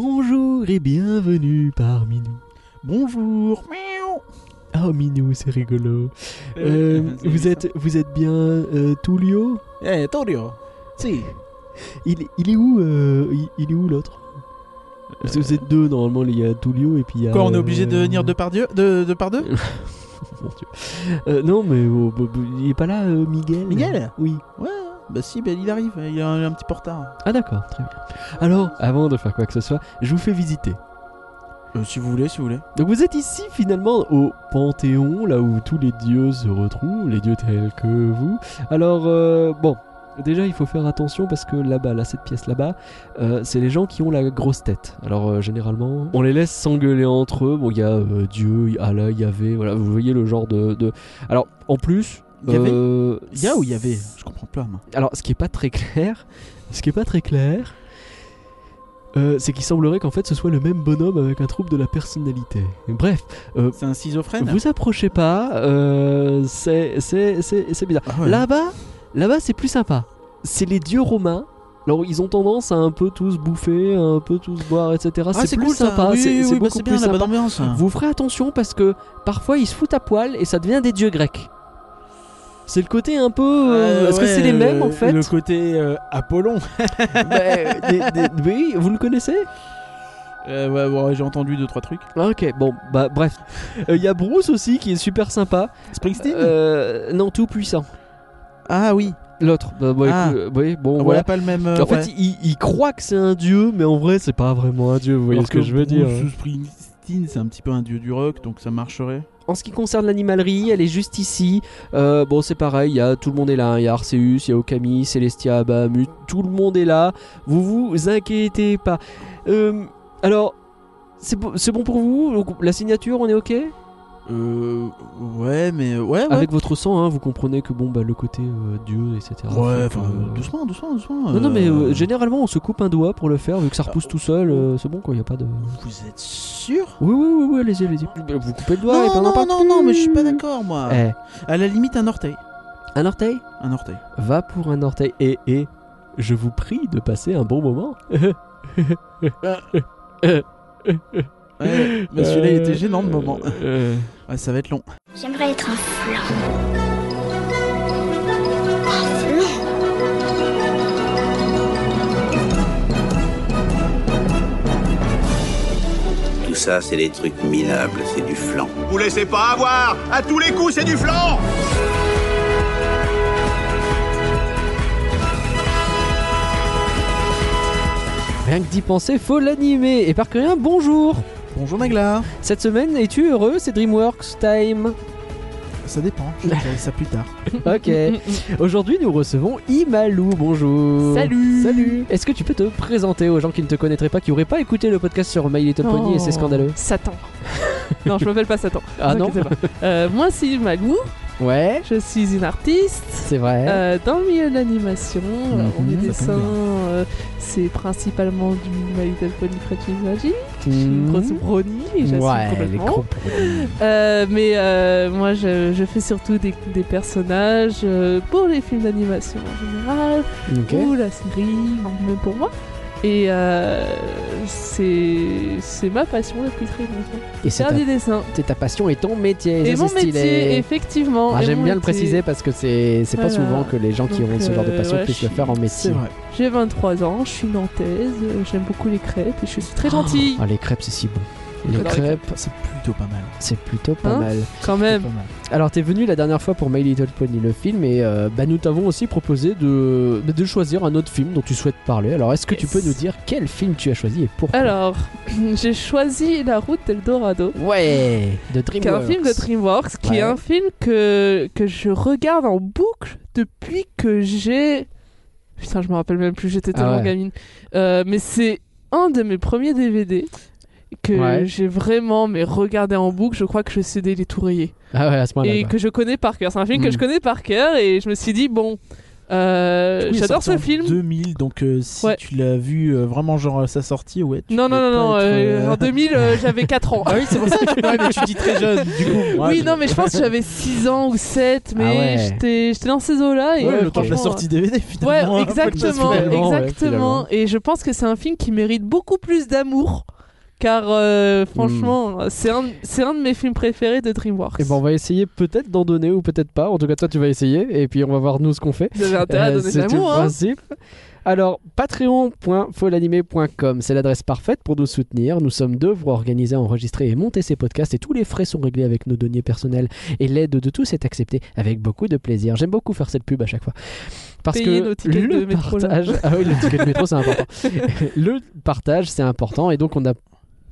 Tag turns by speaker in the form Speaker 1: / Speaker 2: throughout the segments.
Speaker 1: Bonjour et bienvenue parmi nous.
Speaker 2: Bonjour. Miaou.
Speaker 1: Oh Minou, c'est rigolo. Euh, vous, êtes, vous êtes bien euh, Tullio
Speaker 2: Eh, hey, Torio. Si.
Speaker 1: il, il est où euh, il, il est où l'autre Parce que vous êtes deux normalement, il y a Tullio et puis il y a...
Speaker 2: Quoi, on est obligé de
Speaker 1: euh,
Speaker 2: venir de par, Dieu, de, de par deux
Speaker 1: Mon Dieu. Euh, non mais oh, bah, bah, il est pas là euh, Miguel
Speaker 2: Miguel
Speaker 1: Oui.
Speaker 2: Ouais. Bah si, ben il arrive. Il est un, un petit peu en retard.
Speaker 1: Ah d'accord, très bien. Alors, avant de faire quoi que ce soit, je vous fais visiter.
Speaker 2: Euh, si vous voulez, si vous voulez.
Speaker 1: Donc vous êtes ici finalement au Panthéon, là où tous les dieux se retrouvent, les dieux tels que vous. Alors, euh, bon, déjà il faut faire attention parce que là-bas, là, cette pièce là-bas, euh, c'est les gens qui ont la grosse tête. Alors euh, généralement, on les laisse s'engueuler entre eux. Bon, il y a euh, Dieu, il y a Allah, il y avait, voilà, vous voyez le genre de... de- Alors, en plus...
Speaker 2: Il y avait
Speaker 1: euh,
Speaker 2: Il y a ou il y avait Je comprends pas, moi.
Speaker 1: alors, ce qui est pas très clair, ce qui est pas très clair, euh, c'est qu'il semblerait qu'en fait ce soit le même bonhomme avec un trouble de la personnalité. Bref,
Speaker 2: C'est un schizophrène
Speaker 1: vous approchez pas, euh, c'est c'est- c'est- c'est bizarre.
Speaker 2: Ah ouais.
Speaker 1: Là-bas, là-bas, c'est plus sympa. C'est les dieux romains. Alors ils ont tendance à un peu tous bouffer, à un peu tous boire, etc.
Speaker 2: Ah,
Speaker 1: c'est plus
Speaker 2: cool, ça.
Speaker 1: sympa,
Speaker 2: Oui,
Speaker 1: c'est
Speaker 2: oui,
Speaker 1: c'est
Speaker 2: oui, bah,
Speaker 1: beaucoup
Speaker 2: bien
Speaker 1: plus
Speaker 2: la bonne
Speaker 1: sympa.
Speaker 2: ambiance.
Speaker 1: Vous ferez attention parce que parfois ils se foutent à poil et ça devient des dieux grecs. C'est le côté un peu. euh,
Speaker 2: Euh,
Speaker 1: Est-ce que
Speaker 2: ouais,
Speaker 1: c'est les mêmes
Speaker 2: le-
Speaker 1: en fait
Speaker 2: Le côté euh, Apollon.
Speaker 1: Bah, des- des- oui, vous le connaissez
Speaker 2: Euh, ouais, ouais, j'ai entendu deux trois trucs.
Speaker 1: Ah, Ok, bon, bah bref. Il y a Bruce aussi qui est super sympa.
Speaker 2: Springsteen
Speaker 1: Euh, non, tout puissant.
Speaker 2: Ah oui.
Speaker 1: L'autre. Bah, bah,
Speaker 2: Ah.
Speaker 1: écoute, euh, oui, bon,
Speaker 2: Voilà,
Speaker 1: voilà.
Speaker 2: pas le même. euh,
Speaker 1: En fait, il, il croit que c'est un dieu, mais en vrai, c'est pas vraiment un dieu, vous voyez ce que je veux dire. hein.
Speaker 2: Springsteen, c'est un petit peu un dieu du rock, donc ça marcherait.
Speaker 1: En ce qui concerne l'animalerie, elle est juste ici. Euh, bon, c'est pareil, il y a, tout le monde est là. hein. Il y a Arceus, il y a Okami, Celestia, Bahamut, tout le monde est là. Vous vous inquiétez pas. Euh, alors, c'est bon c'est bon pour vous Donc, La signature, on est OK
Speaker 2: Euh. Ouais, mais. Ah, Ouais, ouais.
Speaker 1: Avec votre sang, hein, vous comprenez que bon, bah, le côté euh, Dieu, etc.
Speaker 2: Ouais,
Speaker 1: fait que,
Speaker 2: enfin,
Speaker 1: euh,
Speaker 2: doucement, doucement, doucement.
Speaker 1: Non, non, mais euh,
Speaker 2: euh,
Speaker 1: généralement, on se coupe un doigt pour le faire, vu que ça repousse tout seul, euh, c'est bon quoi, y a pas de.
Speaker 2: Vous êtes sûr
Speaker 1: Oui, oui, oui, oui allez-y, allez-y. Bah, Vous coupez le doigt et puis on
Speaker 2: Non,
Speaker 1: en
Speaker 2: non,
Speaker 1: parle
Speaker 2: non,
Speaker 1: plus.
Speaker 2: non, mais je suis pas d'accord, moi.
Speaker 1: Eh,
Speaker 2: À la limite, un orteil.
Speaker 1: un orteil
Speaker 2: Un orteil.
Speaker 1: Va pour un orteil et, et je vous prie de passer un bon moment.
Speaker 2: Ouais, mais celui-là il était gênant de moment.
Speaker 1: Euh,
Speaker 2: Ouais, ça va être long.
Speaker 3: J'aimerais être un flan. Un flan
Speaker 4: Tout ça, c'est des trucs minables, c'est du flan.
Speaker 5: Vous laissez pas avoir À tous les coups, c'est du flanc
Speaker 1: Rien que d'y penser, faut l'animer. Et par que rien, bonjour
Speaker 2: Bonjour Magla.
Speaker 1: Cette semaine, es-tu heureux C'est DreamWorks Time
Speaker 2: Ça dépend, je verrai ça plus tard.
Speaker 1: Ok. Aujourd'hui, nous recevons Imalou. Bonjour.
Speaker 6: Salut.
Speaker 1: Salut. Est-ce que tu peux te présenter aux gens qui ne te connaîtraient pas, qui n'auraient pas écouté le podcast sur My Little Pony et c'est scandaleux
Speaker 6: Oh, Satan. non, je m'appelle pas Satan.
Speaker 1: Oh. Ah
Speaker 6: Ne
Speaker 1: non
Speaker 6: inquiétez pas. Euh, moi, c'est Magou.
Speaker 1: Ouais,
Speaker 6: Je suis une artiste.
Speaker 1: c'est vrai.
Speaker 6: euh, dans le milieu de l'animation, alors,
Speaker 1: Eh. Mhm,
Speaker 6: mes
Speaker 1: ça tombe
Speaker 6: dessins, euh, c'est principalement du My Little Pony Friendship Magic. Je suis une
Speaker 1: Mhm.
Speaker 6: grosse brownie et j'assume
Speaker 1: Ouais, les
Speaker 6: complètement.
Speaker 1: gros
Speaker 6: Euh, mais euh, moi, je, je fais surtout des, des personnages euh, pour les films d'animation en général,
Speaker 1: Ok.
Speaker 6: ou la série, ou même pour moi. Et euh, c'est c'est ma passion depuis très longtemps.
Speaker 1: Et c'est
Speaker 6: Faire
Speaker 1: ta,
Speaker 6: du dessin.
Speaker 1: c'est ta passion et ton métier.
Speaker 6: Et
Speaker 1: ça,
Speaker 6: mon
Speaker 1: c'est stylé.
Speaker 6: métier, effectivement.
Speaker 1: Ah,
Speaker 6: et
Speaker 1: J'aime
Speaker 6: mon
Speaker 1: bien le
Speaker 6: métier.
Speaker 1: préciser parce que c'est c'est pas
Speaker 6: Voilà.
Speaker 1: souvent que les gens qui
Speaker 6: Donc,
Speaker 1: ont ce genre de
Speaker 6: euh,
Speaker 1: passion
Speaker 6: ouais,
Speaker 1: puissent
Speaker 6: je
Speaker 1: le faire en
Speaker 2: C'est
Speaker 1: métier.
Speaker 2: vrai.
Speaker 6: J'ai 23 ans, je suis nantaise, euh, j'aime beaucoup les crêpes et je suis très gentille.
Speaker 1: Ah, les crêpes, c'est si bon. Les
Speaker 6: J'adore les
Speaker 1: crêpes,
Speaker 2: C'est plutôt pas mal.
Speaker 1: c'est plutôt pas
Speaker 6: Hein
Speaker 1: mal.
Speaker 6: Quand même.
Speaker 2: Pas mal.
Speaker 1: Alors, t'es venu la dernière fois pour My Little Pony, le film, et euh, bah, nous t'avons aussi proposé de, bah, de choisir un autre film dont tu souhaites parler. Alors, est-ce que tu
Speaker 6: Yes.
Speaker 1: peux nous dire quel film tu as choisi et pourquoi
Speaker 6: Alors, j'ai choisi La route d'Eldorado.
Speaker 1: Ouais De
Speaker 6: qui est un
Speaker 1: DreamWorks.
Speaker 6: Euh, film de DreamWorks, qui
Speaker 1: Ouais.
Speaker 6: est un film que, que je regarde en boucle depuis que j'ai... Putain, je me rappelle même plus, j'étais
Speaker 1: Ah
Speaker 6: tellement
Speaker 1: ouais.
Speaker 6: gamine. Euh, mais c'est un de mes premiers DVD que
Speaker 1: Ouais.
Speaker 6: j'ai vraiment mais regardé en boucle. Je crois que je sais les tourillés.
Speaker 2: Oh,
Speaker 1: Ah ouais, à ce moment-là.
Speaker 2: Hmm.
Speaker 6: et que je connais par cœur. C'est un film que
Speaker 1: Mm.
Speaker 6: je connais par cœur et je me suis dit, bon, Euh,
Speaker 2: Oui,
Speaker 6: J'adore
Speaker 2: sorti
Speaker 6: ce
Speaker 2: en
Speaker 6: film.
Speaker 2: 2000, donc euh, si
Speaker 6: Ouais.
Speaker 2: tu l'as vu euh, vraiment genre à sa sortie, ouais. tu
Speaker 6: Non, non,
Speaker 2: devais
Speaker 6: non,
Speaker 2: pas
Speaker 6: non.
Speaker 2: être,
Speaker 6: euh,
Speaker 2: euh,
Speaker 6: En 2000, euh, j'avais 4 ans.
Speaker 2: Ah oui, c'est pour ça que tu, ouais, mais tu dis très jeune, du coup. moi,
Speaker 6: oui,
Speaker 2: je-
Speaker 6: non, mais je pense que j'avais 6 ans ou 7, mais
Speaker 2: Ah ouais.
Speaker 6: j'étais j'étais dans ces eaux-là. et
Speaker 2: Ouais, le temps de
Speaker 6: franchement,
Speaker 2: la sortie DVD finalement. hein.
Speaker 6: Ouais,
Speaker 2: un peu de
Speaker 6: exactement,
Speaker 2: choses, finalement, ouais,
Speaker 6: exactement.
Speaker 2: finalement.
Speaker 6: et je pense que c'est un film qui mérite beaucoup plus d'amour, car euh, franchement,
Speaker 2: Hmm.
Speaker 6: c'est un, c'est un de mes films préférés de DreamWorks.
Speaker 1: Et ben on va essayer peut-être d'en donner ou peut-être pas. En tout cas, toi tu vas essayer et puis on va voir nous ce qu'on fait.
Speaker 6: Vous avez intérêt à
Speaker 1: Euh,
Speaker 6: donner de
Speaker 1: C'est tout le
Speaker 6: l'amour, hein.
Speaker 1: principe. Alors, patreon.folanimé.com, c'est l'adresse parfaite pour nous soutenir. Nous sommes deux pour organiser, enregistrer et monter ces podcasts et tous les frais sont réglés avec nos deniers personnels et l'aide de tous est acceptée avec beaucoup de plaisir. J'aime beaucoup faire cette pub à chaque fois. Parce
Speaker 6: Payez nos
Speaker 1: que
Speaker 6: tickets
Speaker 1: le
Speaker 6: de métro, là.
Speaker 1: partage, ah oui, le ticket de métro c'est important. le partage c'est important et donc on a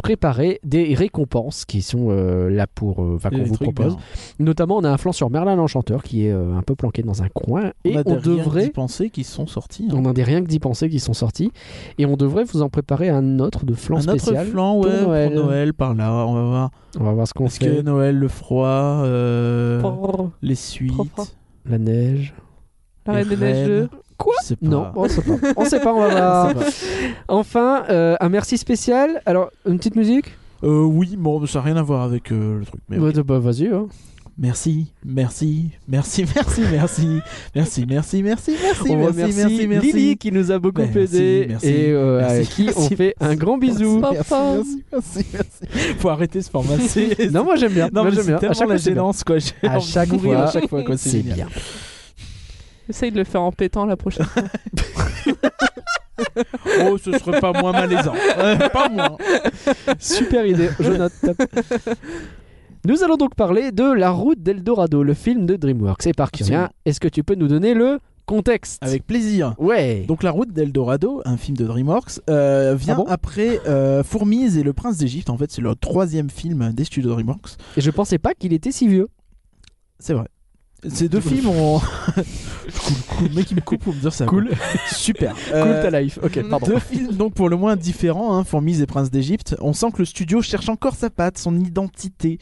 Speaker 1: préparé des récompenses qui sont euh, là pour euh, enfin,
Speaker 2: Et
Speaker 1: qu'on
Speaker 2: des
Speaker 1: vous
Speaker 2: trucs
Speaker 1: propose.
Speaker 2: bien.
Speaker 1: Notamment on a un flanc sur Merlin l'enchanteur qui est euh, un peu planqué dans un coin et
Speaker 2: on, a
Speaker 1: on
Speaker 2: des rien
Speaker 1: devrait
Speaker 2: d'y penser qui sont sortis. hein.
Speaker 1: on a des rien que d'y penser qui sont sortis. Et on devrait vous en préparer un autre de flanc
Speaker 2: Un autre
Speaker 1: spécial.
Speaker 2: flanc, ouais, pour
Speaker 1: Noël.
Speaker 2: Noël. par là, on va voir.
Speaker 1: On va voir ce qu'on
Speaker 2: Parce
Speaker 1: fait.
Speaker 2: que Noël, le froid, euh,
Speaker 6: Pour
Speaker 2: les suites.
Speaker 6: Trop froid.
Speaker 1: La neige.
Speaker 6: Oh,
Speaker 2: les
Speaker 6: La Reine des Neiges
Speaker 2: reines,
Speaker 6: 2.
Speaker 1: Quoi
Speaker 2: je sais pas.
Speaker 1: Non, on sait pas. On sait pas, on va
Speaker 2: Ah,
Speaker 1: voir.
Speaker 2: ça va.
Speaker 1: Enfin, euh, un merci spécial. Alors, une petite musique
Speaker 2: Euh, oui, bon, ça n'a rien à voir avec euh, le truc. Mais
Speaker 1: Ouais,
Speaker 2: ok.
Speaker 1: bah, Vas-y. hein.
Speaker 2: Merci, merci, merci, merci, merci, merci, merci, merci, merci,
Speaker 1: on
Speaker 2: merci,
Speaker 1: remercie
Speaker 2: merci, merci.
Speaker 1: Lily qui nous a beaucoup
Speaker 2: Merci,
Speaker 1: aidé
Speaker 2: merci,
Speaker 1: et euh, à
Speaker 2: merci,
Speaker 1: qui on
Speaker 2: merci,
Speaker 1: fait un grand bisou.
Speaker 6: Papa.
Speaker 2: Merci, merci, merci, merci. Faut arrêter ce format. c'est-
Speaker 1: Non, moi j'aime bien.
Speaker 2: non,
Speaker 1: Moi,
Speaker 2: mais
Speaker 1: j'aime
Speaker 2: c'est
Speaker 1: bien. À
Speaker 2: tellement
Speaker 1: chaque
Speaker 2: la
Speaker 1: fois, c'est bien.
Speaker 2: gênance, quoi. J'ai
Speaker 1: À
Speaker 2: envie de
Speaker 1: chaque
Speaker 2: mourir
Speaker 1: fois,
Speaker 2: à chaque fois, quoi.
Speaker 1: C'est
Speaker 2: génial.
Speaker 1: bien.
Speaker 6: Essaye de le faire en pétant la prochaine fois.
Speaker 2: Oh, ce serait pas moins malaisant. Euh, pas moins.
Speaker 1: Super idée, je note. top. Nous allons donc parler de La Route d'Eldorado, le film de DreamWorks. Et par Kyrian,
Speaker 2: Absolument.
Speaker 1: est-ce que tu peux nous donner le contexte
Speaker 2: Avec plaisir.
Speaker 1: Ouais.
Speaker 2: Donc La Route d'Eldorado, un film de DreamWorks, euh, vient
Speaker 1: Ah bon
Speaker 2: après euh, Fourmise et Le Prince d'Égypte. En fait, c'est le troisième film des studios DreamWorks.
Speaker 1: Et je pensais pas qu'il était si vieux.
Speaker 2: C'est vrai. Ces deux films ont... cool, cool. Le mec, il me coupe pour me dire ça. Super.
Speaker 1: cool
Speaker 2: Euh,
Speaker 1: ta life. Ok, pardon.
Speaker 2: Deux films donc pour le moins différents, hein, Fourmise et Prince d'Égypte. On sent que le studio cherche encore sa patte, son identité.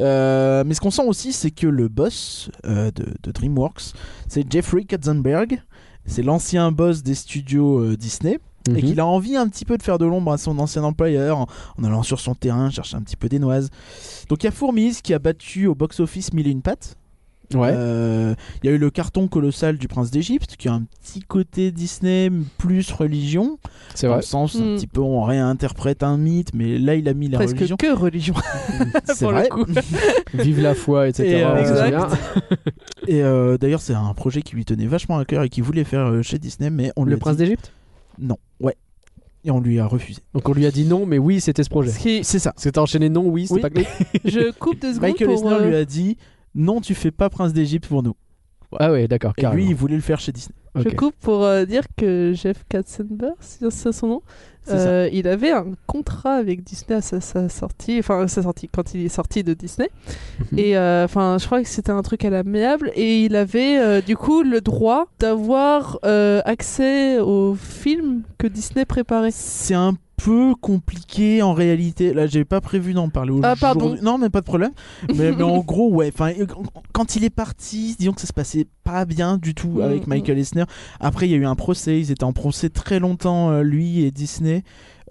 Speaker 2: Euh, mais ce qu'on sent aussi, c'est que le boss euh, de, de DreamWorks, c'est Jeffrey Katzenberg. C'est l'ancien boss des studios euh, Disney
Speaker 1: Mhm.
Speaker 2: et qu'il a envie un petit peu de faire de l'ombre à son ancien employeur en, en allant sur son terrain chercher un petit peu des noises. Donc il y a Fourmise qui a battu au box-office Mille et une pattes.
Speaker 1: Ouais.
Speaker 2: Euh, Il y a eu le carton colossal du Prince d'Égypte qui a un petit côté Disney plus religion.
Speaker 1: c'est
Speaker 2: Dans
Speaker 1: vrai.
Speaker 2: le sens,
Speaker 6: Mm.
Speaker 2: un petit peu, on réinterprète un mythe, mais là, il a mis la
Speaker 6: Presque
Speaker 2: religion.
Speaker 6: que religion.
Speaker 2: C'est
Speaker 6: pour le
Speaker 2: vrai.
Speaker 6: coup.
Speaker 1: Vive la foi, etc.
Speaker 2: Et, euh,
Speaker 1: on se
Speaker 6: exact.
Speaker 1: souvient.
Speaker 2: Et euh, d'ailleurs, c'est un projet qui lui tenait vachement à cœur et qu'il voulait faire euh, chez Disney, mais on lui
Speaker 1: Le
Speaker 2: a
Speaker 1: prince
Speaker 2: dit
Speaker 1: d'Égypte
Speaker 2: non. Ouais. Et on lui a refusé.
Speaker 1: Donc on lui a dit non, mais oui, c'était ce projet.
Speaker 6: Ce qui-
Speaker 2: C'est ça.
Speaker 1: C'était enchaîné non, oui, c'est
Speaker 2: Oui.
Speaker 1: pas que.
Speaker 6: Je coupe deux secondes
Speaker 2: Michael
Speaker 6: pour...
Speaker 2: Eisner
Speaker 6: euh,
Speaker 2: lui a dit non, tu fais pas Prince d'Égypte pour nous.
Speaker 1: Ah ouais, d'accord,
Speaker 2: Et lui,
Speaker 1: carrément.
Speaker 2: il voulait le faire chez Disney.
Speaker 1: Ok.
Speaker 6: Je coupe pour euh, dire que Jeff Katzenberg, si c'est son nom,
Speaker 2: C'est ça.
Speaker 6: euh, il avait un contrat avec Disney à sa, sa sortie, enfin sa sortie quand il est sorti de Disney.
Speaker 1: Mhm.
Speaker 6: Et euh, enfin, je crois que c'était un truc à l'amiable et il avait euh, du coup le droit d'avoir euh, accès aux films que Disney préparait.
Speaker 2: C'est un peu compliqué en réalité. Là, j'avais pas prévu d'en parler aujourd'hui.
Speaker 6: Ah, pardon.
Speaker 2: Non, mais pas de problème. Mais, mais en gros, ouais. Enfin, quand il est parti, disons que ça se passait pas bien du tout
Speaker 6: Mm,
Speaker 2: avec
Speaker 6: mm.
Speaker 2: Michael Eisner. Après, il y a eu un procès. Ils étaient en procès très longtemps, euh, lui et Disney.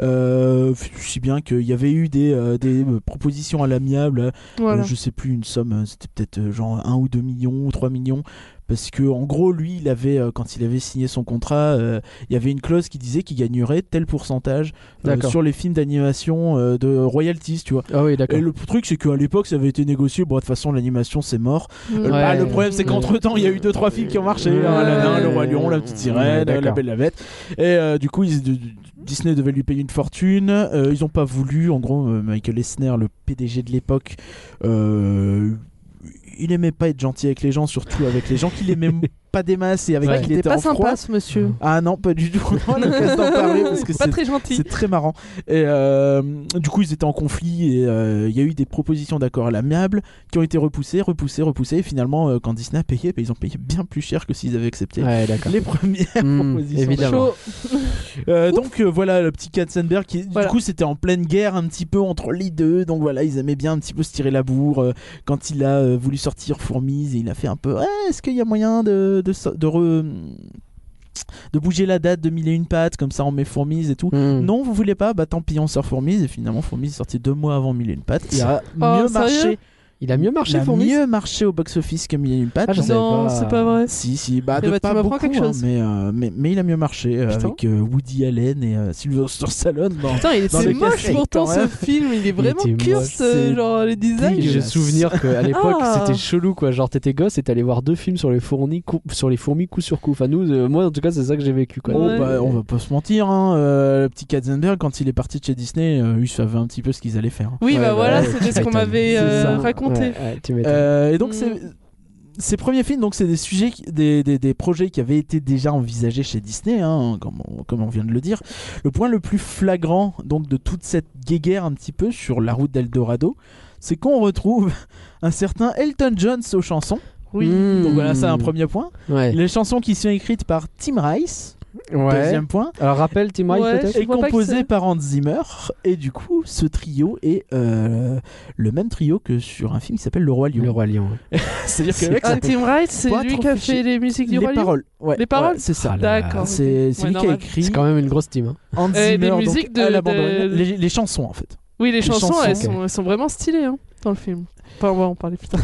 Speaker 2: Euh, si bien qu'il y avait eu des, euh, des euh, propositions à l'amiable
Speaker 6: Voilà.
Speaker 2: euh, je sais plus une somme, euh, c'était peut-être euh, genre 1 ou 2 millions ou 3 millions. Parce que en gros, lui, il avait, euh, quand il avait signé son contrat, euh, il y avait une clause qui disait qu'il gagnerait tel pourcentage euh,
Speaker 1: D'accord.
Speaker 2: sur les films d'animation euh, de royalties, tu vois.
Speaker 1: Ah oui, d'accord.
Speaker 2: Et le truc, c'est qu'à l'époque, ça avait été négocié. Bon, de toute façon, l'animation, c'est mort.
Speaker 6: Mhm.
Speaker 2: Euh,
Speaker 1: Ouais.
Speaker 2: bah, le problème, c'est qu'entre temps, il y a eu deux trois films qui ont marché hein, Aladdin,
Speaker 6: Ouais.
Speaker 2: Le Roi Lion, La Petite Sirène,
Speaker 1: Ouais,
Speaker 2: euh, La
Speaker 1: d'accord.
Speaker 2: Belle la Bête. Et euh, du coup, ils- de- de- Disney devait lui payer une fortune. Euh, ils n'ont pas voulu. En gros, euh, Michael Eisner, le PDG de l'époque, euh, il aimait pas être gentil avec les gens, surtout avec les gens qu'il aimait pas des masses et avec
Speaker 1: Ouais.
Speaker 2: qui il était
Speaker 6: Il était
Speaker 2: en froid.
Speaker 6: pas sympa ce monsieur.
Speaker 2: Ah non, pas du tout. On a l'occasion d'en parler parce que
Speaker 6: pas
Speaker 2: c'est
Speaker 6: très gentil.
Speaker 2: c'est très marrant. Et euh, du coup, ils étaient en conflit et euh, il y a eu des propositions d'accord à l'amiable qui ont été repoussées, repoussées, repoussées. Et finalement, euh, quand Disney a payé, bah, ils ont payé bien plus cher que s'ils avaient accepté
Speaker 1: Ouais, d'accord.
Speaker 2: les premières
Speaker 1: Hmm,
Speaker 2: propositions.
Speaker 1: évidemment.
Speaker 6: Chaud.
Speaker 2: Euh, donc euh, voilà le petit Katzenberg qui
Speaker 6: Voilà.
Speaker 2: du coup c'était en pleine guerre un petit peu entre les deux donc voilà ils aimaient bien un petit peu se tirer la bourre euh, quand il a euh, voulu sortir Fourmise et il a fait un peu Ouais, est-ce qu'il y a moyen de de, so- de, re- de bouger la date de mille et une pattes comme ça on met Fourmise et tout
Speaker 1: Hmm.
Speaker 2: non vous voulez pas bah tant pis on sort Fourmise et finalement Fourmise est sorti deux mois avant mille et une pattes et a
Speaker 6: Oh,
Speaker 2: mieux
Speaker 6: sérieux
Speaker 2: marché
Speaker 1: Il a mieux marché
Speaker 2: il a
Speaker 1: pour Miss
Speaker 2: mieux marché au box office que mille et une pattes
Speaker 1: Ah, je
Speaker 2: donc-
Speaker 1: savais
Speaker 6: Non,
Speaker 1: pas.
Speaker 6: c'est pas vrai.
Speaker 2: si, si, bah,
Speaker 6: Eh
Speaker 2: de
Speaker 6: bah, tu
Speaker 2: pas
Speaker 6: m'apprends
Speaker 2: beaucoup,
Speaker 6: quelque
Speaker 2: hein,
Speaker 6: chose.
Speaker 2: mais, euh, mais, mais il a mieux marché euh,
Speaker 1: Putain.
Speaker 2: avec euh, Woody Allen et euh, Sylvester Stallone. dans-
Speaker 6: Putain, il est
Speaker 2: Dans
Speaker 6: c'est
Speaker 2: les
Speaker 6: moche
Speaker 2: cassettes,
Speaker 6: pourtant
Speaker 2: quand
Speaker 6: ce
Speaker 2: même.
Speaker 6: film, il est vraiment
Speaker 1: était moche,
Speaker 6: curse, euh,
Speaker 2: c'est
Speaker 6: genre les
Speaker 1: Et
Speaker 6: designs.
Speaker 1: J'ai souvenir qu'à l'époque
Speaker 6: Ah.
Speaker 1: c'était chelou quoi. Genre t'étais gosse et t'allais voir deux films sur les fourmis, coup- sur les fourmis coup sur coup. Enfin nous, euh, moi en tout cas c'est ça que j'ai vécu quoi.
Speaker 2: Oh,
Speaker 6: Ouais.
Speaker 2: bah, on va pas se mentir, hein, euh, le petit Katzenberg, quand il est parti de chez Disney, euh, il savait un petit peu ce qu'ils allaient faire.
Speaker 6: Oui,
Speaker 1: Ouais,
Speaker 6: bah,
Speaker 1: bah,
Speaker 6: voilà,
Speaker 1: ouais, tu
Speaker 6: c'était ce qu'on
Speaker 1: m'étonnes.
Speaker 6: m'avait
Speaker 1: C'est
Speaker 6: euh,
Speaker 1: ça.
Speaker 6: raconté.
Speaker 1: Ouais, ouais, tu m'étonnes.
Speaker 2: Euh, et donc,
Speaker 6: Mm.
Speaker 2: c'est ces premiers films, donc c'est des sujets, qui- des, des, des projets qui avaient été déjà envisagés chez Disney, hein, comme, on, comme on vient de le dire. Le point le plus flagrant donc de toute cette guéguerre un petit peu sur la route d'Eldorado, c'est qu'on retrouve un certain Elton John aux chansons.
Speaker 6: Oui.
Speaker 1: Hmm.
Speaker 2: Donc voilà, ça un premier point.
Speaker 1: Ouais.
Speaker 2: Les chansons qui sont écrites par Tim Rice,
Speaker 1: Ouais.
Speaker 2: deuxième point,
Speaker 1: Alors rappelle Tim Rice
Speaker 6: Ouais,
Speaker 1: peut-être.
Speaker 6: Je
Speaker 2: et
Speaker 6: vois pas que c'est-
Speaker 2: composées par Hans Zimmer. Et du coup, ce trio est euh, le même trio que sur un film qui s'appelle Le Roi Lion.
Speaker 1: Le roi lion. ouais.
Speaker 2: C'est-à-dire que le mec,
Speaker 6: Ah, Tim Wright, c'est
Speaker 2: pas
Speaker 6: lui
Speaker 2: trop
Speaker 6: qui a
Speaker 2: fiché.
Speaker 6: fait les musiques du
Speaker 2: les
Speaker 6: Roi Lion
Speaker 2: paroles. Ouais,
Speaker 6: Les paroles
Speaker 2: ouais, c'est ça.
Speaker 1: Ah là là.
Speaker 6: D'accord.
Speaker 2: C'est c'est
Speaker 6: Ouais,
Speaker 2: lui
Speaker 6: bah,
Speaker 2: qui a
Speaker 6: normal.
Speaker 2: écrit
Speaker 1: C'est quand même une grosse team. hein.
Speaker 2: Hans
Speaker 6: Euh, les
Speaker 2: Zimmer donc,
Speaker 6: musiques de-
Speaker 2: à la bande
Speaker 6: de-
Speaker 2: originale. les, les chansons en fait.
Speaker 6: Oui, les
Speaker 2: Les
Speaker 6: chansons,
Speaker 2: chansons,
Speaker 6: elles,
Speaker 1: ok.
Speaker 6: sont, elles sont vraiment stylées hein, dans le film. Enfin, on va en parler plus tard.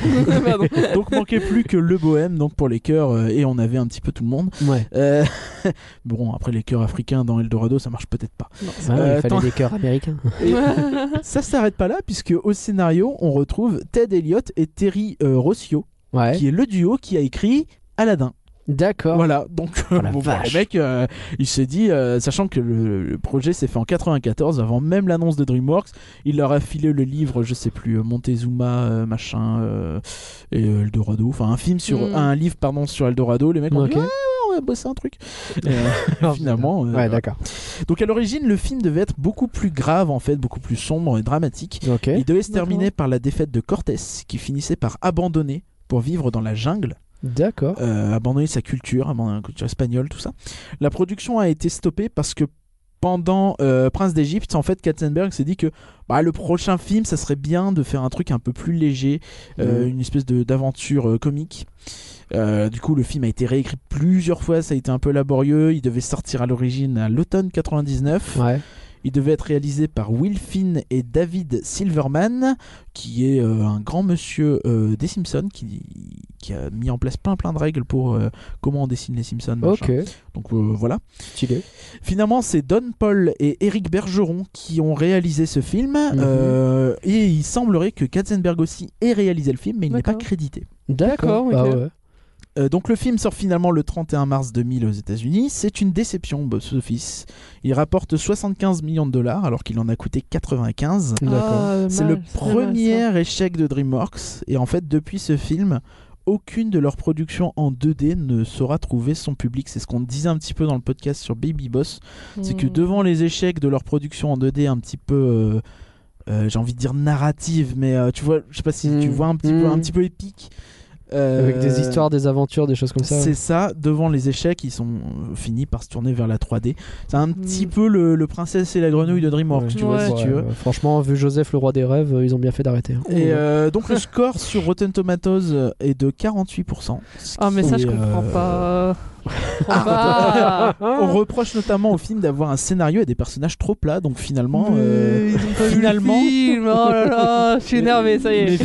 Speaker 6: Pardon.
Speaker 2: donc manquait plus que le bohème donc pour les chœurs euh, et on avait un petit peu tout le monde.
Speaker 1: Ouais.
Speaker 2: Euh, bon après les chœurs africains dans Eldorado ça marche peut-être pas.
Speaker 1: Ouais,
Speaker 2: Euh,
Speaker 1: il fallait
Speaker 2: attends.
Speaker 1: des cœurs américains.
Speaker 2: Et
Speaker 6: Uh-huh.
Speaker 2: ça s'arrête pas là puisque au scénario on retrouve Ted Elliott et Terry euh, Rossio
Speaker 1: Ouais.
Speaker 2: qui est le duo qui a écrit Aladdin.
Speaker 1: D'accord.
Speaker 2: Voilà, donc euh,
Speaker 1: Oh la
Speaker 2: bon, bah,
Speaker 1: vache.
Speaker 2: le mec, euh, il s'est dit, euh, sachant que le, le projet s'est fait en 94, avant même l'annonce de DreamWorks, il leur a filé le livre, je sais plus, euh, Montezuma, euh, machin, euh, et euh, Eldorado, enfin un film sur
Speaker 6: Mm.
Speaker 2: un livre pardon sur Eldorado. Les mecs ont
Speaker 1: Ok.
Speaker 2: dit, Ah ouais, ouais, on va bosser un truc. Et, euh, finalement, euh,
Speaker 1: Ouais, d'accord.
Speaker 2: donc à l'origine, le film devait être beaucoup plus grave en fait, beaucoup plus sombre et dramatique.
Speaker 1: Ok.
Speaker 2: Il devait se
Speaker 6: D'accord.
Speaker 2: terminer par la défaite de Cortés, qui finissait par abandonner pour vivre dans la jungle
Speaker 1: D'accord.
Speaker 2: euh, abandonner sa culture, abandonner la culture espagnole, tout ça. La production a été stoppée parce que pendant euh, Prince d'Égypte, en fait, Katzenberg s'est dit que bah, le prochain film, ça serait bien de faire un truc un peu plus léger, euh,
Speaker 1: Mhm.
Speaker 2: une espèce de- d'aventure euh, comique. Euh, du coup, le film a été réécrit plusieurs fois, ça a été un peu laborieux. Il devait sortir à l'origine à l'automne 99.
Speaker 1: Ouais.
Speaker 2: Il devait être réalisé par Will Finn et David Silverman, qui est euh, un grand monsieur euh, des Simpsons, qui, qui a mis en place plein plein de règles pour euh, comment on dessine les Simpsons. machin.
Speaker 1: Ok.
Speaker 2: Donc euh, voilà.
Speaker 1: Stylé.
Speaker 2: Finalement, c'est Don Paul et Eric Bergeron qui ont réalisé ce film, euh, et il semblerait que Katzenberg aussi ait réalisé le film, mais il n'est pas
Speaker 6: D'accord.
Speaker 2: crédité.
Speaker 1: D'accord.
Speaker 6: D'accord, ok.
Speaker 1: Bah ouais.
Speaker 2: Euh, donc le film sort finalement le 31 mars 2000 aux États-Unis. C'est une déception au box-office. Il rapporte 75 millions de dollars alors qu'il en a coûté 95.
Speaker 1: D'accord.
Speaker 6: Ah,
Speaker 2: C'est
Speaker 6: mal,
Speaker 2: le
Speaker 6: pas mal, ça.
Speaker 2: premier échec de DreamWorks et en fait depuis ce film, aucune de leurs productions en 2D ne saura trouver son public. C'est ce qu'on disait un petit peu dans le podcast sur Baby Boss, c'est que
Speaker 6: Hmm.
Speaker 2: devant les échecs de leurs productions en 2D un petit peu euh, euh, j'ai envie de dire narrative mais euh, tu vois, je sais pas si tu
Speaker 1: Mm.
Speaker 2: vois un petit peu
Speaker 1: Mm.
Speaker 2: un petit peu épique. Euh,
Speaker 1: Avec des histoires, des aventures, des choses comme ça.
Speaker 2: c'est ça, devant les échecs, ils sont euh, finis par se tourner vers la 3D. C'est un petit
Speaker 6: Mm.
Speaker 2: peu le, le princesse et la grenouille de DreamWorks,
Speaker 1: Ouais.
Speaker 2: tu vois,
Speaker 6: Ouais.
Speaker 2: si tu veux.
Speaker 1: euh, franchement, vu Joseph, le roi des rêves, euh, ils ont bien fait d'arrêter. hein.
Speaker 2: Et euh, donc le score sur Rotten Tomatoes est de 48%. ce
Speaker 6: Ah, mais
Speaker 2: qui
Speaker 6: ça, je
Speaker 2: est,
Speaker 6: comprends
Speaker 2: euh,
Speaker 6: pas. Je comprends pas.
Speaker 2: On reproche notamment au film d'avoir un scénario et des personnages trop plats, donc finalement, euh,
Speaker 6: Mais ils ont pas vu le
Speaker 2: finalement-
Speaker 6: film. Oh là là, je suis énervé, ça y est.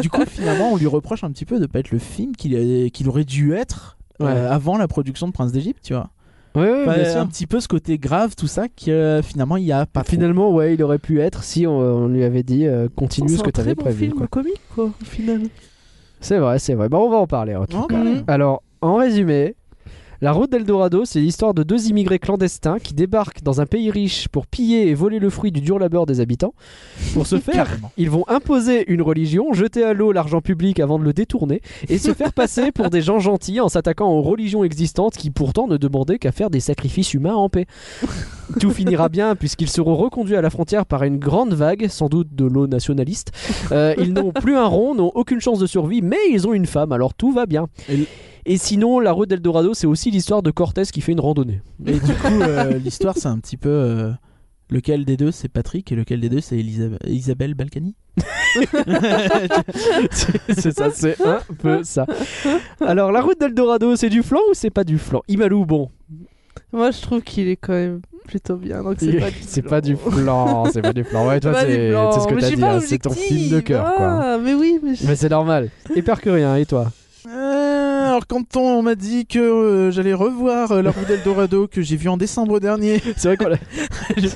Speaker 2: du coup finalement on lui reproche un petit peu de pas être le film qu'il est- qu'il aurait dû être euh,
Speaker 1: Ouais.
Speaker 2: avant la production de Prince d'Égypte, tu vois.
Speaker 1: Ouais, ouais,
Speaker 2: Enfin,
Speaker 1: bien
Speaker 6: euh,
Speaker 2: c'est
Speaker 1: sûr.
Speaker 2: un petit peu ce côté grave, tout ça, que euh, finalement il y a pas. trop.
Speaker 1: Finalement, ouais, il aurait pu être si on, on lui avait dit euh, continue
Speaker 6: C'est
Speaker 1: ce que
Speaker 6: un
Speaker 1: t'avais
Speaker 6: très bon
Speaker 1: prévu.
Speaker 6: film
Speaker 1: quoi.
Speaker 6: comique, quoi, au final.
Speaker 1: C'est vrai, c'est vrai. Bah, on va en parler. en tout
Speaker 2: Oh,
Speaker 1: cas.
Speaker 2: bah,
Speaker 1: Alors, en résumé, la route d'Eldorado, c'est l'histoire de deux immigrés clandestins qui débarquent dans un pays riche pour piller et voler le fruit du dur labeur des habitants. Pour ce faire,
Speaker 2: carrément.
Speaker 1: ils vont imposer une religion, jeter à l'eau l'argent public avant de le détourner et se faire passer pour des gens gentils en s'attaquant aux religions existantes qui pourtant ne demandaient qu'à faire des sacrifices humains en paix. Tout finira bien puisqu'ils seront reconduits à la frontière par une grande vague, sans doute de l'eau nationaliste. Euh, ils n'ont plus un rond, n'ont aucune chance de survie, mais ils ont une femme, alors tout va bien.
Speaker 2: Et l-
Speaker 1: Et sinon, la route d'Eldorado, c'est aussi l'histoire de Cortez qui fait une randonnée.
Speaker 2: Et du coup, euh, l'histoire, c'est un petit peu. euh, lequel des deux, c'est Patrick et lequel des deux, c'est Elisa- Isabelle Balkany
Speaker 1: c'est ça, c'est un peu ça. Alors, la route d'Eldorado, c'est du flan ou c'est pas du flan Imalou, bon,
Speaker 6: Moi, je trouve qu'il est quand même plutôt bien. Donc c'est pas du
Speaker 1: c'est pas du flan, c'est pas du flan. Ouais,
Speaker 6: C'est
Speaker 1: toi,
Speaker 6: pas du
Speaker 1: c'est
Speaker 6: blanc.
Speaker 1: c'est ce que
Speaker 6: Mais
Speaker 1: t'as
Speaker 6: je suis
Speaker 1: dit,
Speaker 6: pas
Speaker 1: hein, c'est ton film de
Speaker 6: objective.
Speaker 1: cœur, quoi.
Speaker 6: Ah, mais oui, mais je-
Speaker 1: Mais c'est normal. Et Percurien, et toi
Speaker 2: Euh, Alors, quand on m'a dit que euh, j'allais revoir euh, la route d'Eldorado que j'ai vu en décembre dernier,
Speaker 1: C'est vrai qu'on l'a-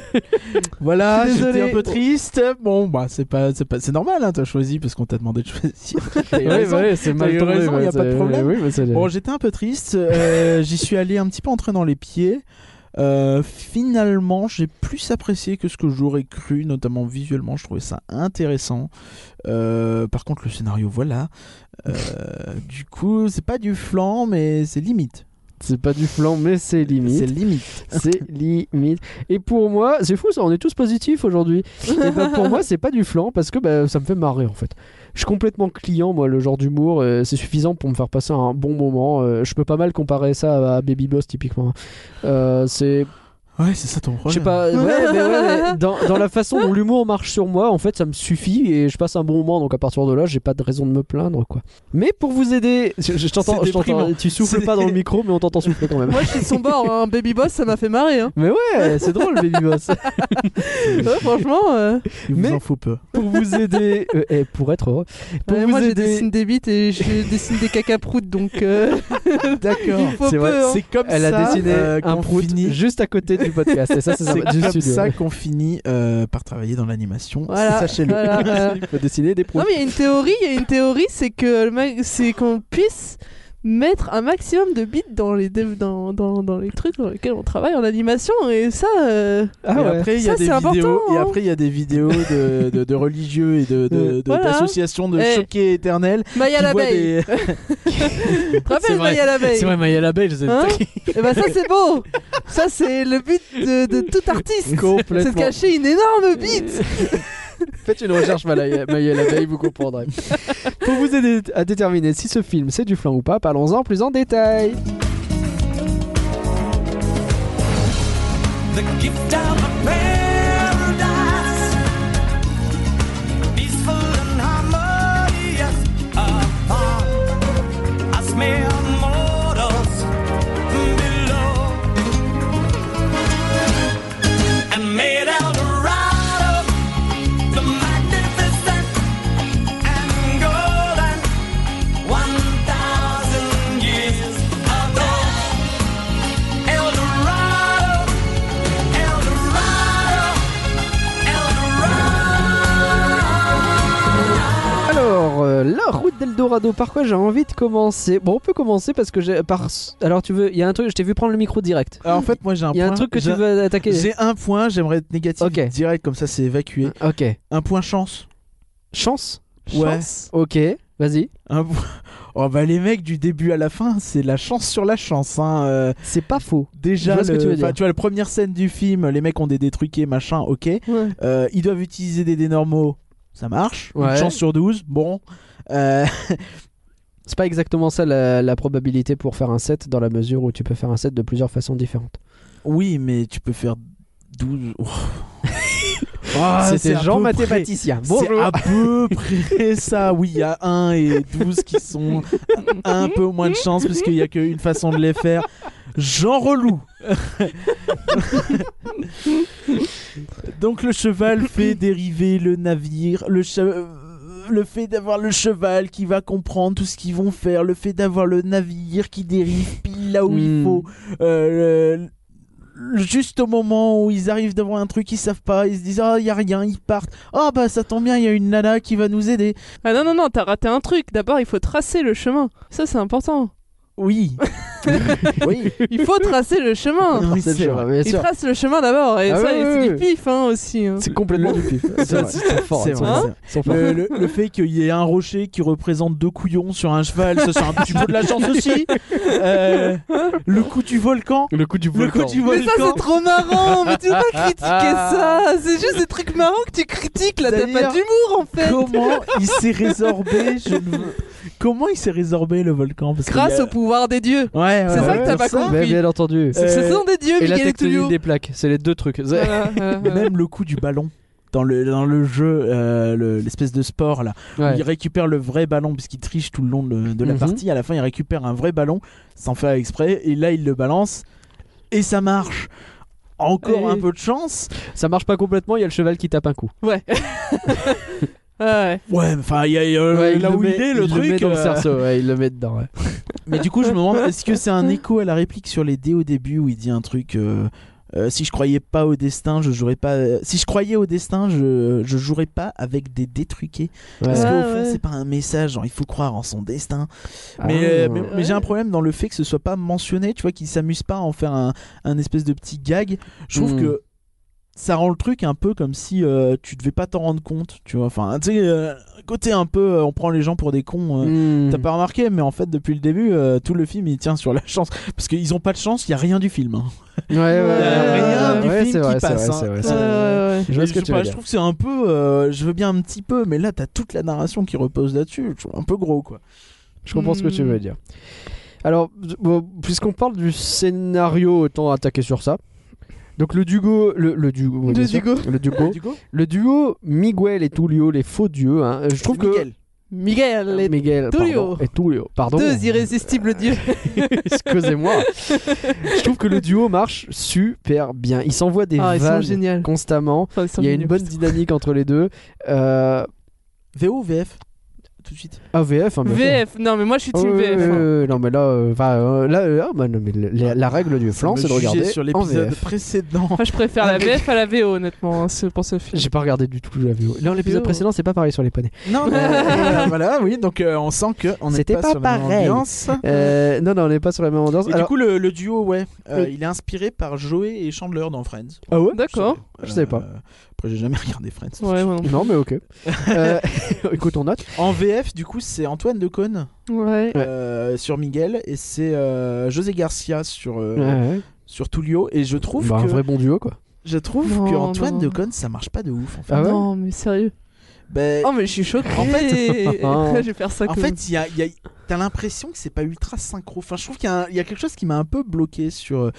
Speaker 2: voilà,
Speaker 1: Je suis
Speaker 2: j'étais
Speaker 1: désolé.
Speaker 2: un peu triste. Bon, bah, c'est pas, c'est pas, c'est normal, hein, t'as choisi parce qu'on t'a demandé de choisir. T'as eu
Speaker 1: Ouais,
Speaker 2: raison.
Speaker 1: ouais, c'est
Speaker 2: T'as
Speaker 1: mal
Speaker 2: eu
Speaker 1: tombé.
Speaker 2: raison,
Speaker 1: ouais,
Speaker 2: y a pas de
Speaker 1: c'est-
Speaker 2: problème.
Speaker 1: Oui, mais c'est-
Speaker 2: Bon, j'étais un peu triste. euh, J'y suis allé un petit peu en train dans les pieds. Euh, finalement, j'ai plus apprécié que ce que j'aurais cru, notamment visuellement. Je trouvais ça intéressant. Euh, par contre, le scénario, voilà. Euh, du coup, c'est pas du flan, mais c'est limite.
Speaker 1: c'est pas du flan, mais c'est
Speaker 2: C'est
Speaker 1: limite.
Speaker 2: limite.
Speaker 1: C'est limite. Et pour moi, c'est fou ça, on est tous positifs aujourd'hui. Et ben, pour moi, c'est pas du flan parce que ben, ça me fait marrer en fait. Je suis complètement client, moi, le genre d'humour, euh, c'est suffisant pour me faire passer un bon moment. Euh, je peux pas mal comparer ça à Baby Boss typiquement. Euh, c'est
Speaker 2: Ouais, c'est ça ton problème.
Speaker 1: Je sais pas, ouais, mais ouais, dans, dans la façon dont l'humour marche sur moi, en fait, ça me suffit et je passe un bon moment, donc à partir de là, j'ai pas de raison de me plaindre, quoi. Mais pour vous aider, je, je t'entends,
Speaker 2: C'est
Speaker 1: je t'entends,
Speaker 2: déprimant.
Speaker 1: tu souffles
Speaker 2: C'est-
Speaker 1: pas dans le micro, mais on t'entend souffler quand même.
Speaker 6: Moi, je suis son bord. Un baby boss, ça m'a fait marrer. Hein.
Speaker 1: Mais ouais, c'est drôle, Baby Boss.
Speaker 6: Ouais, franchement, euh,
Speaker 2: Il vous
Speaker 1: mais-
Speaker 2: en faut peu.
Speaker 1: pour vous aider, euh, et pour être heureux, pour
Speaker 6: ouais,
Speaker 1: vous
Speaker 6: moi, je
Speaker 1: aider,
Speaker 6: dessine des bites et je dessine des cacaproutes, donc euh,
Speaker 2: D'accord.
Speaker 6: il faut
Speaker 1: C'est
Speaker 6: peu.
Speaker 1: vrai,
Speaker 6: hein.
Speaker 2: C'est comme
Speaker 1: elle
Speaker 2: ça
Speaker 1: a dessiné
Speaker 2: euh,
Speaker 1: un
Speaker 2: qu'on
Speaker 1: prout
Speaker 2: finit-
Speaker 1: juste à côté du podcast, et ça, c'est
Speaker 2: C'est
Speaker 1: sympa, du
Speaker 2: comme
Speaker 1: studio. Ah
Speaker 2: ça
Speaker 1: ouais.
Speaker 2: qu'on finit euh, par travailler dans l'animation.
Speaker 6: Voilà,
Speaker 2: Sachez-le.
Speaker 6: voilà, voilà.
Speaker 1: Il faut dessiner des proues.
Speaker 6: Non, mais il y a une théorie, il y a une théorie, c'est que le ma- c'est qu'on puisse mettre un maximum de bits dans les dev- dans, dans, dans les trucs dans lesquels on travaille en animation et ça euh,
Speaker 1: Ah
Speaker 2: et
Speaker 1: ouais.
Speaker 2: après, il y a
Speaker 6: Ça,
Speaker 2: des
Speaker 6: c'est important,
Speaker 2: vidéos. Et
Speaker 6: hein.
Speaker 2: après, il y a des vidéos de, de- de religieux et de, de- de-
Speaker 6: Voilà.
Speaker 2: d'associations de
Speaker 6: Eh.
Speaker 2: choqués éternels.
Speaker 6: Maya
Speaker 2: qui voient
Speaker 6: l'abeille.
Speaker 2: des-
Speaker 6: Tu te
Speaker 1: C'est
Speaker 6: rappelles
Speaker 1: vrai.
Speaker 6: Maya l'abeille
Speaker 1: Maya Labelle, je
Speaker 2: Ah,
Speaker 1: sais
Speaker 6: Hein Et bah ça c'est beau. Ça c'est le but de, de tout artiste. C'est de
Speaker 1: Complètement.
Speaker 6: cacher une énorme bite.
Speaker 1: Faites une recherche Maya Maya l'abeille, vous comprendrez. Pour vous aider à déterminer si ce film c'est du flan ou pas, parlons-en plus en détail.
Speaker 4: The gift of a paradise, peaceful and harmonious upon. I smell mortals below, and made Eldorado the magnificent and golden one thousand years ago. Eldorado. Eldorado,
Speaker 1: Alors, euh, la route d'Eldorado, par quoi j'ai envie de commencer Bon, on peut commencer parce que j'ai. Par... Alors, tu veux. Il y a un truc, je t'ai vu prendre le micro direct.
Speaker 2: Alors, en fait, moi, j'ai un
Speaker 1: Il y a
Speaker 2: point.
Speaker 1: un truc que tu
Speaker 2: J'ai-
Speaker 1: veux attaquer
Speaker 2: J'ai un point, j'aimerais être négatif
Speaker 1: Ok.
Speaker 2: direct, comme ça c'est évacué.
Speaker 1: Ok.
Speaker 2: Un point chance.
Speaker 1: Chance
Speaker 2: Ouais.
Speaker 1: Ok, vas-y.
Speaker 2: Un point- Oh bah les mecs, du début à la fin, c'est la chance sur la chance. Hein. Euh,
Speaker 1: C'est pas faux.
Speaker 2: déjà,
Speaker 1: Je vois ce
Speaker 2: le-
Speaker 1: que tu veux dire.
Speaker 2: enfin, tu vois, la première scène du film, les mecs ont des dés truqués, machin, ok.
Speaker 6: Ouais.
Speaker 2: Euh, ils doivent utiliser des dés normaux, ça marche.
Speaker 1: Ouais.
Speaker 2: Une chance sur 12, bon. Euh,
Speaker 1: C'est pas exactement ça la, la probabilité pour faire un set, dans la mesure où tu peux faire un set de plusieurs façons différentes.
Speaker 2: Oui, mais tu peux faire 12. Ouh. Ah, c'est à
Speaker 1: C'était Jean
Speaker 2: peu près-
Speaker 1: Mathématicien.
Speaker 2: C'est
Speaker 1: Bonjour
Speaker 2: à peu près ça. Oui, il y a 1 et 12 qui sont un peu moins de chance parce qu'il n'y a qu'une façon de les faire. Jean relou. Donc le cheval fait dériver le navire, le che- le fait d'avoir le cheval qui va comprendre tout ce qu'ils vont faire, le fait d'avoir le navire qui dérive pile là où
Speaker 1: Hmm.
Speaker 2: il faut, euh, le- le- juste au moment où ils arrivent devant un truc ils savent pas, ils se disent ah il y a rien, ils partent. Ah bah ça tombe bien, il y a une nana qui va nous aider.
Speaker 6: Ah non non non, t'as raté un truc. D'abord, il faut tracer le chemin. Ça c'est important.
Speaker 2: Oui. oui.
Speaker 6: Il faut tracer le chemin.
Speaker 2: Oui, c'est
Speaker 1: Jean,
Speaker 2: vrai.
Speaker 1: bien
Speaker 6: Il
Speaker 1: sûr.
Speaker 6: trace le chemin d'abord et
Speaker 1: Ah
Speaker 6: ça
Speaker 1: oui,
Speaker 6: c'est
Speaker 1: oui,
Speaker 6: du
Speaker 1: oui.
Speaker 6: pif hein, aussi. hein.
Speaker 1: C'est complètement du pif.
Speaker 2: C'est vrai.
Speaker 1: Ils sont forts,
Speaker 2: C'est
Speaker 1: ils sont
Speaker 2: vrai,
Speaker 1: forts.
Speaker 2: c'est vrai.
Speaker 1: Ils sont forts.
Speaker 2: Le, le- le fait qu'il y ait un rocher qui représente deux couillons sur un cheval, ça c'est un petit peu de la chance aussi. Euh, le coup du volcan.
Speaker 1: Le coup du
Speaker 2: Le coup du
Speaker 6: Mais ça
Speaker 2: volcan.
Speaker 6: c'est trop marrant, mais tu peux pas critiquer ça, c'est juste des trucs marrants que tu critiques là, t'as
Speaker 2: D'ailleurs,
Speaker 6: pas d'humour en fait.
Speaker 2: Comment il s'est résorbé je ne veux- Comment il s'est résorbé le volcan Parce qu'il y a-
Speaker 6: Grâce au pouvoir des dieux.
Speaker 2: Ouais,
Speaker 1: Ah
Speaker 2: ouais,
Speaker 6: C'est ça
Speaker 2: ouais.
Speaker 6: que t'as pas
Speaker 1: ça,
Speaker 6: compris.
Speaker 1: Bien entendu.
Speaker 6: C'est- Ce
Speaker 2: Euh,
Speaker 6: sont des dieux,
Speaker 1: Et la
Speaker 6: Miguel Tullio.
Speaker 1: tectonique des plaques, c'est les deux trucs.
Speaker 6: Voilà, voilà,
Speaker 2: Et
Speaker 6: voilà.
Speaker 2: même le coup du ballon dans le, dans le jeu, euh, le- l'espèce de sport là.
Speaker 1: Ouais.
Speaker 2: Il récupère le vrai ballon puisqu'il triche tout le long de, de la
Speaker 1: Mhm.
Speaker 2: partie. À la fin, il récupère un vrai ballon sans faire exprès et là, il le balance et ça marche. Encore
Speaker 1: Et-
Speaker 2: un peu de chance.
Speaker 1: Ça marche pas complètement, il y a le cheval qui tape un coup.
Speaker 6: Ouais. ouais.
Speaker 2: Ouais, mais enfin, il y a, euh,
Speaker 1: Ouais,
Speaker 2: là où
Speaker 1: met-
Speaker 2: il est, le
Speaker 1: il
Speaker 2: truc.
Speaker 1: met dans le
Speaker 2: euh,
Speaker 1: cerceau, ouais, il le met dedans. ouais.
Speaker 2: Mais du coup, je me demande, est-ce que c'est un écho à la réplique sur les dés au début où il dit un truc euh, euh, Si je croyais pas au destin, je jouerais pas. euh, Si je croyais au destin, je, je jouerais pas avec des dés truqués. Parce
Speaker 1: Ouais.
Speaker 2: qu'au
Speaker 6: Ah,
Speaker 2: fond,
Speaker 6: ouais.
Speaker 2: c'est pas un message, genre il faut croire en son destin.
Speaker 1: Ah.
Speaker 2: Mais, euh, mais, mais
Speaker 6: Ouais.
Speaker 2: j'ai un problème dans le fait que ce soit pas mentionné, tu vois, qu'il s'amuse pas à en faire un, un espèce de petit gag. Je trouve
Speaker 1: Mm.
Speaker 2: que ça rend le truc un peu comme si euh, tu devais pas t'en rendre compte, tu vois. Enfin, tu sais, euh, côté un peu, euh, on prend les gens pour des cons. euh,
Speaker 1: Hmm.
Speaker 2: T'as pas remarqué, mais en fait, depuis le début, euh, tout le film il tient sur la chance. Parce qu'ils ont pas de chance, il y a rien du film. hein.
Speaker 1: Ouais, ouais, ouais,
Speaker 6: rien
Speaker 1: ouais,
Speaker 2: du
Speaker 1: ouais,
Speaker 2: film
Speaker 1: c'est
Speaker 2: qui
Speaker 1: vrai, c'est
Speaker 2: passe,
Speaker 1: vrai,
Speaker 2: hein.
Speaker 1: c'est vrai,
Speaker 6: Ouais,
Speaker 1: c'est vrai.
Speaker 6: ouais, ouais.
Speaker 1: Je vois ce
Speaker 2: Et
Speaker 1: que
Speaker 2: je
Speaker 1: tu
Speaker 2: sais pas,
Speaker 1: veux
Speaker 2: je
Speaker 1: dire.
Speaker 2: trouve que c'est un peu. euh, je veux bien un petit peu, mais là, t'as toute la narration qui repose là-dessus. Je trouve Un peu gros, quoi.
Speaker 1: Je comprends ce que tu veux
Speaker 6: Hmm.
Speaker 1: dire. Alors, bon, puisqu'on parle du scénario, autant attaquer sur ça. Donc le duo, le, le duo, oui,
Speaker 6: Le
Speaker 1: bien sûr.
Speaker 6: Dugo.
Speaker 1: le duo,
Speaker 2: Du coup
Speaker 1: le duo Miguel et Tullio, les faux dieux. hein. Je trouve que
Speaker 2: Nickel.
Speaker 1: Ah,
Speaker 6: Miguel est
Speaker 1: Miguel pardon,
Speaker 6: Tullio.
Speaker 1: et Tullio, pardon.
Speaker 6: deux irrésistibles dieux.
Speaker 1: Excusez-moi. je trouve que le duo marche super bien. Ils s'envoient des
Speaker 6: Ah, ils sont
Speaker 1: vannes
Speaker 6: géniaux.
Speaker 1: constamment.
Speaker 6: Enfin, ils sont
Speaker 1: Il y a une
Speaker 6: géniaux,
Speaker 1: bonne
Speaker 6: putain.
Speaker 1: dynamique entre les deux. Euh,
Speaker 2: VO ou VF Tout de suite.
Speaker 1: AVF, hein, bien sûr.
Speaker 6: VF, non mais moi je suis
Speaker 1: Oh,
Speaker 6: team
Speaker 1: oui,
Speaker 6: VF.
Speaker 1: oui,
Speaker 6: hein.
Speaker 1: oui, non mais là, euh, enfin, euh, là, euh, ah, bah, non, mais le- la, la règle du flanc,
Speaker 2: Ça me
Speaker 1: c'est de
Speaker 2: jugeait
Speaker 1: regarder
Speaker 2: sur
Speaker 1: en
Speaker 2: l'épisode
Speaker 1: VF.
Speaker 2: précédent.
Speaker 6: Moi je préfère la VF à la VO honnêtement hein, ce- pour ce film.
Speaker 1: Ah, J'ai pas regardé du tout la vidéo. Non, l'épisode
Speaker 6: Yo.
Speaker 1: précédent, c'est pas pareil sur les poneys.
Speaker 2: Non, mais euh, voilà, oui. Donc, euh, on sent que on n'est
Speaker 1: C'était
Speaker 2: pas,
Speaker 1: pas
Speaker 2: sur la même
Speaker 1: pareil.
Speaker 2: ambiance.
Speaker 1: Euh, non, non, on n'est pas sur la même ambiance.
Speaker 2: Et
Speaker 1: Alors-
Speaker 2: du coup, le, le duo, ouais, euh,
Speaker 1: le-
Speaker 2: il est inspiré par Joey et Chandler dans Friends.
Speaker 1: ah ouais
Speaker 6: D'accord.
Speaker 2: Je
Speaker 1: savais pas.
Speaker 2: Euh, Après, j'ai jamais regardé Friends.
Speaker 6: Ouais, moi
Speaker 1: Non,
Speaker 6: non
Speaker 1: mais ok. Euh, écoute, on note.
Speaker 2: En VF, du coup, c'est Antoine Decaune
Speaker 6: plus. Ouais.
Speaker 2: euh, sur Miguel et c'est euh, José Garcia sur, euh,
Speaker 1: Ouais,
Speaker 2: sur Tullio. Et je trouve
Speaker 1: Bah, Un
Speaker 2: que,
Speaker 1: vrai bon duo, quoi.
Speaker 2: je trouve
Speaker 6: Non,
Speaker 2: que Antoine
Speaker 6: non.
Speaker 2: Decaune, ça marche pas de ouf. En fait,
Speaker 1: Ah ouais
Speaker 6: Non mais sérieux.
Speaker 2: Ben,
Speaker 6: Oh mais je suis choquée.
Speaker 2: En
Speaker 6: fait,
Speaker 1: Ah.
Speaker 6: je vais faire ça
Speaker 2: en
Speaker 6: comme-
Speaker 2: fait, il y a- il y a- t'as l'impression que c'est pas ultra synchro. Enfin, je trouve qu'il y, a un- il y a quelque chose qui m'a un peu bloqué sur. euh,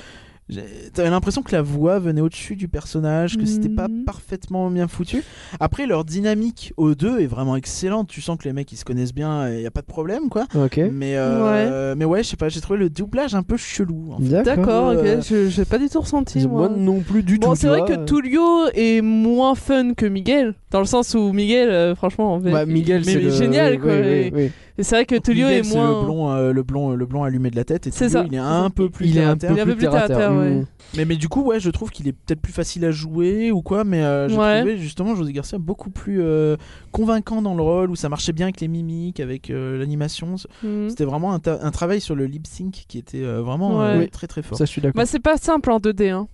Speaker 2: j'ai- T'avais l'impression que la voix venait au-dessus du personnage, que c'était pas
Speaker 6: Mhm.
Speaker 2: parfaitement bien foutu. Après, leur dynamique aux deux est vraiment excellente. Tu sens que les mecs ils se connaissent bien, il y a pas de problème quoi.
Speaker 1: Ok.
Speaker 2: Mais euh, mais ouais, je sais pas, j'ai trouvé le doublage un peu chelou. en fait.
Speaker 6: D'accord, ok,
Speaker 2: Euh,
Speaker 6: je j'ai pas du tout ressenti.
Speaker 1: Moi
Speaker 6: Moi.
Speaker 1: non plus du
Speaker 6: Bon,
Speaker 1: tout.
Speaker 6: c'est
Speaker 1: tu
Speaker 6: vrai
Speaker 1: vois. euh.
Speaker 6: que Tullio est moins fun que Miguel, dans le sens où Miguel, euh, franchement, en VF,
Speaker 1: Bah, Miguel,
Speaker 6: mais
Speaker 1: c'est le-
Speaker 6: génial
Speaker 1: oui,
Speaker 6: quoi.
Speaker 1: oui,
Speaker 6: et-
Speaker 1: oui, oui.
Speaker 6: et C'est vrai que Tullio
Speaker 2: Miguel,
Speaker 6: est
Speaker 2: c'est
Speaker 6: moins.
Speaker 2: le blond, euh, le blond, le blond allumé de la tête. Et
Speaker 6: C'est
Speaker 2: Tullio,
Speaker 6: ça.
Speaker 2: Il est un peu plus.
Speaker 1: Il est
Speaker 2: terre à
Speaker 1: un
Speaker 2: terre.
Speaker 1: peu
Speaker 6: Il est un
Speaker 1: plus terre à terre.
Speaker 6: ouais.
Speaker 1: Mmh.
Speaker 2: Mais, mais du coup, ouais, je trouve qu'il est peut-être plus facile à jouer ou quoi, mais euh, j'ai
Speaker 6: Ouais.
Speaker 2: trouvé justement José Garcia beaucoup plus euh, convaincant dans le rôle, où ça marchait bien avec les mimiques, avec euh, l'animation.
Speaker 6: Mhm.
Speaker 2: C'était vraiment un, ta- un travail sur le lip sync qui était euh, vraiment
Speaker 6: Ouais.
Speaker 2: euh,
Speaker 1: Oui.
Speaker 2: très très fort.
Speaker 1: Ça, je suis d'accord.
Speaker 6: Bah, c'est pas simple en 2D. Hein.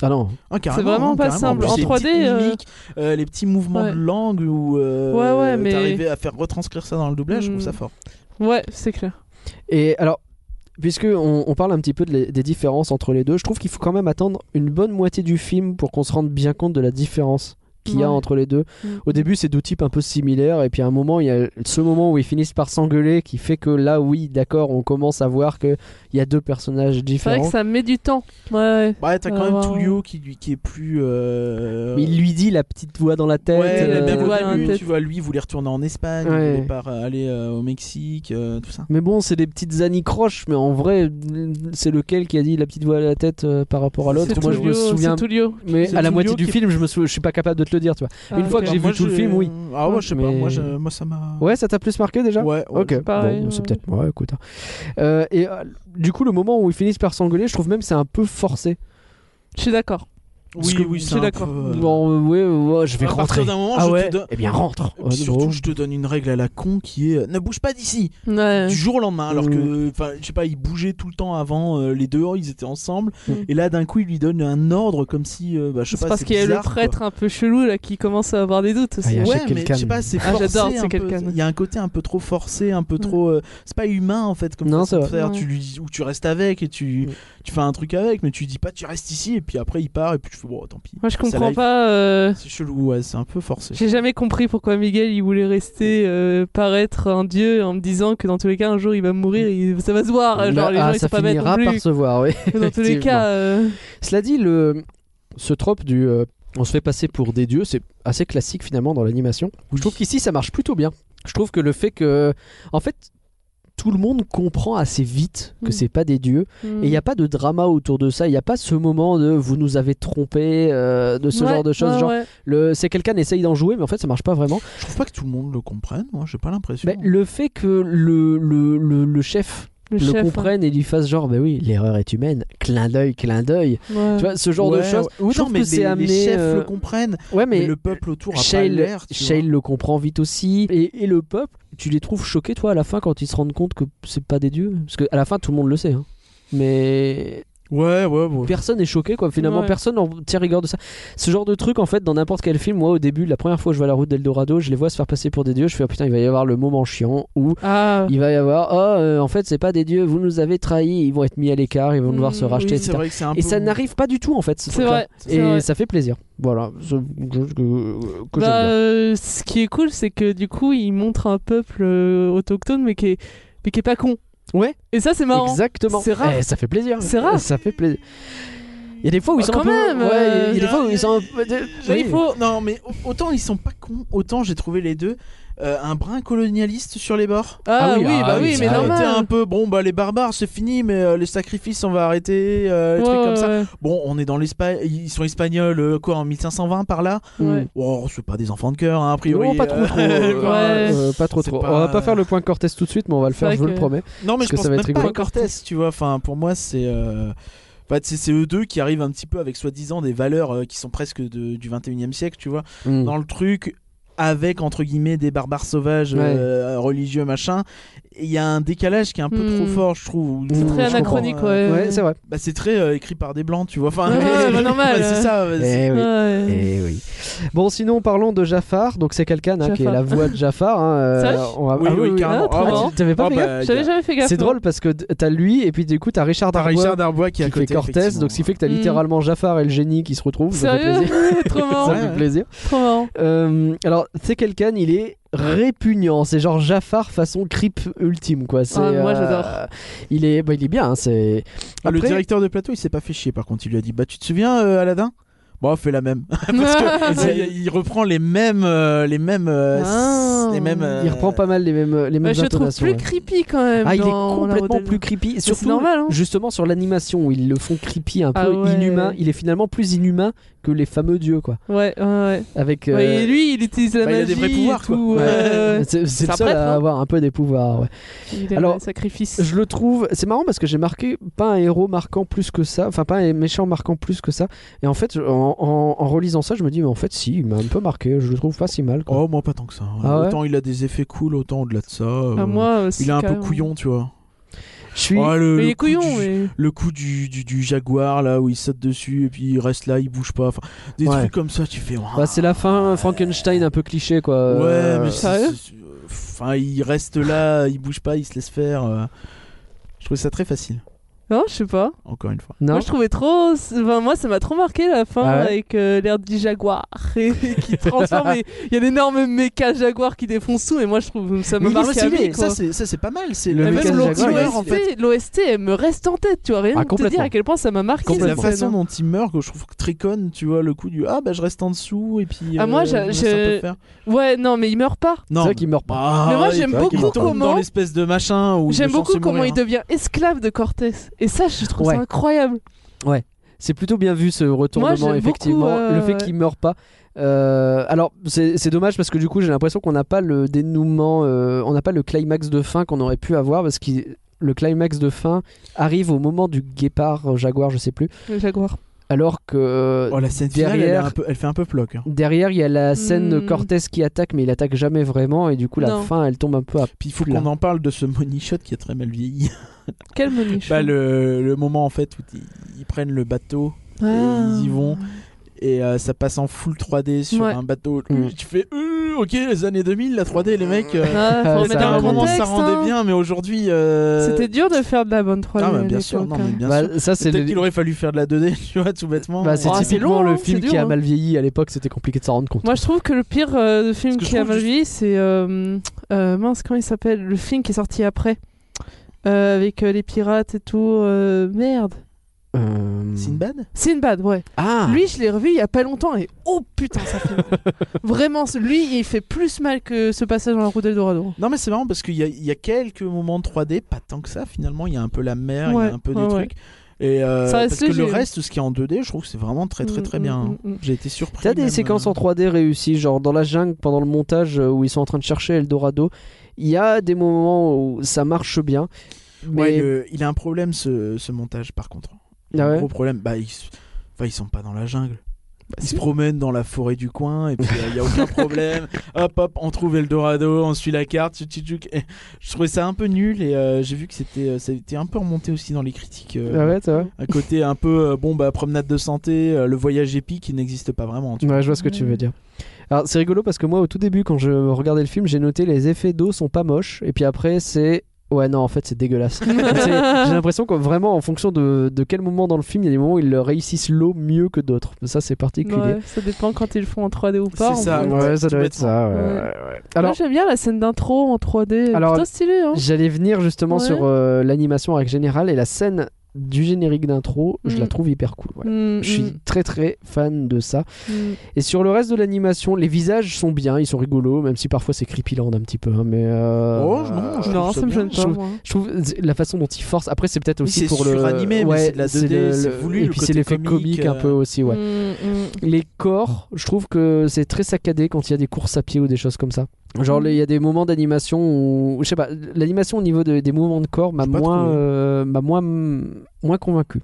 Speaker 1: Ah non.
Speaker 2: Ah, carrément,
Speaker 6: vraiment
Speaker 2: hein,
Speaker 6: pas
Speaker 2: carrément.
Speaker 6: simple.
Speaker 2: En,
Speaker 6: En
Speaker 2: plus, les
Speaker 6: 3D,
Speaker 2: petites
Speaker 6: euh,
Speaker 2: mimiques, euh, les petits mouvements
Speaker 6: Ouais.
Speaker 2: de langue où euh,
Speaker 6: Ouais, ouais, mais-
Speaker 2: t'arrivais à faire retranscrire ça dans le doublage, je
Speaker 6: Mm.
Speaker 2: trouve ça fort.
Speaker 6: Ouais, c'est clair.
Speaker 1: Et alors, puisque on, on parle un petit peu de les- des différences entre les deux, je trouve qu'il faut quand même attendre une bonne moitié du film pour qu'on se rende bien compte de la différence qu'il y a
Speaker 6: Ouais.
Speaker 1: entre les deux.
Speaker 6: Mm.
Speaker 1: Au début, c'est deux types un peu similaires, et puis à un moment, il y a ce moment où ils finissent par s'engueuler, qui fait que là, oui, d'accord, on commence à voir que il y a deux personnages
Speaker 6: C'est vrai que
Speaker 1: différents.
Speaker 6: ça met du temps. Ouais, ouais.
Speaker 2: Ouais, Bah, t'as
Speaker 6: Ah,
Speaker 2: quand même
Speaker 6: ouais,
Speaker 2: Tullio qui, lui, qui est plus. euh,
Speaker 1: Mais il lui dit la petite voix dans la tête.
Speaker 2: Ouais,
Speaker 6: la
Speaker 1: euh,
Speaker 2: même
Speaker 6: voix dans
Speaker 2: au
Speaker 6: la
Speaker 2: début,
Speaker 6: tête.
Speaker 2: tu vois, lui il voulait retourner en Espagne,
Speaker 1: Ouais.
Speaker 2: il voulait pas euh, aller euh, au Mexique, euh, tout ça.
Speaker 1: Mais bon, c'est des petites anicroches, mais en vrai, c'est lequel qui a dit la petite voix à la tête euh, par rapport à l'autre
Speaker 6: C'est
Speaker 1: Moi, je me
Speaker 6: Tullio, c'est
Speaker 1: souviens.
Speaker 6: Tullio.
Speaker 1: Mais
Speaker 2: c'est
Speaker 1: à la
Speaker 2: Tullio
Speaker 1: moitié du
Speaker 2: qui-
Speaker 1: film, je me sou- je suis pas capable de te le dire, tu vois.
Speaker 6: Ah,
Speaker 1: une fois
Speaker 6: ok.
Speaker 1: que j'ai vu
Speaker 2: Moi,
Speaker 1: tout le
Speaker 2: j'ai-
Speaker 1: film, oui.
Speaker 2: Ah ouais, je sais pas,
Speaker 1: Mais-
Speaker 2: moi, je- moi, ça m'a.
Speaker 1: Ouais, ça t'a plus marqué déjà
Speaker 2: Ouais, ouais.
Speaker 1: Ok,
Speaker 6: Pareil,
Speaker 1: bon,
Speaker 6: ouais.
Speaker 1: c'est peut-être. Ouais, écoute. hein. Euh, et euh, du coup, le moment où ils finissent par s'engueuler, je trouve même que c'est un peu forcé.
Speaker 6: Je suis d'accord.
Speaker 1: Parce
Speaker 2: Oui,
Speaker 1: que-
Speaker 2: oui,
Speaker 6: je
Speaker 2: c'est
Speaker 6: suis
Speaker 2: un
Speaker 6: d'accord.
Speaker 2: peu, euh,
Speaker 1: Bon, euh, ouais, ouais, je vais
Speaker 2: à
Speaker 1: rentrer.
Speaker 2: partir d'un moment,
Speaker 1: ah
Speaker 2: je
Speaker 1: ouais
Speaker 2: te donne. Ah,
Speaker 1: Eh bien, rentre.
Speaker 2: Et
Speaker 1: Ouais,
Speaker 2: puis surtout,
Speaker 1: non.
Speaker 2: je te donne une règle à la con qui est euh, ne bouge pas d'ici
Speaker 6: Ouais.
Speaker 2: du jour au lendemain. Alors
Speaker 1: Hein. Mm.
Speaker 2: que, enfin, je sais pas, ils bougeaient tout le temps avant. euh, les deux, ils étaient ensemble.
Speaker 1: Mm.
Speaker 2: Et là, d'un coup, il lui donne un ordre comme si, euh, bah, je sais
Speaker 6: C'est
Speaker 2: pas,
Speaker 6: parce
Speaker 2: c'est
Speaker 6: qu'il y a le
Speaker 2: bizarre, quoi.
Speaker 6: prêtre un peu chelou là qui commence à avoir des doutes aussi.
Speaker 1: Ah, il y a
Speaker 2: Ouais,
Speaker 1: Chez
Speaker 2: mais je
Speaker 1: quelqu'un.
Speaker 2: sais pas, c'est
Speaker 6: Ah,
Speaker 2: forcé.
Speaker 6: j'adore,
Speaker 2: un
Speaker 6: c'est
Speaker 2: peu.
Speaker 6: quelqu'un.
Speaker 2: Il y a un côté un peu trop forcé, un peu
Speaker 6: Ouais.
Speaker 2: trop. euh, c'est pas humain en fait, comme
Speaker 1: Non,
Speaker 2: façon
Speaker 1: c'est
Speaker 2: de
Speaker 1: vrai.
Speaker 2: faire.
Speaker 6: Ouais. Mm.
Speaker 2: Tu lui, ou tu restes avec et tu,
Speaker 1: Ouais.
Speaker 2: tu fais un truc avec, mais tu dis pas tu restes ici et puis après il part et puis tu je fais, wow, tant pis.
Speaker 6: Moi, je
Speaker 2: Ça
Speaker 6: comprends
Speaker 2: live.
Speaker 6: pas. euh,
Speaker 2: C'est chelou, ouais, c'est un peu forcé.
Speaker 6: J'ai jamais compris pourquoi Miguel il voulait rester euh, paraître un dieu en me disant que dans tous les cas un jour il va mourir, il- ça va se voir. Genre
Speaker 1: Bah,
Speaker 6: les gens
Speaker 1: ah,
Speaker 6: ils
Speaker 1: ça
Speaker 6: sont pas bêtes non
Speaker 1: finira par
Speaker 6: plus.
Speaker 1: se voir, oui.
Speaker 6: Dans tous les
Speaker 1: effectivement.
Speaker 6: cas, euh,
Speaker 1: Cela dit, le, ce trope du euh, on se fait passer pour des dieux, c'est assez classique finalement dans l'animation. Je trouve qu'ici ça marche plutôt bien. Je trouve que le fait que. En fait, tout le monde comprend assez vite que
Speaker 6: Mm.
Speaker 1: c'est pas des dieux. Et il n'y a pas de drama autour de ça. Il n'y a pas ce moment de vous nous avez trompé, euh, de ce
Speaker 6: Ouais,
Speaker 1: genre de choses.
Speaker 6: ouais,
Speaker 1: genre,
Speaker 6: ouais.
Speaker 1: le- c'est quelqu'un essaye d'en jouer, mais en fait ça marche pas vraiment.
Speaker 2: Je trouve pas que tout le monde le comprenne, moi, j'ai pas l'impression.
Speaker 1: Mais Bah, le fait que le, le, le, le chef
Speaker 6: le,
Speaker 1: le,
Speaker 2: hein.
Speaker 6: chef,
Speaker 1: comprenne et lui fasse genre, bah oui, l'erreur est humaine, clin d'œil, clin d'œil.
Speaker 6: hein. Ouais.
Speaker 1: Tu vois, ce genre de
Speaker 2: Euh, Ouais,
Speaker 1: choses.
Speaker 2: ouais. Ou
Speaker 1: Je
Speaker 2: non,
Speaker 1: trouve
Speaker 2: mais
Speaker 1: que
Speaker 2: les,
Speaker 1: c'est
Speaker 2: les
Speaker 1: amené,
Speaker 2: chefs
Speaker 1: euh,
Speaker 2: le comprennent,
Speaker 1: Ouais,
Speaker 2: mais,
Speaker 1: mais
Speaker 2: le peuple autour a pas
Speaker 1: Shale,
Speaker 2: l'air. tu vois.
Speaker 1: Shale le comprend vite aussi. Et, et le peuple, tu les trouves choqués, toi, à la fin, quand ils se rendent compte que c'est pas des dieux Parce qu'à la fin, tout le monde le sait. hein. Mais
Speaker 2: Ouais, ouais, ouais.
Speaker 1: personne est choqué, quoi. Finalement,
Speaker 6: Ouais.
Speaker 1: personne n'en tient rigueur de ça. Ce genre de truc, en fait, dans n'importe quel film, moi, au début, la première fois que je vais à la route d'Eldorado, je les vois se faire passer pour des dieux. Je fais, oh, putain, il va y avoir le moment chiant où
Speaker 6: Ah,
Speaker 1: il va y avoir, oh, euh, en fait, c'est pas des dieux, vous nous avez trahis, ils vont être mis à l'écart, ils vont devoir
Speaker 6: Mm,
Speaker 1: se
Speaker 6: oui,
Speaker 1: racheter,
Speaker 2: Oui, c'est
Speaker 1: etc.
Speaker 2: vrai que c'est un
Speaker 1: Et
Speaker 2: peu-
Speaker 1: ça n'arrive pas du tout, en fait. ce
Speaker 6: c'est
Speaker 1: truc-là.
Speaker 6: vrai. c'est
Speaker 1: Et
Speaker 6: vrai.
Speaker 1: ça fait plaisir. Voilà. C'est quelque chose que, que j'aime
Speaker 6: Bah,
Speaker 1: bien.
Speaker 6: euh, ce qui est cool, c'est que du coup, il montre un peuple euh, autochtone, mais qui est, mais qui est pas con.
Speaker 1: Ouais.
Speaker 6: Et ça, c'est marrant.
Speaker 1: Exactement.
Speaker 6: C'est rare.
Speaker 1: Eh, ça fait plaisir.
Speaker 6: C'est rare.
Speaker 1: Ça fait plaisir. Il y a des fois où ils
Speaker 6: Oh,
Speaker 1: sont
Speaker 6: quand
Speaker 1: un peu-
Speaker 6: même,
Speaker 1: ouais, il y a- il y a des
Speaker 2: euh,
Speaker 1: fois où ils sont. un peu-
Speaker 2: Oui.
Speaker 1: Oui.
Speaker 2: Non, mais au- autant ils sont pas cons, autant j'ai trouvé les deux euh, un brin colonialiste sur les bords.
Speaker 1: Ah
Speaker 6: Ah, oui,
Speaker 1: oui, ah
Speaker 6: bah oui,
Speaker 1: oui,
Speaker 6: mais
Speaker 1: ça,
Speaker 2: Arrêtez
Speaker 6: normal.
Speaker 2: un peu, bon bah les barbares c'est fini, mais euh, les sacrifices on va arrêter, euh, les
Speaker 6: Ouais,
Speaker 2: trucs comme ça.
Speaker 6: ouais,
Speaker 2: Bon, on est dans l'Espagne, ils sont espagnols euh, quoi en 1520 par là.
Speaker 6: ouais.
Speaker 2: Oh, c'est pas des enfants de cœur, hein, a priori.
Speaker 1: Non, pas trop
Speaker 2: euh,
Speaker 1: trop. euh,
Speaker 6: Ouais.
Speaker 1: euh, pas trop
Speaker 2: C'est
Speaker 1: trop.
Speaker 2: pas-
Speaker 1: On va pas faire le point Cortez tout de suite, mais on va le
Speaker 6: C'est
Speaker 1: faire,
Speaker 6: vrai
Speaker 1: je vous le
Speaker 6: que-
Speaker 1: promets.
Speaker 2: Non, mais
Speaker 1: Parce
Speaker 2: je
Speaker 1: que
Speaker 2: pense
Speaker 1: ça va
Speaker 2: même
Speaker 1: être
Speaker 2: pas à
Speaker 1: rigolo.
Speaker 2: Cortés, tu vois. Enfin, pour moi, c'est. euh, enfin, c'est c'est eux deux qui arrivent un petit peu avec soi-disant des valeurs euh, qui sont presque de- du 21 e siècle, tu vois,
Speaker 1: Mm.
Speaker 2: dans le truc avec entre guillemets des barbares sauvages
Speaker 1: Ouais.
Speaker 2: euh, religieux machin. Et Il y a un décalage qui est un peu
Speaker 6: Hmm.
Speaker 2: trop fort, je trouve.
Speaker 1: C'est très
Speaker 2: Ou- Mm. je comprends,
Speaker 6: anachronique,
Speaker 2: euh,
Speaker 6: ouais.
Speaker 1: Ouais, c'est vrai.
Speaker 2: bah, c'est très euh, écrit par des blancs, tu vois. Enfin,
Speaker 6: Ouais, ouais, bah, normal.
Speaker 2: c'est ça. ouais, c'est-
Speaker 1: Eh oui.
Speaker 6: Ouais.
Speaker 1: Eh oui. Bon, sinon parlons de Jafar. Donc c'est quelqu'un hein, qui est
Speaker 6: Jafar.
Speaker 1: la voix de Jafar. hein, euh,
Speaker 6: Sérieux
Speaker 1: on va-
Speaker 2: Oui,
Speaker 1: Ah
Speaker 2: oui, carrément.
Speaker 6: Ah, trop
Speaker 1: Ah,
Speaker 6: marrant.
Speaker 1: tu- T'avais pas
Speaker 2: Ah,
Speaker 1: fait
Speaker 2: bah,
Speaker 1: gaffe
Speaker 6: J'avais jamais fait gaffe. hein.
Speaker 1: C'est
Speaker 6: non.
Speaker 1: drôle parce que d- t'as lui et puis du coup t'as Richard
Speaker 2: T'as
Speaker 1: Darbois
Speaker 2: Richard Darbois qui est
Speaker 1: qui
Speaker 2: à
Speaker 1: fait
Speaker 2: côté.
Speaker 1: Cortez.
Speaker 2: effectivement,
Speaker 1: Donc ce qui fait que t'as
Speaker 6: Mm.
Speaker 1: littéralement Jafar et le génie qui se retrouvent. Ça fait plaisir.
Speaker 6: Sérieux Trop
Speaker 1: Ça
Speaker 6: marrant.
Speaker 1: fait plaisir.
Speaker 6: Trop marrant.
Speaker 1: Euh, alors, c'est quelqu'un, il est répugnant. C'est genre Jafar façon creep ultime, quoi. C'est,
Speaker 6: Ah, moi,
Speaker 1: euh,
Speaker 6: j'adore.
Speaker 1: il est, bah, il est bien. hein, c'est.
Speaker 2: Ah, le
Speaker 1: Après-
Speaker 2: directeur de plateau, il s'est pas fait chier par contre. Il lui a dit Bah, tu te souviens, euh, Aladdin Bon, fais la même. Parce que c'est- il reprend les mêmes. euh, les mêmes. euh,
Speaker 6: Ah.
Speaker 2: s- les mêmes euh,
Speaker 1: Il reprend pas mal les mêmes, les mêmes
Speaker 6: Bah, je le trouve
Speaker 1: intonations,
Speaker 6: plus
Speaker 1: ouais.
Speaker 6: creepy quand même.
Speaker 1: Ah, il est
Speaker 6: dans la
Speaker 1: complètement
Speaker 6: Rodelle.
Speaker 1: plus creepy. Et
Speaker 6: c'est
Speaker 1: Surtout,
Speaker 6: normal, hein.
Speaker 1: justement, sur l'animation où ils le font creepy, un peu
Speaker 6: Ah ouais.
Speaker 1: inhumain. Il est finalement plus inhumain que les fameux dieux, quoi.
Speaker 6: Ouais, ouais, ouais.
Speaker 1: Avec.
Speaker 6: Ouais,
Speaker 1: euh,
Speaker 6: et lui, il utilise la
Speaker 2: bah, il a
Speaker 6: magie.
Speaker 2: des vrais pouvoirs,
Speaker 6: et
Speaker 2: quoi.
Speaker 6: tout,
Speaker 1: ouais.
Speaker 6: euh,
Speaker 1: C'est c'est le
Speaker 6: un
Speaker 1: seul
Speaker 6: prêtre,
Speaker 1: à
Speaker 2: hein.
Speaker 6: non
Speaker 1: avoir un peu des pouvoirs. ouais.
Speaker 6: Il a
Speaker 1: Alors,
Speaker 6: un sacrifice.
Speaker 1: Je le trouve, c'est marrant parce que j'ai marqué pas un héros marquant plus que ça, enfin pas un méchant marquant plus que ça. Et en fait, je- en, en- en relisant ça, je me dis, mais en fait, si, il m'a un peu marqué, je le trouve pas si mal. quoi.
Speaker 2: Oh, moi, pas tant que ça.
Speaker 1: Ah ouais
Speaker 2: autant il a des effets cool, autant au-delà de ça. euh,
Speaker 6: Ah, moi, euh,
Speaker 2: il est un peu
Speaker 6: carrément.
Speaker 2: couillon, tu vois.
Speaker 1: Je suis.
Speaker 2: Oh, le,
Speaker 6: Mais il
Speaker 2: le
Speaker 6: est
Speaker 2: coup
Speaker 6: couillon,
Speaker 2: du,
Speaker 6: mais.
Speaker 2: le coup du, du, du jaguar, là, où il saute dessus et puis il reste là, il bouge pas. Enfin, des
Speaker 1: Ouais.
Speaker 2: trucs comme ça, tu fais. Ouah.
Speaker 1: Bah, c'est la fin Frankenstein un peu cliché quoi.
Speaker 2: Ouais,
Speaker 1: Euh,
Speaker 2: mais
Speaker 6: Sérieux
Speaker 2: c'est- c'est- euh, Enfin, il reste là, il bouge pas, il se laisse faire. euh. Je trouvais ça très facile,
Speaker 6: Non, je sais pas.
Speaker 2: encore une fois.
Speaker 1: Non.
Speaker 6: Moi, je trouvais trop. Enfin, moi, ça m'a trop marqué la fin
Speaker 1: Ah ouais
Speaker 6: avec euh, l'air du jaguar et qui transforme. et Il y a l'énorme méca jaguar qui défonce tout, et moi, je trouve ça m'a
Speaker 2: Mais
Speaker 6: marqué. à vie,
Speaker 2: ça
Speaker 6: quoi.
Speaker 2: c'est ça c'est pas mal, c'est
Speaker 1: Le
Speaker 6: Et
Speaker 1: méca
Speaker 6: même
Speaker 1: jaguar,
Speaker 2: l'anti-meurtre,
Speaker 1: ouais.
Speaker 2: en fait.
Speaker 6: l'OST, l'OST, elle me reste en tête, tu vois. Rien
Speaker 1: Ah,
Speaker 6: de te dire
Speaker 1: complètement.
Speaker 6: à quel point ça m'a marqué.
Speaker 2: C'est la
Speaker 6: cette
Speaker 2: façon
Speaker 6: scène.
Speaker 2: dont il meurt que je trouve très conne, tu vois, le coup du ah bah je reste en dessous et puis
Speaker 6: Ah,
Speaker 2: euh,
Speaker 6: moi,
Speaker 2: je
Speaker 6: j'ai-
Speaker 2: me laisse
Speaker 6: j'ai-
Speaker 2: un peu faire.
Speaker 6: Ouais, non, mais il meurt pas.
Speaker 1: C'est
Speaker 2: Non.
Speaker 1: vrai qu'il meurt pas.
Speaker 2: Ah,
Speaker 6: Mais moi,
Speaker 2: ouais,
Speaker 6: j'aime
Speaker 2: c'est vrai qu'il
Speaker 6: beaucoup
Speaker 2: tombe
Speaker 6: comment-
Speaker 2: dans l'espèce de machin où
Speaker 6: J'aime
Speaker 2: il est
Speaker 6: beaucoup
Speaker 2: censé
Speaker 6: comment
Speaker 2: mourir. hein.
Speaker 6: il devient esclave de Cortés. Et ça, je trouve
Speaker 1: Ouais.
Speaker 6: ça incroyable.
Speaker 1: C'est plutôt bien vu ce retournement,
Speaker 6: Moi, j'aime beaucoup,
Speaker 1: effectivement.
Speaker 6: euh,
Speaker 1: le fait qu'il meure pas. Euh, alors, c'est c'est dommage parce que du coup, j'ai l'impression qu'on n'a pas le dénouement, euh, on n'a pas le climax de fin qu'on aurait pu avoir parce que le climax de fin arrive au moment du guépard, euh, jaguar, je sais plus.
Speaker 6: Le jaguar.
Speaker 1: Alors que euh,
Speaker 2: Oh la scène finale, elle, est
Speaker 1: Derrière-
Speaker 2: un peu- elle fait un peu ploc. hein.
Speaker 1: derrière, il y a la scène de
Speaker 6: Hmm.
Speaker 1: Cortez qui attaque, mais il attaque jamais vraiment. Et du coup, la
Speaker 6: Non.
Speaker 1: fin, elle tombe un peu à.
Speaker 2: Puis il faut
Speaker 1: Là.
Speaker 2: qu'on en parle de ce money shot qui est très mal vieilli.
Speaker 6: Quel moniche.
Speaker 2: bah le, le moment en fait où ils, ils prennent le bateau
Speaker 6: Ah.
Speaker 2: et ils y vont et euh, ça passe en full 3D sur
Speaker 6: Ouais.
Speaker 2: un bateau.
Speaker 1: Mm.
Speaker 2: Tu fais euh, ok, les années 2000, la 3D, les mecs. euh,
Speaker 6: Ah,
Speaker 1: Ah,
Speaker 6: faut
Speaker 1: mais
Speaker 6: remettre
Speaker 2: c'était
Speaker 1: t'as
Speaker 6: dans
Speaker 2: un
Speaker 6: le
Speaker 2: moment,
Speaker 6: contexte.
Speaker 2: ça rendait
Speaker 6: hein.
Speaker 2: bien, mais aujourd'hui. euh,
Speaker 6: C'était dur de faire de la bonne 3D.
Speaker 2: Ah, bah,
Speaker 6: à
Speaker 2: bien
Speaker 6: l'époque,
Speaker 2: sûr, non, mais
Speaker 6: hein.
Speaker 2: bien sûr.
Speaker 1: Bah, ça, c'est
Speaker 2: Peut-être
Speaker 1: le...
Speaker 2: qu'il aurait fallu faire de la 2D, tu vois, tout bêtement.
Speaker 1: bah, c'est
Speaker 6: Ah, c'est
Speaker 1: typiquement
Speaker 6: long,
Speaker 1: le
Speaker 6: hein,
Speaker 1: film
Speaker 6: c'est
Speaker 1: qui
Speaker 6: dur,
Speaker 1: a
Speaker 6: hein.
Speaker 1: mal vieilli à l'époque, c'était compliqué de s'en rendre compte.
Speaker 6: Moi, je trouve que le pire euh, film
Speaker 2: que je
Speaker 6: qui a
Speaker 2: trouve
Speaker 6: mal vieilli, c'est. euh, euh, mince, comment il s'appelle Le film qui est sorti après. Euh, avec euh, les pirates et tout. euh, merde.
Speaker 1: Euh,
Speaker 2: Sinbad
Speaker 6: Sinbad, ouais.
Speaker 1: Ah
Speaker 6: Lui, je l'ai revu il y a pas longtemps et oh putain, ça fait mal. Vraiment, ce- lui, il fait plus mal que ce passage dans la route d'Eldorado.
Speaker 2: Non, mais c'est marrant parce qu'il y, a- il y a quelques moments de 3D, pas tant que ça finalement. Il y a un peu la mer, il
Speaker 6: Ouais,
Speaker 2: y a un peu
Speaker 6: ouais,
Speaker 2: des
Speaker 6: ouais.
Speaker 2: trucs. Et euh,
Speaker 6: Ça
Speaker 2: parce
Speaker 6: reste
Speaker 2: que le
Speaker 6: léger.
Speaker 2: reste, ce qui est en 2D, je trouve que c'est vraiment très très très
Speaker 6: Mm,
Speaker 2: bien. hein.
Speaker 6: mm, mm, mm.
Speaker 2: J'ai été surpris.
Speaker 1: T'as des
Speaker 2: même,
Speaker 1: séquences
Speaker 2: euh,
Speaker 1: en 3D réussies, genre dans la jungle pendant le montage euh, où ils sont en train de chercher Eldorado. Il y a des moments où ça marche bien. Mais
Speaker 2: ouais, le- il a un problème ce, ce montage par contre. Il a
Speaker 1: Ah
Speaker 2: un
Speaker 1: ouais Bah,
Speaker 2: gros problème. Bah, ils, s- enfin, ils sont pas dans la jungle. Ils
Speaker 6: si.
Speaker 2: se promènent dans la forêt du coin et puis euh, il y a aucun problème. hop hop, on trouve Eldorado, on suit la carte. tchou, tchou, tchou. Et Je trouvais ça un peu nul et euh, j'ai vu que c'était euh, ça a été un peu remonté aussi dans les critiques. euh,
Speaker 1: Ah ouais, c'est vrai
Speaker 2: Un côté un peu, euh, bon, bah, promenade de santé, euh, le voyage épique qui n'existe pas vraiment. tu vois.
Speaker 1: Ouais, je vois ce que tu veux dire. Alors c'est rigolo parce que moi au tout début quand je regardais le film j'ai noté les effets d'eau sont pas moches et puis après c'est ouais non en fait c'est dégueulasse. C'est- j'ai l'impression que vraiment en fonction de, de quel moment dans le film il y a des moments où ils réussissent l'eau mieux que d'autres. Ça c'est particulier.
Speaker 6: Ouais, ça dépend quand ils le font en 3D ou pas.
Speaker 2: C'est
Speaker 6: en
Speaker 2: ça.
Speaker 6: fait.
Speaker 2: Ouais,
Speaker 1: ça
Speaker 2: tout
Speaker 1: doit être
Speaker 2: bêtement.
Speaker 1: ça. Ah, ouais,
Speaker 6: Ouais.
Speaker 1: ouais, ouais. Alors
Speaker 6: Moi, j'aime bien la scène d'intro en 3D.
Speaker 1: Alors-
Speaker 6: Alors, plutôt stylé, hein.
Speaker 1: J'allais venir justement
Speaker 6: Ouais.
Speaker 1: sur euh, l'animation avec générale et la scène du générique d'intro, je la
Speaker 6: Mm.
Speaker 1: trouve hyper cool. ouais.
Speaker 6: Mm,
Speaker 1: Je suis
Speaker 6: mm,
Speaker 1: très très fan de ça.
Speaker 2: Ah,
Speaker 6: mm.
Speaker 1: Et sur le reste de l'animation, les visages sont bien, ils sont rigolos, même si parfois c'est creepyland un petit peu. hein, mais euh,
Speaker 2: Oh, non, je
Speaker 6: Non,
Speaker 2: trouve
Speaker 6: ça me
Speaker 2: bien.
Speaker 6: gêne pas,
Speaker 1: trouve-
Speaker 6: moi.
Speaker 1: je trouve la façon dont ils forcent. Après, c'est peut-être
Speaker 2: Oui,
Speaker 1: aussi
Speaker 2: c'est
Speaker 1: pour le.
Speaker 2: suranimé, mais
Speaker 1: Ouais,
Speaker 2: c'est de la 2D,
Speaker 1: le-
Speaker 2: c'est
Speaker 1: le-
Speaker 2: voulu,
Speaker 1: Et
Speaker 2: le
Speaker 1: puis
Speaker 2: côté
Speaker 1: c'est l'effet comique,
Speaker 2: comique,
Speaker 1: un
Speaker 2: euh.
Speaker 1: peu aussi, ouais.
Speaker 6: Mm, mm.
Speaker 1: Les corps, je trouve que c'est très saccadé quand il y a des courses à pied ou des choses comme ça. Genre, il y a des moments d'animation où. Je sais pas, l'animation au niveau de- des mouvements de corps m'a
Speaker 2: J'ai pas
Speaker 1: moins,
Speaker 2: trouvé.
Speaker 1: euh, m'a moins, moins convaincu.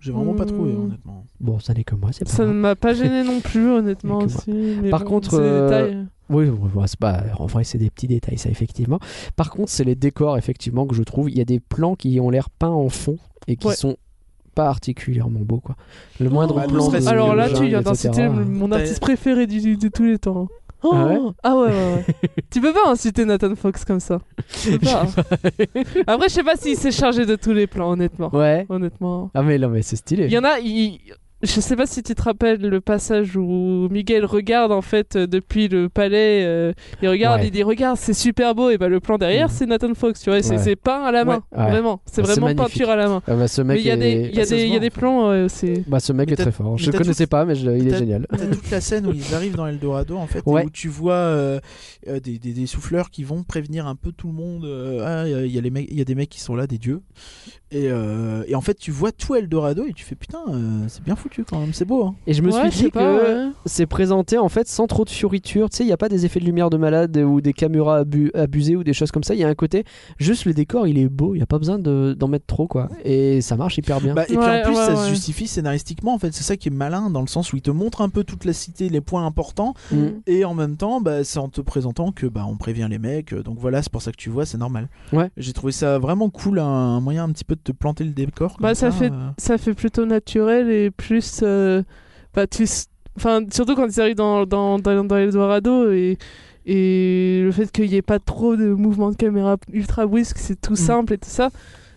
Speaker 2: J'ai vraiment pas trouvé,
Speaker 6: Mm.
Speaker 2: honnêtement.
Speaker 1: Bon, ça n'est que moi, c'est pas.
Speaker 6: Ça ne
Speaker 1: grave.
Speaker 6: m'a pas gêné non plus, honnêtement.
Speaker 1: Mais que
Speaker 6: aussi, mais
Speaker 1: Par
Speaker 6: bon,
Speaker 1: contre,
Speaker 6: c'est des
Speaker 1: euh,
Speaker 6: détails.
Speaker 1: Oui, oui, oui, c'est pas... en vrai, c'est des petits détails, ça, effectivement. Par contre, c'est les décors, effectivement, que je trouve. Il y a des plans qui ont l'air peints en fond et qui
Speaker 6: Ouais.
Speaker 1: sont pas particulièrement beaux, quoi. Le moindre
Speaker 2: bah, ne
Speaker 1: plan.
Speaker 2: serait-ce
Speaker 1: de-
Speaker 2: que
Speaker 6: Alors là,
Speaker 1: de
Speaker 6: tu
Speaker 1: jungle,
Speaker 6: viens
Speaker 1: etc..
Speaker 6: d'inciter mon
Speaker 2: T'as-
Speaker 6: artiste préféré du- du- de tous les temps. Oh
Speaker 1: Ah ouais
Speaker 6: Ah ouais, ouais, ouais. tu peux pas inciter Nathan Fox comme ça. Tu peux pas. Après, je sais pas s'il s'est chargé de tous les plans, honnêtement.
Speaker 1: Ouais.
Speaker 6: Honnêtement.
Speaker 1: Ah, mais non, mais c'est stylé.
Speaker 6: Il y en a, il- je sais pas si tu te rappelles le passage où Miguel regarde en fait euh, depuis le palais, euh, il regarde,
Speaker 1: Ouais.
Speaker 6: il dit regarde c'est super beau et bah le plan derrière
Speaker 1: Mhm.
Speaker 6: c'est Nathan Fox, tu vois, et c'est
Speaker 1: Ouais.
Speaker 6: c'est peint à la main,
Speaker 1: Ouais. Ouais.
Speaker 6: vraiment, c'est
Speaker 1: C'est
Speaker 6: vraiment
Speaker 1: magnifique.
Speaker 6: peinture à la main.
Speaker 1: Ah bah, ce mec
Speaker 6: Mais il y a
Speaker 1: est-
Speaker 6: des, il y a
Speaker 2: ça se
Speaker 6: des, il y a
Speaker 2: voit,
Speaker 6: des
Speaker 2: en fait.
Speaker 6: plans, euh, c'est
Speaker 1: Bah, ce mec
Speaker 2: Mais
Speaker 1: est
Speaker 2: t'as-
Speaker 1: très fort.
Speaker 2: mais
Speaker 1: Je le
Speaker 2: t'as
Speaker 1: connaissais
Speaker 2: tout-
Speaker 1: pas, mais je- il est
Speaker 2: t'as-
Speaker 1: génial.
Speaker 2: T'as toute la scène où ils arrivent dans Eldorado en fait, et
Speaker 1: Ouais.
Speaker 2: où tu vois euh, euh, des, des- des souffleurs qui vont prévenir un peu tout le monde. euh, ah, il y a les mecs, il y a des mecs qui sont là, des dieux. Et, euh, et en fait, tu vois tout Eldorado et tu fais putain, euh, c'est bien foutu quand même, c'est beau. hein.
Speaker 1: Et je me
Speaker 6: Ouais,
Speaker 1: suis
Speaker 6: je
Speaker 1: dit
Speaker 6: sais
Speaker 1: que
Speaker 6: pas, ouais.
Speaker 1: c'est présenté en fait sans trop de fioritures. Tu sais, il n'y a pas des effets de lumière de malade ou des caméras abu- abusées ou des choses comme ça. Il y a un côté, juste le décor, il est beau. Il n'y a pas besoin de- d'en mettre trop, quoi. Et ça marche hyper bien.
Speaker 2: Bah, et puis
Speaker 6: Ouais,
Speaker 2: en plus,
Speaker 6: ouais,
Speaker 2: ça
Speaker 6: ouais.
Speaker 2: se justifie scénaristiquement en fait. C'est ça qui est malin dans le sens où il te montre un peu toute la cité, les points importants,
Speaker 1: Mm.
Speaker 2: et en même temps, bah, c'est en te présentant que bah on prévient les mecs. euh, Donc voilà, c'est pour ça que tu vois, c'est normal.
Speaker 1: Ouais.
Speaker 2: J'ai trouvé ça vraiment cool, un, un moyen un petit peu de te planter le décor. comme
Speaker 6: Bah, ça fait-
Speaker 2: euh.
Speaker 6: ça fait plutôt naturel et plus euh, bah tu s- enfin surtout quand ils arrivent dans dans dans, dans Eldorado et et le fait qu'il n'y ait pas trop de mouvements de caméra ultra brusques c'est
Speaker 1: Mm.
Speaker 6: tout simple et tout ça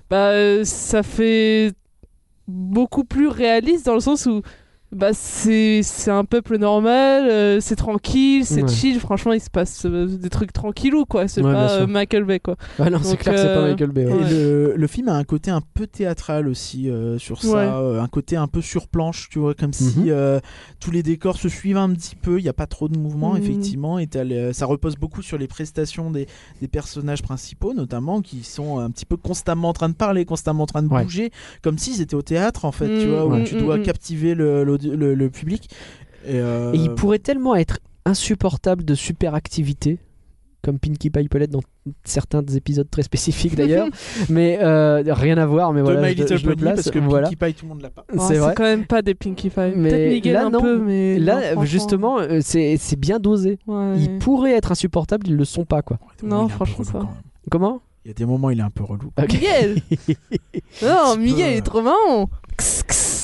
Speaker 6: bah euh, ça fait beaucoup plus réaliste dans le sens où bah c'est c'est un peuple normal euh, c'est tranquille c'est
Speaker 1: Ouais.
Speaker 6: chill franchement il se passe euh, des trucs tranquillou quoi c'est
Speaker 1: Ouais, bien
Speaker 6: pas
Speaker 1: sûr.
Speaker 6: euh, Michael Bay quoi
Speaker 1: Ouais, non, c'est
Speaker 6: Donc,
Speaker 1: clair que c'est pas
Speaker 6: euh,
Speaker 1: Michael Bay.
Speaker 2: Et
Speaker 1: ouais.
Speaker 6: Ouais.
Speaker 2: le, le film a un côté un peu théâtral aussi euh, sur ça,
Speaker 6: Ouais.
Speaker 2: euh, un côté un peu sur planche, tu vois, comme
Speaker 1: Mhm.
Speaker 2: si euh, tous les décors se suivent un petit peu, il n'y a pas trop de mouvement,
Speaker 6: Mhm.
Speaker 2: effectivement, et t'as le- ça repose beaucoup sur les prestations des, des personnages principaux, notamment, qui sont un petit peu constamment en train de parler, constamment en train de
Speaker 1: Ouais.
Speaker 2: bouger, comme s'ils étaient au théâtre, en fait, tu
Speaker 6: Mhm,
Speaker 2: vois, où
Speaker 6: ouais.
Speaker 2: tu dois
Speaker 6: mhm.
Speaker 2: captiver le, l'audi- le- le public. Et, euh,
Speaker 1: Et il pourrait tellement être insupportable de superactivité, comme Pinkie Pie peut l'être dans certains épisodes très spécifiques d'ailleurs, mais euh, rien à voir. Mais
Speaker 2: de
Speaker 1: voilà,
Speaker 2: My
Speaker 1: je, le-
Speaker 2: Little
Speaker 1: je le
Speaker 2: Pony,
Speaker 1: place.
Speaker 2: parce que
Speaker 1: voilà.
Speaker 2: Pinkie Pie, tout le monde l'a pas.
Speaker 6: Oh,
Speaker 1: c'est
Speaker 6: c'est
Speaker 1: vrai.
Speaker 6: quand même pas des Pinkie Pie
Speaker 1: Mais
Speaker 6: peut-être Miguel
Speaker 1: là,
Speaker 6: un
Speaker 1: non.
Speaker 6: peu mais non,
Speaker 1: Là,
Speaker 6: franchement.
Speaker 1: justement, euh, c'est c'est bien dosé.
Speaker 6: Ouais.
Speaker 1: Ils pourraient être insupportables, ils le sont pas, quoi.
Speaker 2: Il y a des moments,
Speaker 6: Non,
Speaker 2: il est un peu relou
Speaker 6: franchement, ça va.
Speaker 2: quand même.
Speaker 1: Comment
Speaker 2: Il y a des moments, il est un peu relou.
Speaker 1: Ok.
Speaker 6: Miguel Non,
Speaker 2: C'est
Speaker 6: Miguel
Speaker 2: pas-
Speaker 6: est trop marrant Kss, kss.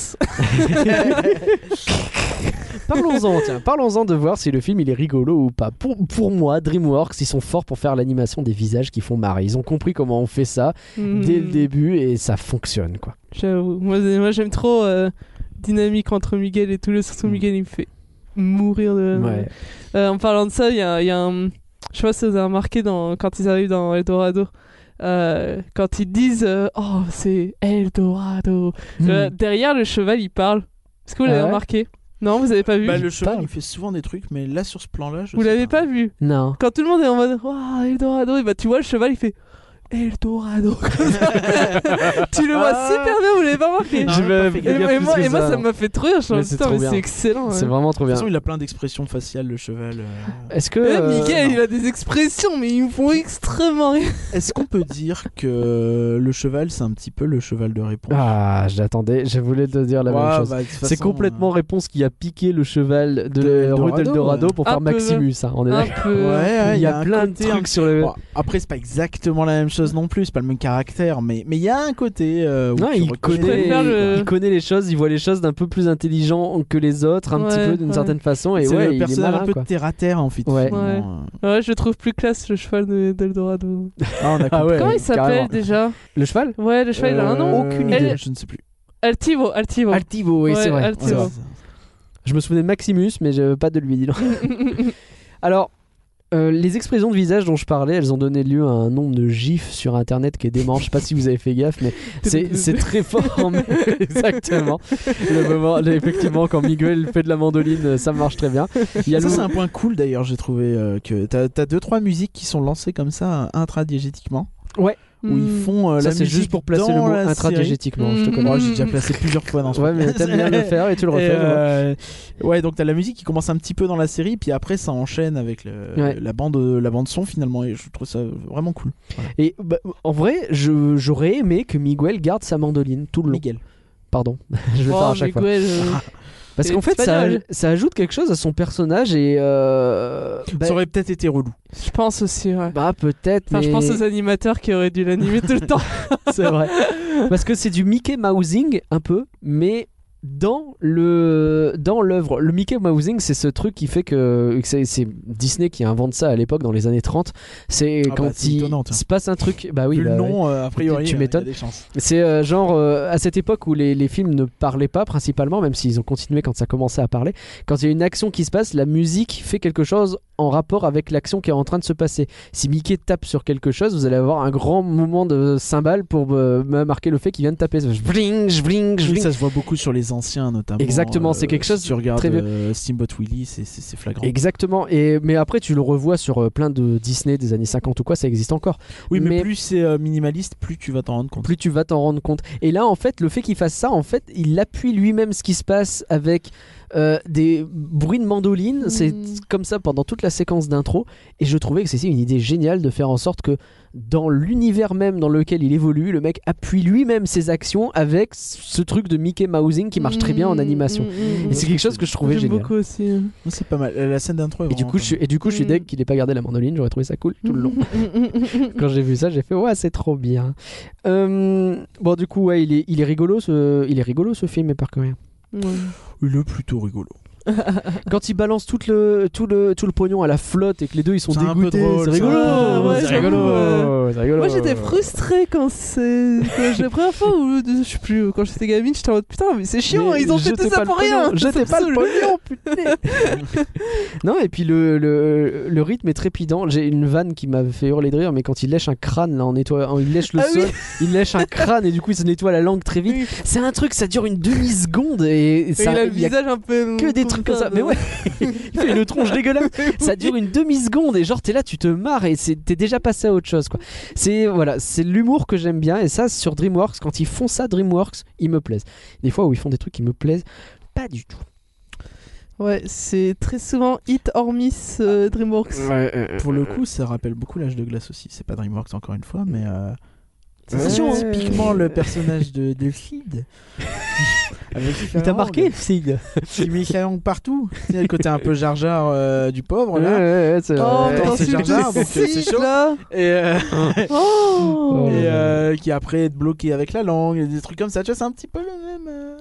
Speaker 1: Parlons-en, tiens, parlons-en de voir si le film il est rigolo ou pas. Pour, pour moi, DreamWorks, ils sont forts pour faire l'animation des visages qui font marrer. Ils ont compris comment on fait ça dès le
Speaker 6: Hmm.
Speaker 1: début et ça fonctionne, quoi.
Speaker 6: J'avoue. Moi, c'est- moi, j'aime trop euh, dynamique entre Miguel et Toulouse. Surtout
Speaker 1: Mm.
Speaker 6: Miguel, il me fait mourir de.
Speaker 1: Ouais.
Speaker 6: Euh, en parlant de ça, il y a, il y a un. Je sais pas si vous avez remarqué dans... quand ils arrivent dans Eldorado. euh, quand ils disent euh, Oh, c'est Eldorado.
Speaker 1: Mm.
Speaker 6: Euh, derrière le cheval, il parle. Est-ce que vous
Speaker 1: Hmm. Ah
Speaker 6: l'avez
Speaker 1: ouais
Speaker 6: remarqué Non, vous avez pas vu
Speaker 2: Bah, le cheval
Speaker 1: parle.
Speaker 2: il fait souvent des trucs, mais là sur ce plan-là, je
Speaker 6: Vous
Speaker 2: sais
Speaker 6: l'avez pas vu
Speaker 1: Non.
Speaker 6: Quand tout le monde est en mode Waouh, Eldorado, et bah tu vois le cheval, il fait Eldorado. Comme ça. tu le vois
Speaker 2: Ah.
Speaker 6: super bien, vous l'avez pas remarqué
Speaker 2: Non, Je vais- pas fait
Speaker 6: Et,
Speaker 2: gaffe.
Speaker 6: et moi, et moi, ça m'a fait trop rire. Je suis en
Speaker 1: Mais
Speaker 6: mode,
Speaker 1: c'est
Speaker 6: putain,
Speaker 1: trop
Speaker 6: mais
Speaker 1: bien.
Speaker 6: c'est excellent.
Speaker 1: C'est
Speaker 6: ouais.
Speaker 1: vraiment trop
Speaker 2: De
Speaker 1: bien.
Speaker 2: toute façon, il a plein d'expressions faciales, le cheval. euh.
Speaker 1: Est-ce que.
Speaker 6: Eh,
Speaker 1: euh,
Speaker 6: Miguel,
Speaker 2: non.
Speaker 6: il a des expressions, mais ils me font extrêmement rire.
Speaker 2: Est-ce qu'on peut dire que le cheval, c'est un petit peu le cheval de réponse
Speaker 1: Ah, je l'attendais, je voulais te dire la même
Speaker 2: Ouais,
Speaker 1: chose.
Speaker 2: bah, de toute
Speaker 1: C'est
Speaker 2: façon,
Speaker 1: complètement réponse qui a piqué le cheval de,
Speaker 2: de
Speaker 1: la
Speaker 2: Eldorado,
Speaker 1: rue d'Eldorado pour
Speaker 6: Un
Speaker 1: faire
Speaker 6: peu.
Speaker 1: Maximus, hein, on est
Speaker 6: Un
Speaker 1: d'accord.
Speaker 6: peu.
Speaker 2: euh, Ouais, ouais,
Speaker 1: il y a,
Speaker 2: un
Speaker 1: plein de
Speaker 2: côté un
Speaker 1: trucs sur le.
Speaker 2: Bon, après, c'est pas exactement la même chose non plus, c'est pas le même caractère, mais mais il y a un côté. euh, où
Speaker 1: Non,
Speaker 2: tu
Speaker 1: il
Speaker 2: reconnais-
Speaker 1: connaît,
Speaker 6: préfère le-
Speaker 1: il connaît les choses, il voit les choses d'un peu plus intelligent que les autres, un petit
Speaker 6: Ouais,
Speaker 1: peu d'une
Speaker 6: ouais.
Speaker 1: certaine façon, et
Speaker 2: C'est
Speaker 1: ouais,
Speaker 2: le
Speaker 1: il est
Speaker 2: personnage
Speaker 1: malin,
Speaker 2: un peu
Speaker 1: quoi.
Speaker 2: terre à terre en fait.
Speaker 1: Ouais.
Speaker 2: finalement. euh.
Speaker 6: Ouais, je le trouve plus classe le cheval de- d'Eldorado.
Speaker 2: Ah, on a
Speaker 1: Ah
Speaker 2: compris.
Speaker 1: ouais.
Speaker 6: Comment
Speaker 1: carrément.
Speaker 6: il s'appelle déjà
Speaker 1: Le cheval
Speaker 6: Ouais, le cheval, il a un nom.
Speaker 2: Euh,
Speaker 1: Aucune
Speaker 6: idée.
Speaker 2: elle- Je ne sais plus.
Speaker 6: Altivo, Altivo.
Speaker 1: Altivo, oui,
Speaker 6: Oh. Ouais,
Speaker 1: c'est vrai.
Speaker 6: Altivo.
Speaker 1: c'est vrai. Je me souvenais de Maximus, mais je pas de lui. dis donc. Alors, euh, les expressions de visage dont je parlais, elles ont donné lieu à un nombre de gifs sur Internet qui est dément. Je sais pas si vous avez fait gaffe, mais c'est c'est très fort. en- Exactement. Le moment, effectivement, quand Miguel fait de la mandoline, euh, ça marche très bien. Il y a
Speaker 2: Ça,
Speaker 1: le-
Speaker 2: c'est un point cool d'ailleurs, j'ai trouvé euh, que t'as t'as deux trois musiques qui sont lancées comme ça euh, intradiégétiquement où
Speaker 6: Hmm.
Speaker 2: ils font euh,
Speaker 1: Ça,
Speaker 2: la
Speaker 1: c'est
Speaker 2: musique
Speaker 1: juste pour placer le
Speaker 2: dans
Speaker 1: mot
Speaker 2: la série.
Speaker 1: intradigétiquement. Je te
Speaker 6: Mm.
Speaker 1: connais.
Speaker 2: Moi, j'ai déjà placé plusieurs fois dans ce
Speaker 1: Ouais, mais t'aimes bien le faire et tu le
Speaker 2: Et,
Speaker 1: refais. je vois.
Speaker 2: euh, ouais, donc t'as la musique qui commence un petit peu dans la série, puis après ça enchaîne avec le-
Speaker 1: Ouais.
Speaker 2: la bande, la bande son finalement. Et je trouve ça vraiment cool.
Speaker 1: Et bah, en vrai, je- j'aurais aimé que Miguel garde sa mandoline tout le long.
Speaker 2: Miguel.
Speaker 1: Pardon, je vais
Speaker 6: Oh,
Speaker 1: faire à chaque fois.
Speaker 6: Miguel, euh,
Speaker 1: Parce
Speaker 6: C'est
Speaker 1: qu'en fait, ça,
Speaker 6: espagnol.
Speaker 1: ça ajoute quelque chose à son personnage et. euh, bah,
Speaker 2: ça aurait peut-être été relou.
Speaker 6: euh, je pense aussi, ouais.
Speaker 1: bah, peut-être.
Speaker 6: Enfin, je
Speaker 1: mais-
Speaker 6: pense aux animateurs qui auraient dû l'animer tout le temps.
Speaker 1: C'est vrai. Parce que c'est du Mickey Mousing, un peu, mais dans le dans l'œuvre le Mickey Mousing c'est ce truc qui fait que, que c'est, c'est Disney qui invente ça à l'époque dans les années 30 c'est
Speaker 2: Ah
Speaker 1: quand
Speaker 2: bah, c'est
Speaker 1: il
Speaker 2: étonnant, tiens.
Speaker 1: se passe un truc bah oui
Speaker 2: Vu
Speaker 1: bah,
Speaker 2: le
Speaker 1: ouais.
Speaker 2: nom, euh, a priori,
Speaker 1: Tu
Speaker 2: euh,
Speaker 1: m'étonnes.
Speaker 2: il y a des chances.
Speaker 1: C'est euh, genre euh, à cette époque où les, les films ne parlaient pas principalement, même s'ils ont continué quand ça commençait à parler. Quand il y a une action qui se passe, la musique fait quelque chose en rapport avec l'action qui est en train de se passer. Si Mickey tape sur quelque chose, vous allez avoir un grand moment de cymbale pour euh, marquer le fait qu'il vient de taper. Bling, bling,
Speaker 2: Oui,
Speaker 1: bling.
Speaker 2: ça se voit beaucoup sur les anciens notamment.
Speaker 1: Exactement, c'est quelque chose
Speaker 2: Si tu regardes
Speaker 1: très vieux.
Speaker 2: euh, Steamboat Willie, c'est- c'est c'est flagrant.
Speaker 1: Exactement. Et mais après, tu le revois sur euh, plein de Disney des années 50 ou quoi, ça existe encore.
Speaker 2: oui, mais,
Speaker 1: mais-
Speaker 2: plus c'est euh, minimaliste, plus tu vas t'en rendre compte.
Speaker 1: plus tu vas t'en rendre compte. Et là, en fait, le fait qu'il fasse ça, en fait, il appuie lui-même ce qui se passe avec euh, des bruits de mandoline. C'est
Speaker 6: Mm.
Speaker 1: comme ça pendant toute la séquence d'intro. Et je trouvais que c'était une idée géniale de faire en sorte que dans l'univers même dans lequel il évolue, le mec appuie lui-même ses actions avec ce truc de Mickey Mousing qui marche très bien en
Speaker 6: Mm,
Speaker 1: animation.
Speaker 6: mm, mm,
Speaker 1: Et c'est quelque chose que je trouvais
Speaker 6: J'aime
Speaker 1: génial.
Speaker 6: beaucoup aussi. euh.
Speaker 2: C'est pas mal. La scène d'intro.
Speaker 1: Et
Speaker 2: est
Speaker 1: du
Speaker 2: vraiment
Speaker 1: coup, je suis, et du coup, je suis
Speaker 6: Mm.
Speaker 1: deg qu'il ait pas gardé la mandoline. J'aurais trouvé ça cool tout le long. Quand j'ai vu ça, j'ai fait ouais, c'est trop bien. Euh, bon, du coup, ouais, il est, il est rigolo ce, il est rigolo ce film, mais par coréen.
Speaker 6: Ouais.
Speaker 2: Il est plutôt rigolo.
Speaker 1: Quand il balance tout le, tout le, tout le pognon à la flotte et que les deux ils sont
Speaker 2: C'est un peu
Speaker 1: dégoûtés,
Speaker 2: drôle,
Speaker 1: c'est
Speaker 2: ça.
Speaker 1: rigolo,
Speaker 6: Ah, ouais,
Speaker 1: c'est
Speaker 6: j'avoue,
Speaker 1: rigolo,
Speaker 6: ouais.
Speaker 1: c'est rigolo.
Speaker 6: Moi j'étais frustrée quand c'est. quand j'ai- La première fois où je sais plus, quand j'étais gamine, j'étais en mode putain, mais c'est chiant,
Speaker 1: Mais
Speaker 6: ils ont fait
Speaker 1: jetez
Speaker 6: tout
Speaker 1: pas
Speaker 6: ça
Speaker 1: le
Speaker 6: pour
Speaker 1: pognon,
Speaker 6: rien!
Speaker 1: jetez
Speaker 6: ça me
Speaker 1: pas le
Speaker 6: saoule.
Speaker 1: Non, et puis le, le, le rythme est trépidant. J'ai une vanne qui m'a fait hurler de rire, mais quand il lèche un crâne, là, en nettoyant, il lèche le
Speaker 6: Ah oui.
Speaker 1: sol, il lèche un crâne et du coup il se nettoie la langue très vite.
Speaker 6: Oui.
Speaker 1: C'est un truc, ça dure une demi-seconde et,
Speaker 6: Et
Speaker 1: ça,
Speaker 6: il a le
Speaker 1: il y a
Speaker 6: visage un peu.
Speaker 1: que des trucs comme ça. Mais ouais, il fait une tronche dégueulasse. Ça dure une demi-seconde et genre t'es là, tu te marres et c'est- t'es déjà passé à autre chose quoi. C'est voilà, c'est l'humour que j'aime bien et ça sur DreamWorks, quand ils font ça DreamWorks, ils me plaisent. Des fois où ils font des trucs qui me plaisent pas du tout.
Speaker 6: Ouais, c'est très souvent hit or miss euh, Dreamworks.
Speaker 2: Pour le coup, ça rappelle beaucoup l'âge de glace aussi. C'est pas DreamWorks encore une fois, mais euh,
Speaker 1: C'est
Speaker 2: c'est
Speaker 1: sûr, hein.
Speaker 2: typiquement le personnage de, de Sid. Avec
Speaker 1: Il t'a
Speaker 2: Farrell,
Speaker 1: marqué, Sid
Speaker 2: Qui met sa langue partout. Tu sais, le côté un peu Jar Jar euh, du pauvre là.
Speaker 1: c'est
Speaker 6: Oh,
Speaker 2: Ouais,
Speaker 6: t'en
Speaker 2: c'est
Speaker 6: suis
Speaker 2: Jar Jar, donc, euh, c'est chaud.
Speaker 6: là
Speaker 2: Et, euh,
Speaker 6: Oh
Speaker 2: et, euh, qui après est bloqué avec la langue et des trucs comme ça. Tu vois, c'est un petit peu le même. euh,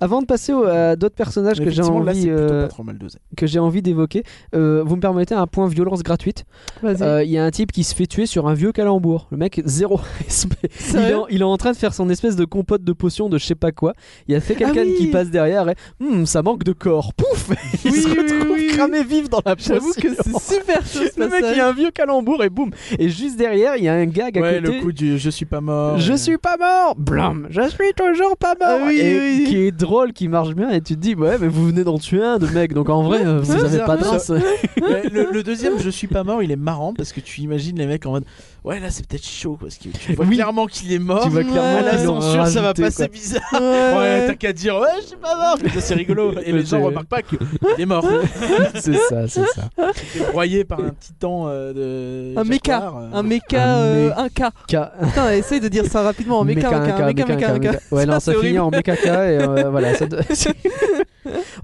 Speaker 1: Avant de passer au- à d'autres personnages que j'ai
Speaker 2: Effectivement, là,
Speaker 1: envie,
Speaker 2: c'est plutôt
Speaker 1: euh,
Speaker 2: pas trop mal dosé.
Speaker 1: que j'ai envie d'évoquer, euh, vous me permettez un point violence gratuite.
Speaker 6: Vas-y.
Speaker 1: Euh, Il y a un type qui se fait tuer sur un vieux calembour. Le mec, zéro respect. Il est,
Speaker 6: Sérieux
Speaker 1: en, il est en train de faire son espèce de compote de potion de je sais pas quoi. Il y a fait quelqu'un
Speaker 6: Ah oui
Speaker 1: qui passe derrière et Hum, ça manque de corps. Pouf Il
Speaker 6: Oui,
Speaker 1: se
Speaker 6: oui,
Speaker 1: retrouve
Speaker 6: oui, oui.
Speaker 1: cramé vif dans la
Speaker 6: J'avoue que
Speaker 1: potion.
Speaker 6: c'est super chaud ce
Speaker 1: Le mec, il y
Speaker 6: passage.
Speaker 1: a un vieux calembour et boum. Et juste derrière, il y a un gag à
Speaker 2: Ouais,
Speaker 1: côté.
Speaker 2: le coup du je suis pas mort. euh,
Speaker 1: Je suis pas mort Blam Je suis toujours pas mort
Speaker 6: Ah oui,
Speaker 1: Et
Speaker 6: oui, oui.
Speaker 1: Qui est drôle, qui marche bien, et tu te dis, ouais, mais vous venez d'en tuer un de mec, donc en vrai, euh, vous
Speaker 6: Ouais,
Speaker 1: avez pas de
Speaker 6: bizarrement.
Speaker 1: race.
Speaker 2: Ouais, le, le deuxième, je suis pas mort, il est marrant parce que tu imagines les mecs en mode ouais là c'est peut-être chaud parce que tu vois
Speaker 1: Oui.
Speaker 2: clairement qu'il est mort.
Speaker 1: Tu vois
Speaker 6: ouais,
Speaker 1: clairement
Speaker 2: la
Speaker 1: qu'ils l'ont
Speaker 2: censure, ça va
Speaker 1: rajouté,
Speaker 2: passer
Speaker 1: quoi.
Speaker 2: bizarre. Ouais,
Speaker 6: Ouais.
Speaker 2: t'as qu'à dire ouais je suis pas mort. Comme ça, c'est rigolo et les gens
Speaker 1: C'est-
Speaker 2: remarquent pas qu'il est mort.
Speaker 1: C'est ça, c'est ça.
Speaker 2: Il est broyé par un titan euh, de.
Speaker 6: Un méca.
Speaker 2: jaguar, euh.
Speaker 6: Un méca,
Speaker 1: Un
Speaker 6: euh,
Speaker 1: mé-
Speaker 6: un K.
Speaker 1: K.
Speaker 6: Putain, essaye de dire ça rapidement. Un méca, un K, un méca, un K, un K.
Speaker 1: Ouais, non, ça
Speaker 6: c'est
Speaker 1: finit
Speaker 6: horrible.
Speaker 1: en méca et euh, voilà. ça te-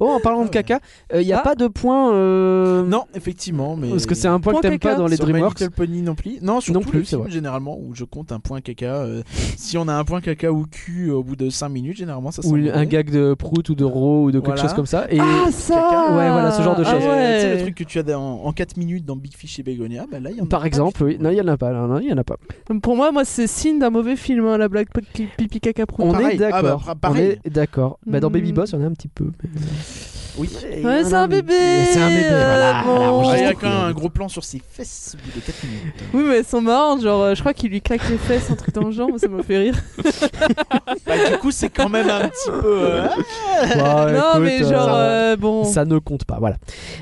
Speaker 1: oh, en parlant de caca, il n'y a
Speaker 6: Ah.
Speaker 1: pas de point. euh,
Speaker 2: Non effectivement mais.
Speaker 1: Parce que c'est un point,
Speaker 6: Point
Speaker 1: que t'aimes
Speaker 6: caca.
Speaker 1: pas dans les
Speaker 2: Sur My
Speaker 1: Dreamworks.
Speaker 2: Little Pony non plus. Non, sur
Speaker 1: Non
Speaker 2: tous
Speaker 1: plus,
Speaker 2: les
Speaker 1: c'est
Speaker 2: films,
Speaker 1: vrai.
Speaker 2: généralement où je compte un point caca. euh, si on a un point caca ou cul euh, au bout de 5 minutes, généralement ça
Speaker 1: Ou
Speaker 2: sent
Speaker 1: un
Speaker 2: mauvais.
Speaker 1: gag de prout ou de ro ou de quelque
Speaker 2: Voilà.
Speaker 1: chose comme ça. Et
Speaker 6: Ah, ça
Speaker 1: Ouais, voilà, ce genre de
Speaker 6: Ah
Speaker 1: choses.
Speaker 2: Et, euh, Tu sais,
Speaker 6: ouais.
Speaker 2: le truc que tu as dans- en 4 minutes dans Big Fish et Begonia, bah là, il y en a
Speaker 1: par
Speaker 2: pas
Speaker 1: exemple,
Speaker 2: du
Speaker 1: oui.
Speaker 2: tout.
Speaker 1: Non, il n'y en a pas. non, non, Il y en a pas.
Speaker 6: Pour moi, moi, c'est signe d'un mauvais film, hein, la blague pipi pipi, caca prout.
Speaker 1: On
Speaker 2: Pareil.
Speaker 1: est d'accord.
Speaker 2: Ah bah,
Speaker 1: on
Speaker 2: pareil.
Speaker 1: est d'accord. Bah, dans
Speaker 6: Hmm.
Speaker 1: Baby Boss, il y en a un petit peu. mais- euh,
Speaker 2: Oui.
Speaker 6: Ouais, c'est un bébé.
Speaker 1: Mais C'est un bébé.
Speaker 6: euh,
Speaker 1: Voilà.
Speaker 2: Ah,
Speaker 6: bon.
Speaker 2: Il y a
Speaker 1: Enregistre.
Speaker 2: quand même un gros plan sur ses fesses au bout de 4 minutes.
Speaker 6: Oui, mais elles sont marrantes. Genre, euh, je crois qu'il lui claque les fesses, un truc dans le genre, mais ça m'a fait rire.
Speaker 2: Bah, du coup, c'est quand même un petit peu. euh,
Speaker 1: Bah,
Speaker 6: non,
Speaker 1: écoute,
Speaker 6: mais
Speaker 1: euh,
Speaker 6: genre,
Speaker 1: ça-
Speaker 6: euh, bon.
Speaker 1: Ça ne compte pas, voilà.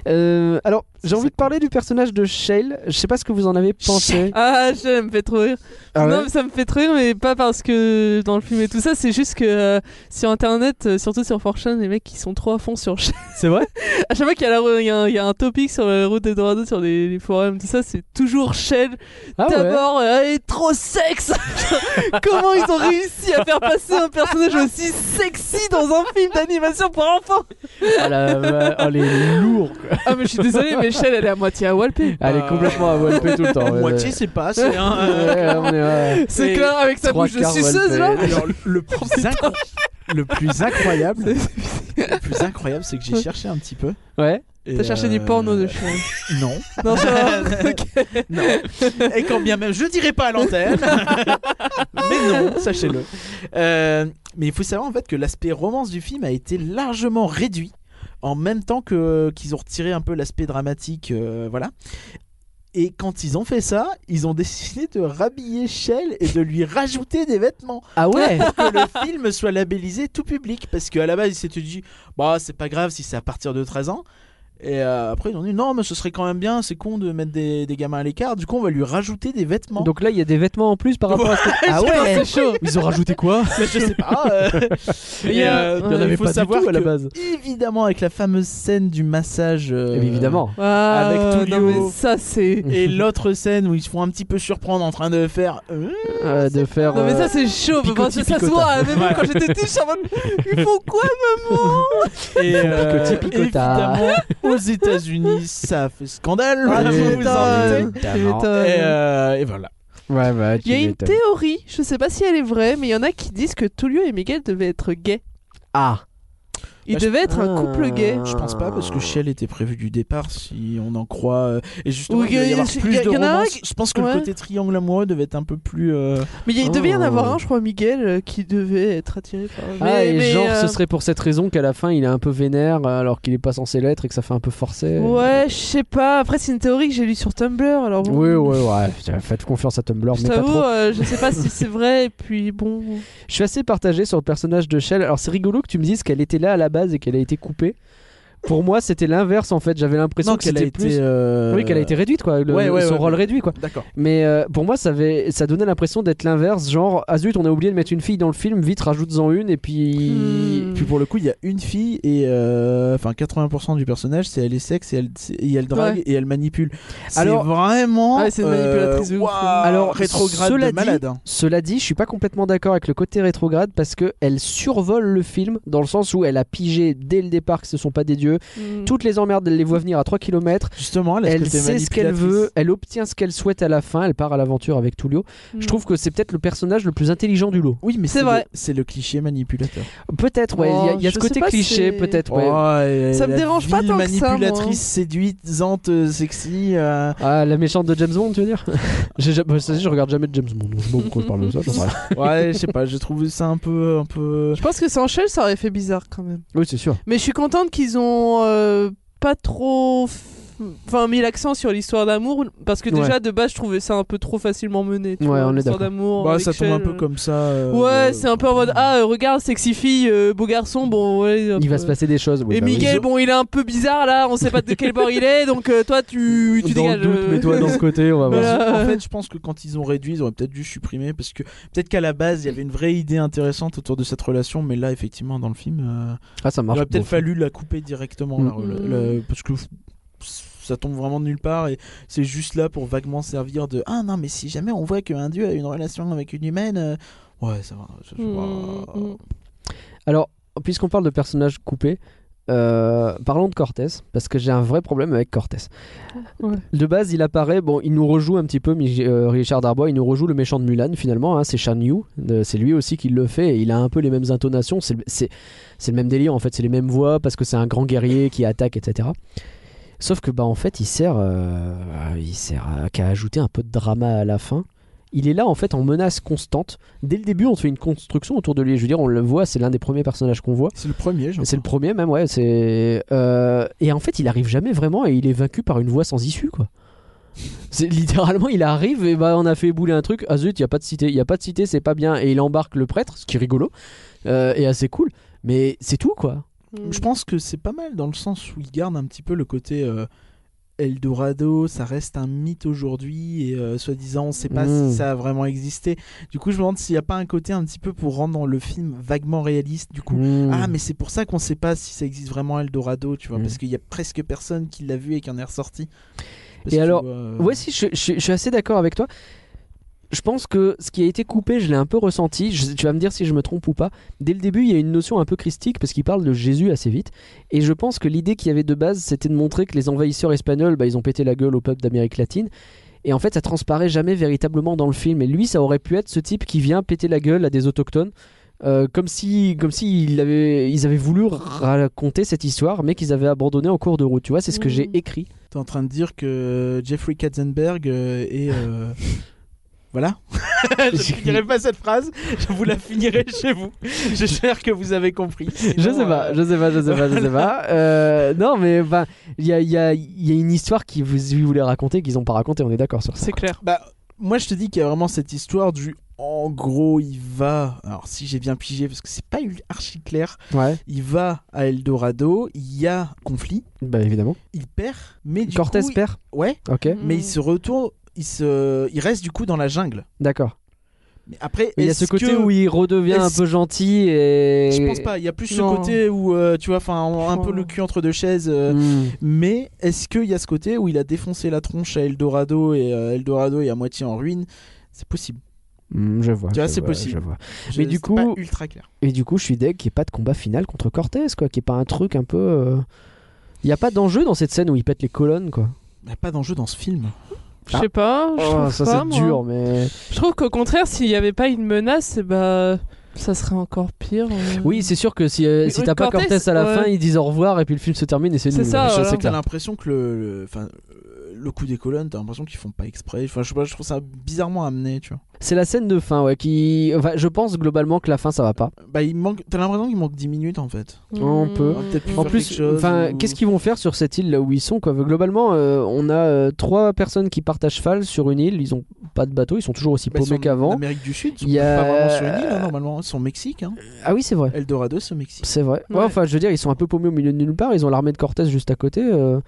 Speaker 1: Euh, alors, j'ai
Speaker 2: Ça
Speaker 1: envie de
Speaker 2: compte.
Speaker 1: parler du personnage de Shale. Je sais pas ce que vous en avez pensé.
Speaker 6: Ah, je elle me fait trop rire.
Speaker 1: Ah ouais
Speaker 6: non, mais ça me fait trop rire, mais pas parce que dans le film et tout ça, c'est juste que euh, sur internet, euh, surtout sur 4 les mecs qui sont trop à fond sur. à
Speaker 1: C'est vrai
Speaker 6: chaque fois qu'il y, a la- il y a un- il y a un topic sur la route des Dorado, sur les, les forums, tout ça, c'est toujours Shell.
Speaker 1: Ah ouais.
Speaker 6: D'abord, euh, elle est trop sexe Comment ils ont réussi à faire passer un personnage aussi sexy dans un film d'animation pour enfants
Speaker 1: Ah la- ouais, oh, les- les lourds, quoi.
Speaker 6: Ah, mais je suis désolée, mais Shell, elle est à moitié à Walpé.
Speaker 1: Elle est
Speaker 2: Euh,
Speaker 1: complètement à walper tout le temps. ouais,
Speaker 2: Moitié,
Speaker 1: ouais.
Speaker 2: c'est pas assez. hein, euh.
Speaker 1: Ouais, on est, ouais.
Speaker 6: C'est
Speaker 2: Et
Speaker 6: clair, avec sa
Speaker 1: trois
Speaker 6: bouche de
Speaker 1: quarts Walpé.
Speaker 6: suceuse, là
Speaker 2: Alors, le plus, incro- le plus incroyable, le plus incroyable, c'est que j'ai cherché un petit peu.
Speaker 1: Ouais.
Speaker 2: et,
Speaker 6: T'as cherché du
Speaker 2: euh,
Speaker 6: porno de Shell.
Speaker 2: Non.
Speaker 6: Non, ça va.
Speaker 2: non. Et quand bien même, je dirais pas à l'antenne. mais non, sachez-le. Euh, mais il faut savoir en fait que l'aspect romance du film a été largement réduit en même temps que qu'ils ont retiré un peu l'aspect dramatique, euh, voilà. Et quand ils ont fait ça, ils ont décidé de rhabiller Shell et de lui rajouter des vêtements
Speaker 1: Ah ouais
Speaker 2: pour que le film soit labellisé tout public. Parce qu'à la base, ils s'étaient dit, bah c'est pas grave si c'est à partir de 13 ans. Et euh, après, ils ont dit, non, mais ce serait quand même bien, c'est con de mettre des, des gamins à l'écart. Du coup, on va lui rajouter des vêtements.
Speaker 1: Donc là, il y a des vêtements en plus par rapport à ce que... Ah ouais chaud Ils ont rajouté quoi
Speaker 2: Mais je sais pas. euh,
Speaker 6: Il y
Speaker 2: et,
Speaker 6: a-
Speaker 2: euh,
Speaker 6: il y en avait
Speaker 2: il faut
Speaker 1: pas du
Speaker 2: savoir
Speaker 1: tout à la
Speaker 2: que,
Speaker 1: base.
Speaker 2: Évidemment, avec la fameuse scène du massage. euh,
Speaker 1: Eh bien, Évidemment.
Speaker 6: Ah,
Speaker 2: Avec tout
Speaker 6: non,
Speaker 2: Lio.
Speaker 6: mais ça, c'est.
Speaker 2: Et l'autre scène où ils se font un petit peu surprendre en train de faire. euh,
Speaker 1: Euh, de faire...
Speaker 6: Non, mais
Speaker 1: euh,
Speaker 6: ça, c'est chaud.
Speaker 1: Picotti,
Speaker 6: parce que ça se
Speaker 1: picota.
Speaker 6: voit. hein, Même quand j'étais petite, je suis en mode. Ils font quoi, maman
Speaker 2: et euh,
Speaker 1: picoti, picota.
Speaker 2: évidemment, aux États-Unis, ça a fait scandale.
Speaker 6: Ah,
Speaker 2: vous
Speaker 6: tu
Speaker 2: vous en
Speaker 6: m'étonnes.
Speaker 2: doutez.
Speaker 1: Ah,
Speaker 6: Tu m'étonnes.
Speaker 2: Et, euh, et voilà.
Speaker 1: Ouais, bah, tu
Speaker 6: Il y a une
Speaker 1: m'étonnes.
Speaker 6: théorie, je sais pas si elle est vraie, mais il y en a qui disent que Tullio et Miguel devaient être gays.
Speaker 1: Ah
Speaker 6: Ils
Speaker 2: Bah, je-
Speaker 6: devaient être un couple gay.
Speaker 2: Je pense pas parce que Shell était prévu du départ si on en croit. euh, Et justement,
Speaker 6: Oui,
Speaker 2: il doit y avoir
Speaker 6: je-
Speaker 2: plus
Speaker 6: y a-
Speaker 2: de
Speaker 6: y en a un
Speaker 2: romance.
Speaker 6: qui-
Speaker 2: Je pense que
Speaker 6: Ouais.
Speaker 2: le côté triangle amoureux devait être un peu plus. euh,
Speaker 6: Mais il devait y en
Speaker 1: Oh.
Speaker 6: avoir un, je crois, Miguel, euh, qui devait être attiré par.
Speaker 1: ah,
Speaker 6: Mais-
Speaker 1: et
Speaker 6: mais,
Speaker 1: genre,
Speaker 6: euh,
Speaker 1: ce serait pour cette raison qu'à la fin il est un peu vénère euh, alors qu'il est pas censé l'être et que ça fait un peu forcé.
Speaker 6: Ouais, je sais pas. Après, c'est une théorie que j'ai lue sur Tumblr. Alors bon,
Speaker 1: Oui, ouais, ouais. Putain, Faites confiance à Tumblr,
Speaker 6: Je
Speaker 1: mais pas
Speaker 6: t'avoue,
Speaker 1: trop.
Speaker 6: euh, je sais pas si c'est vrai. Et puis bon.
Speaker 1: Je suis assez partagé sur le personnage de Shell. Alors, c'est rigolo que tu me dises qu'elle était là à la base et qu'elle a été coupée. Pour moi, c'était l'inverse en fait. J'avais l'impression
Speaker 2: Non,
Speaker 1: que
Speaker 2: qu'elle a
Speaker 1: c'était
Speaker 2: été.
Speaker 1: plus.
Speaker 2: euh,
Speaker 1: Oui, qu'elle a été réduite quoi. Le-
Speaker 2: Ouais, ouais,
Speaker 1: son
Speaker 2: ouais,
Speaker 1: rôle
Speaker 2: ouais.
Speaker 1: réduit quoi.
Speaker 2: D'accord.
Speaker 1: Mais euh, pour moi, ça, avait... ça donnait l'impression d'être l'inverse. Genre, ah zut, on a oublié de mettre une fille dans le film, vite rajoute-en une et puis.
Speaker 6: Hmm.
Speaker 2: Puis pour le coup, il y a une fille et euh, enfin 80% du personnage, c'est elle est sexe et elle, c'est- et elle drague
Speaker 6: Ouais.
Speaker 2: et elle manipule.
Speaker 1: Alors-
Speaker 2: Alors vraiment, euh,
Speaker 6: Ah, c'est une manipulatrice de ouf.
Speaker 2: waouh,
Speaker 1: Alors,
Speaker 2: rétrograde
Speaker 1: cela
Speaker 2: de
Speaker 1: dit-
Speaker 2: malade. hein.
Speaker 1: Cela dit, je suis pas complètement d'accord avec le côté rétrograde parce que elle survole le film dans le sens où elle a pigé dès le départ que ce sont pas des dieux yeux.
Speaker 6: Mm.
Speaker 1: Toutes les emmerdes, elle les voit venir à 3 km.
Speaker 2: Justement, elle, est-ce que
Speaker 1: Elle
Speaker 2: t'es
Speaker 1: sait ce qu'elle
Speaker 2: manipulatrice
Speaker 1: veut, elle obtient ce qu'elle souhaite à la fin, elle part à l'aventure avec Tullio.
Speaker 6: Mm.
Speaker 1: Je trouve que c'est peut-être le personnage le plus intelligent du lot.
Speaker 2: Oui, mais
Speaker 6: C'est
Speaker 2: c'est
Speaker 6: vrai.
Speaker 2: le- C'est le cliché manipulateur.
Speaker 1: Peut-être, ouais. Il y a- il y, a
Speaker 6: Oh,
Speaker 1: ce
Speaker 6: je
Speaker 1: côté
Speaker 6: sais pas,
Speaker 1: cliché,
Speaker 6: c'est-
Speaker 1: peut-être, ouais.
Speaker 2: Oh,
Speaker 6: euh, Ça
Speaker 2: la
Speaker 6: me dérange pas
Speaker 2: vile
Speaker 6: tant que ça, moi.
Speaker 2: Manipulatrice, séduisante, euh, sexy. euh,
Speaker 1: Ah, la méchante de James Bond, tu veux dire J'ai ja- bah, ça, Je regarde jamais de James Bond. donc Je sais pas pourquoi je parle de ça. j'en sais rien.
Speaker 2: Ouais, je sais pas, j'ai trouvé ça un peu, un peu.
Speaker 6: Je pense que sans Shell, ça aurait fait bizarre quand même.
Speaker 1: Oui, c'est sûr.
Speaker 6: Mais je suis contente qu'ils ont euh, pas trop. f- Enfin, mis l'accent sur l'histoire d'amour parce que déjà de base je trouvais ça un peu trop facilement mené. tu
Speaker 1: Ouais,
Speaker 6: vois,
Speaker 1: on est
Speaker 6: l'histoire
Speaker 1: d'accord.
Speaker 6: d'amour.
Speaker 2: Bah,
Speaker 6: avec
Speaker 2: ça tombe un
Speaker 6: Shell,
Speaker 2: peu
Speaker 6: euh.
Speaker 2: comme ça. euh,
Speaker 6: Ouais, c'est un peu en mode ah euh, regarde sexy fille, euh, beau garçon, bon ouais. hop,
Speaker 1: Il va se
Speaker 6: euh.
Speaker 1: passer des choses. oui,
Speaker 6: Et
Speaker 1: bah oui.
Speaker 6: Miguel, bon, il est un peu bizarre là, on sait pas de quel bord il est, donc euh, toi tu, tu
Speaker 1: dans
Speaker 6: dégages.
Speaker 1: le doute,
Speaker 6: euh.
Speaker 1: mets-toi dans le côté, on va voir.
Speaker 6: Voilà.
Speaker 2: Bah, En fait, je pense que quand ils ont réduit, ils auraient peut-être dû supprimer parce que peut-être qu'à la base, il y avait une vraie idée intéressante autour de cette relation, mais là, effectivement, dans le film, euh,
Speaker 1: Ah, ça
Speaker 2: il
Speaker 1: marche.
Speaker 2: aurait peut-être
Speaker 1: bon.
Speaker 2: fallu la couper directement,
Speaker 1: Mm.
Speaker 2: la rela-
Speaker 6: Mm.
Speaker 2: la- parce que f- ça tombe vraiment de nulle part et c'est juste là pour vaguement servir de ah non, mais si jamais on voit qu'un dieu a une relation avec une humaine, euh, ouais, ça va. ça- ça va.
Speaker 6: Mm, mm.
Speaker 1: Alors, puisqu'on parle de personnages coupés, euh, parlons de Cortés, parce que j'ai un vrai problème avec Cortés.
Speaker 6: Ouais.
Speaker 1: De base, il apparaît, bon, il nous rejoue un petit peu Mich- euh, Richard Darbois, il nous rejoue le méchant de Mulan finalement, hein, c'est Shan Yu, euh, c'est lui aussi qui le fait, et il a un peu les mêmes intonations, c'est le- c'est c'est le même délire en fait, c'est les mêmes voix, parce que c'est un grand guerrier qui attaque, etc. Sauf que, bah, en fait, il sert, euh, il sert à- qu'à ajouter un peu de drama à la fin. Il est là en fait en menace constante. Dès le début, on fait une construction autour de lui. Je veux dire, on le voit, c'est l'un des premiers personnages qu'on voit.
Speaker 2: C'est le premier, je
Speaker 1: C'est le premier même, ouais. C'est euh, et en fait, il arrive jamais vraiment et il est vaincu par une voie sans issue, quoi. C'est littéralement, il arrive et bah on a fait ébouler un truc. Ah zut, il y a pas de cité, il y a pas de cité, c'est pas bien. Et il embarque le prêtre, ce qui est rigolo euh, et assez cool. Mais c'est tout, quoi.
Speaker 6: mm,
Speaker 2: Je pense que c'est pas mal dans le sens où il garde un petit peu le côté euh, Eldorado, ça reste un mythe aujourd'hui et euh, soi-disant on sait pas
Speaker 1: Mm.
Speaker 2: si ça a vraiment existé. Du coup, je me demande s'il n'y a pas un côté un petit peu pour rendre le film vaguement réaliste. Du coup, ah, mais c'est pour ça qu'on sait pas si ça existe vraiment Eldorado, tu vois,
Speaker 1: Mm.
Speaker 2: parce qu'il y a presque personne qui l'a vu et qui en est ressorti. Parce
Speaker 1: Et
Speaker 2: que,
Speaker 1: alors,
Speaker 2: euh,
Speaker 1: Ouais, si, je, je- je suis assez d'accord avec toi. Je pense que ce qui a été coupé, je l'ai un peu ressenti. Je- tu vas me dire si je me trompe ou pas. Dès le début, il y a une notion un peu christique parce qu'il parle de Jésus assez vite. Et je pense que l'idée qu'il y avait de base, c'était de montrer que les envahisseurs espagnols, bah, ils ont pété la gueule au peuple d'Amérique latine. Et en fait, ça transparaît jamais véritablement dans le film. Et lui, ça aurait pu être ce type qui vient péter la gueule à des autochtones. euh, comme si, comme si il avait- ils avaient voulu raconter cette histoire, mais qu'ils avaient abandonné en cours de route. Tu vois, c'est ce que
Speaker 6: Mhm.
Speaker 1: j'ai écrit.
Speaker 2: T'es en train de dire que Jeffrey Katzenberg euh, est. euh, Voilà. je ne finirai pas cette phrase, je vous la finirai chez vous. J'espère que vous avez compris.
Speaker 1: Je
Speaker 2: Sinon,
Speaker 1: sais pas,
Speaker 2: euh,
Speaker 1: je sais pas, je sais pas, je sais pas. Euh, non, mais bah, il y a, il y a- il y a une histoire qu'ils vous, ils voulaient raconter, qu'ils ont pas raconté, on est d'accord sur ça.
Speaker 6: C'est clair.
Speaker 2: Bah, moi, je te dis qu'il y a vraiment cette histoire du. En gros, il va. Alors, si j'ai bien pigé, parce que c'est pas archi clair,
Speaker 1: Ouais,
Speaker 2: il va à Eldorado, il y a conflit,
Speaker 1: bah évidemment.
Speaker 2: il perd, mais du
Speaker 1: Cortés
Speaker 2: coup.
Speaker 1: perd
Speaker 2: Ouais,
Speaker 1: Ok,
Speaker 6: Mm.
Speaker 2: mais il se retourne, il, se... il reste du coup dans la jungle.
Speaker 1: d'accord.
Speaker 2: Mais après,
Speaker 1: Mais Il y a
Speaker 2: est-ce
Speaker 1: ce côté
Speaker 2: que-
Speaker 1: où il redevient un
Speaker 2: est-ce-
Speaker 1: peu gentil et.
Speaker 2: Je pense pas. Il y a plus
Speaker 6: Non.
Speaker 2: ce côté où euh, tu vois, enfin, on- un
Speaker 6: Je
Speaker 2: peu
Speaker 6: crois.
Speaker 2: le cul entre deux chaises. euh,
Speaker 1: Hmm.
Speaker 2: Mais est-ce qu'il y a ce côté où il a défoncé la tronche à Eldorado et euh, Eldorado est à moitié en ruine C'est possible.
Speaker 1: Hmm, je vois.
Speaker 2: Tu vois,
Speaker 1: je
Speaker 2: c'est
Speaker 1: vois,
Speaker 2: possible.
Speaker 1: je vois.
Speaker 2: Je-
Speaker 1: Mais du
Speaker 2: c'est
Speaker 1: coup-
Speaker 2: pas ultra clair.
Speaker 1: Et du coup, je suis deg qu'il n'y ait pas de combat final contre Cortés, quoi. Qu'il n'y ait pas un truc un peu. euh, Il n'y a pas d'enjeu dans cette scène où il pète les colonnes, quoi. Oh,
Speaker 2: Il n'y a pas d'enjeu dans ce film.
Speaker 6: Je sais pas. Je trouve
Speaker 1: Ah. ça,
Speaker 6: pas,
Speaker 1: c'est
Speaker 6: moi.
Speaker 1: dur, mais.
Speaker 6: Je trouve qu'au contraire, s'il n'y avait pas une menace, eh bah, ça serait encore pire. euh.
Speaker 1: Oui, c'est sûr que si, euh,
Speaker 6: Mais
Speaker 1: si t'as pas
Speaker 6: Cortés,
Speaker 1: Cortés à la
Speaker 6: ouais.
Speaker 1: fin, ils disent au revoir et puis le film se termine et c'est
Speaker 6: C'est
Speaker 1: nul.
Speaker 6: ça, voilà.
Speaker 2: Euh, T'as
Speaker 1: c'est clair.
Speaker 2: l'impression que le, le, enfin, euh, le coup des colonnes, t'as l'impression qu'ils font pas exprès. Enfin, je sais pas, je trouve ça bizarrement amené, tu vois.
Speaker 1: C'est la scène de fin, ouais, qui. Enfin, je pense globalement que la fin, ça va pas.
Speaker 2: Bah, il manque. T'as l'impression qu'il manque 10 minutes en fait.
Speaker 1: on
Speaker 6: Hmm.
Speaker 1: peut.
Speaker 2: On aurait peut-être pu
Speaker 1: En
Speaker 2: faire quelque
Speaker 1: plus,
Speaker 2: chose
Speaker 1: enfin,
Speaker 2: ou-
Speaker 1: qu'est-ce qu'ils vont faire sur cette île là où ils sont quoi Globalement, euh, on a euh, trois personnes qui partent à cheval sur une île. Ils ont pas de bateau, ils sont toujours aussi
Speaker 2: Bah, ils sont
Speaker 1: paumés
Speaker 2: en
Speaker 1: qu'avant.
Speaker 2: Amérique du Sud, ils
Speaker 1: Il y
Speaker 2: sont
Speaker 1: a-
Speaker 2: pas vraiment sur une île hein, normalement, ils sont au Mexique. Hein.
Speaker 1: Ah oui, c'est vrai.
Speaker 2: Eldorado, c'est au Mexique.
Speaker 1: C'est vrai. Ouais,
Speaker 6: Ouais.
Speaker 1: enfin, je veux dire, ils sont un peu paumés au milieu de nulle part. Ils ont l'armée de Cortés juste à côté. euh,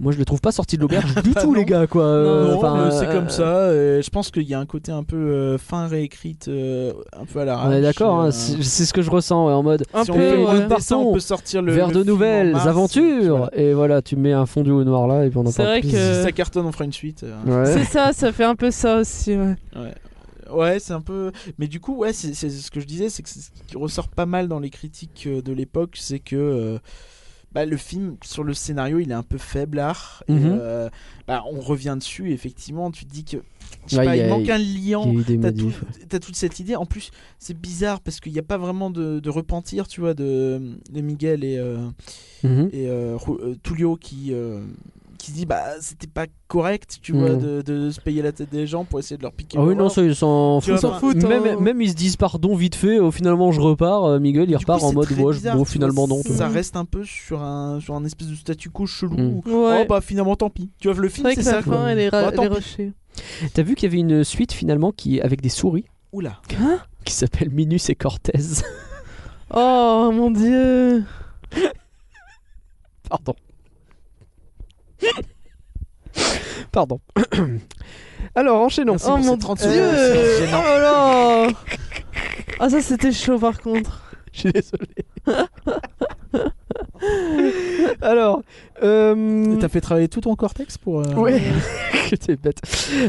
Speaker 1: Moi, je les trouve pas sortis de l'auberge du
Speaker 2: Bah
Speaker 1: tout,
Speaker 2: non.
Speaker 1: les gars, quoi.
Speaker 2: Non,
Speaker 1: Euh,
Speaker 2: non,
Speaker 1: enfin,
Speaker 2: mais c'est
Speaker 1: euh,
Speaker 2: comme ça. euh, je pense qu'il y a un côté un peu euh, fin réécrite, euh, un peu à la
Speaker 1: On est d'accord,
Speaker 2: Ah,
Speaker 1: hein, c'est c'est ce que je ressens, ouais, en mode.
Speaker 6: Un
Speaker 2: si
Speaker 6: peu,
Speaker 2: on fait
Speaker 6: ouais.
Speaker 2: une autre dessin, on
Speaker 1: Partons
Speaker 2: peut sortir le.
Speaker 1: vers
Speaker 2: le
Speaker 1: de
Speaker 2: film en
Speaker 1: nouvelles
Speaker 2: mars,
Speaker 1: aventures.
Speaker 2: voilà.
Speaker 1: Et voilà, tu mets un fondu au noir là et puis on en
Speaker 6: C'est
Speaker 1: parle
Speaker 6: vrai
Speaker 1: plus.
Speaker 6: que-
Speaker 2: Si ça cartonne, on fera une suite. euh.
Speaker 1: Ouais.
Speaker 6: C'est ça, ça fait un peu ça aussi. Ouais.
Speaker 2: Ouais, c'est un peu. Mais du coup, ouais, c'est c'est ce que je disais, c'est que c'est ce qui ressort pas mal dans les critiques euh, de l'époque, c'est que. euh, bah, le film sur le scénario il est un peu faiblard. Et,
Speaker 1: Mhm.
Speaker 2: euh, bah, on revient dessus, effectivement, tu te dis que je sais
Speaker 1: Ouais,
Speaker 2: pas,
Speaker 1: il y
Speaker 2: il
Speaker 1: a-
Speaker 2: manque un lien.
Speaker 1: Il y a eu des
Speaker 2: T'as tout-
Speaker 1: modifs.
Speaker 2: t'as toute cette idée. En plus, c'est bizarre parce qu'il n'y a pas vraiment de, de repentir, tu vois, de, de Miguel et, euh,
Speaker 1: Mhm.
Speaker 2: et euh, Ru- euh, Tullio qui, euh, qui se dit bah c'était pas correct, tu vois,
Speaker 1: Mm.
Speaker 2: de, de se payer la tête des gens pour essayer de leur piquer.
Speaker 1: Ah oui,
Speaker 2: leur
Speaker 1: non,
Speaker 2: or.
Speaker 1: ça, ils s'en
Speaker 2: Tu vois,
Speaker 1: foutent.
Speaker 2: bah,
Speaker 6: foutent, hein.
Speaker 1: Même, même ils se disent pardon vite fait, euh, finalement je repars, euh, Miguel il
Speaker 2: Du
Speaker 1: repart
Speaker 2: coup,
Speaker 1: en
Speaker 2: c'est
Speaker 1: mode
Speaker 2: très
Speaker 1: ouais,
Speaker 2: bizarre,
Speaker 1: bon
Speaker 2: tu
Speaker 1: finalement
Speaker 2: vois,
Speaker 1: non. toi.
Speaker 2: Ça reste un peu sur un, sur un espèce de statu quo chelou.
Speaker 1: Mm.
Speaker 2: où,
Speaker 6: Ouais.
Speaker 2: Oh bah finalement tant pis. Tu vois, le
Speaker 6: c'est
Speaker 2: film
Speaker 6: vrai
Speaker 2: c'est
Speaker 6: que
Speaker 2: ça
Speaker 6: la
Speaker 2: quoi.
Speaker 6: fin, elle est, ra-
Speaker 2: Bah, tant
Speaker 6: elle est
Speaker 2: pis.
Speaker 6: rushée.
Speaker 1: T'as vu qu'il y avait une suite finalement qui avec des souris
Speaker 2: Oula.
Speaker 1: qui s'appelle Minus et Cortez.
Speaker 6: Oh mon dieu
Speaker 1: Pardon. Pardon. Alors enchaînons.
Speaker 2: Merci
Speaker 6: Oh
Speaker 2: pour
Speaker 6: mon
Speaker 2: ces 30
Speaker 6: dieu
Speaker 2: secondes, c'est
Speaker 6: Oh
Speaker 2: gênant.
Speaker 6: là là. Ah ça c'était chaud par contre.
Speaker 1: Je suis désolé. Alors. euh,
Speaker 2: Et T'as fait travailler tout ton cortex pour. euh,
Speaker 1: Ouais. que t'es bête.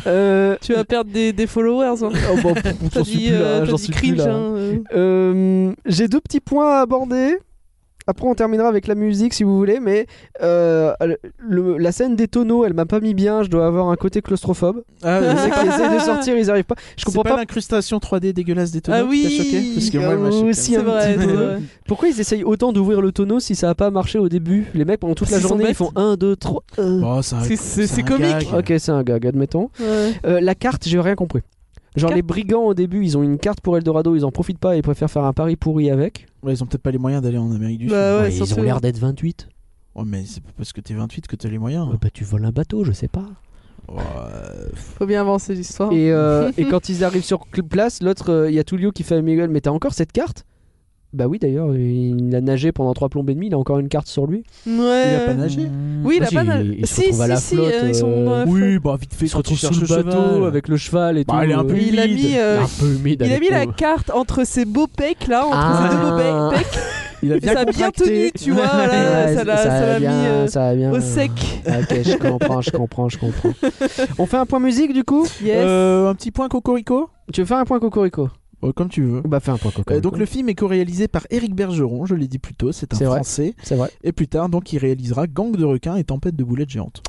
Speaker 1: Euh,
Speaker 6: Tu vas perdre des, des followers. Hein.
Speaker 1: oh, bon, pff,
Speaker 6: T'as
Speaker 1: j'en suis
Speaker 6: dit,
Speaker 1: plus là, j'en
Speaker 6: euh, t'as dit
Speaker 1: suis plus
Speaker 6: cringe.
Speaker 1: là.
Speaker 6: hein, euh.
Speaker 1: Euh, J'ai deux petits points à aborder. Après, on terminera avec la musique si vous voulez, mais euh, le- la scène des tonneaux, elle m'a pas mis bien. Je dois avoir un côté claustrophobe.
Speaker 2: Ah,
Speaker 1: Les
Speaker 2: ouais.
Speaker 1: mecs qui essayent de sortir, ils arrivent pas. Je
Speaker 2: C'est
Speaker 1: comprends
Speaker 2: pas,
Speaker 1: pas,
Speaker 2: l'incrustation 3D dégueulasse des tonneaux
Speaker 6: Ah oui
Speaker 2: qui t'a choqué Parce que moi, elle m'a
Speaker 1: Ah,
Speaker 2: choqué.
Speaker 1: aussi,
Speaker 6: C'est
Speaker 1: un
Speaker 6: vrai,
Speaker 1: petit
Speaker 6: c'est
Speaker 1: peu.
Speaker 6: vrai.
Speaker 1: Pourquoi ils essayent autant d'ouvrir le tonneau si ça a pas marché au début Les mecs, pendant toute
Speaker 6: Parce
Speaker 1: la
Speaker 6: qu'ils sont
Speaker 1: journée, ils
Speaker 6: bêtes.
Speaker 1: font 1, 2, 3.
Speaker 2: Bon, c'est un-
Speaker 6: C'est- c'est-
Speaker 2: c'est
Speaker 6: c'est
Speaker 2: un
Speaker 6: comique.
Speaker 2: gag.
Speaker 1: Ok, c'est un gag, admettons.
Speaker 6: Ouais.
Speaker 1: Euh, la carte, j'ai rien compris. Genre
Speaker 6: Carte
Speaker 1: les brigands au début, ils ont une carte pour Eldorado, ils en profitent pas, ils préfèrent faire un pari pourri avec.
Speaker 2: Ouais, ils ont peut-être pas les moyens d'aller en Amérique du
Speaker 6: Bah
Speaker 2: Sud.
Speaker 6: ouais, surtout.
Speaker 1: d'être 28.
Speaker 2: Oh, mais c'est pas parce que t'es 28 que t'as les moyens.
Speaker 1: Ouais, bah tu voles un bateau, je sais pas.
Speaker 2: Oh, euh,
Speaker 6: Faut bien avancer l'histoire.
Speaker 1: Et, euh, et quand ils arrivent sur cl- place, l'autre, euh, il y a Tullio qui fait à Miguel, mais t'as encore cette carte Bah oui d'ailleurs, il a nagé pendant trois plombes et demi, il a encore une carte sur lui.
Speaker 2: il a
Speaker 6: Ouais.
Speaker 2: pas nagé
Speaker 6: Oui, il a
Speaker 1: Bah,
Speaker 6: pas
Speaker 1: si,
Speaker 6: nagé.
Speaker 1: il- il se
Speaker 6: si,
Speaker 1: retrouve à
Speaker 6: si,
Speaker 1: la
Speaker 6: si,
Speaker 1: flotte,
Speaker 6: euh, ils sont dans la flotte.
Speaker 2: Oui, bah vite fait,
Speaker 1: Il se
Speaker 2: quand tu
Speaker 1: retrouve sur
Speaker 2: cherches
Speaker 1: le bateau avec le cheval et tout.
Speaker 2: Bah, elle est un peu
Speaker 1: euh,
Speaker 2: humide.
Speaker 6: Il a mis, euh,
Speaker 1: un peu humide
Speaker 6: Il a
Speaker 1: avec
Speaker 6: mis
Speaker 1: le-
Speaker 6: la carte entre ses beaux pecs là, entre ses deux beaux
Speaker 1: Ah.
Speaker 6: pe- pecs.
Speaker 2: Il a
Speaker 6: Et ça a bien tenu, tu vois. voilà,
Speaker 1: Ouais,
Speaker 6: ça l'a ça l'a mis
Speaker 1: bien,
Speaker 6: euh,
Speaker 1: ça va bien.
Speaker 6: au sec.
Speaker 1: Ok, je comprends, je comprends, je comprends. On fait un point musique du coup
Speaker 6: Yes.
Speaker 2: Euh, un petit point cocorico
Speaker 1: Tu veux faire un point cocorico
Speaker 2: Ouais, Comme tu veux.
Speaker 1: Bah fais un point cocorico.
Speaker 2: Euh, donc le film est co-réalisé par Éric Bergeron, je l'ai dit plus tôt, c'est un
Speaker 1: C'est vrai.
Speaker 2: français.
Speaker 1: c'est vrai.
Speaker 2: Et plus tard, donc, il réalisera Gang de requins et Tempête de boulettes géantes.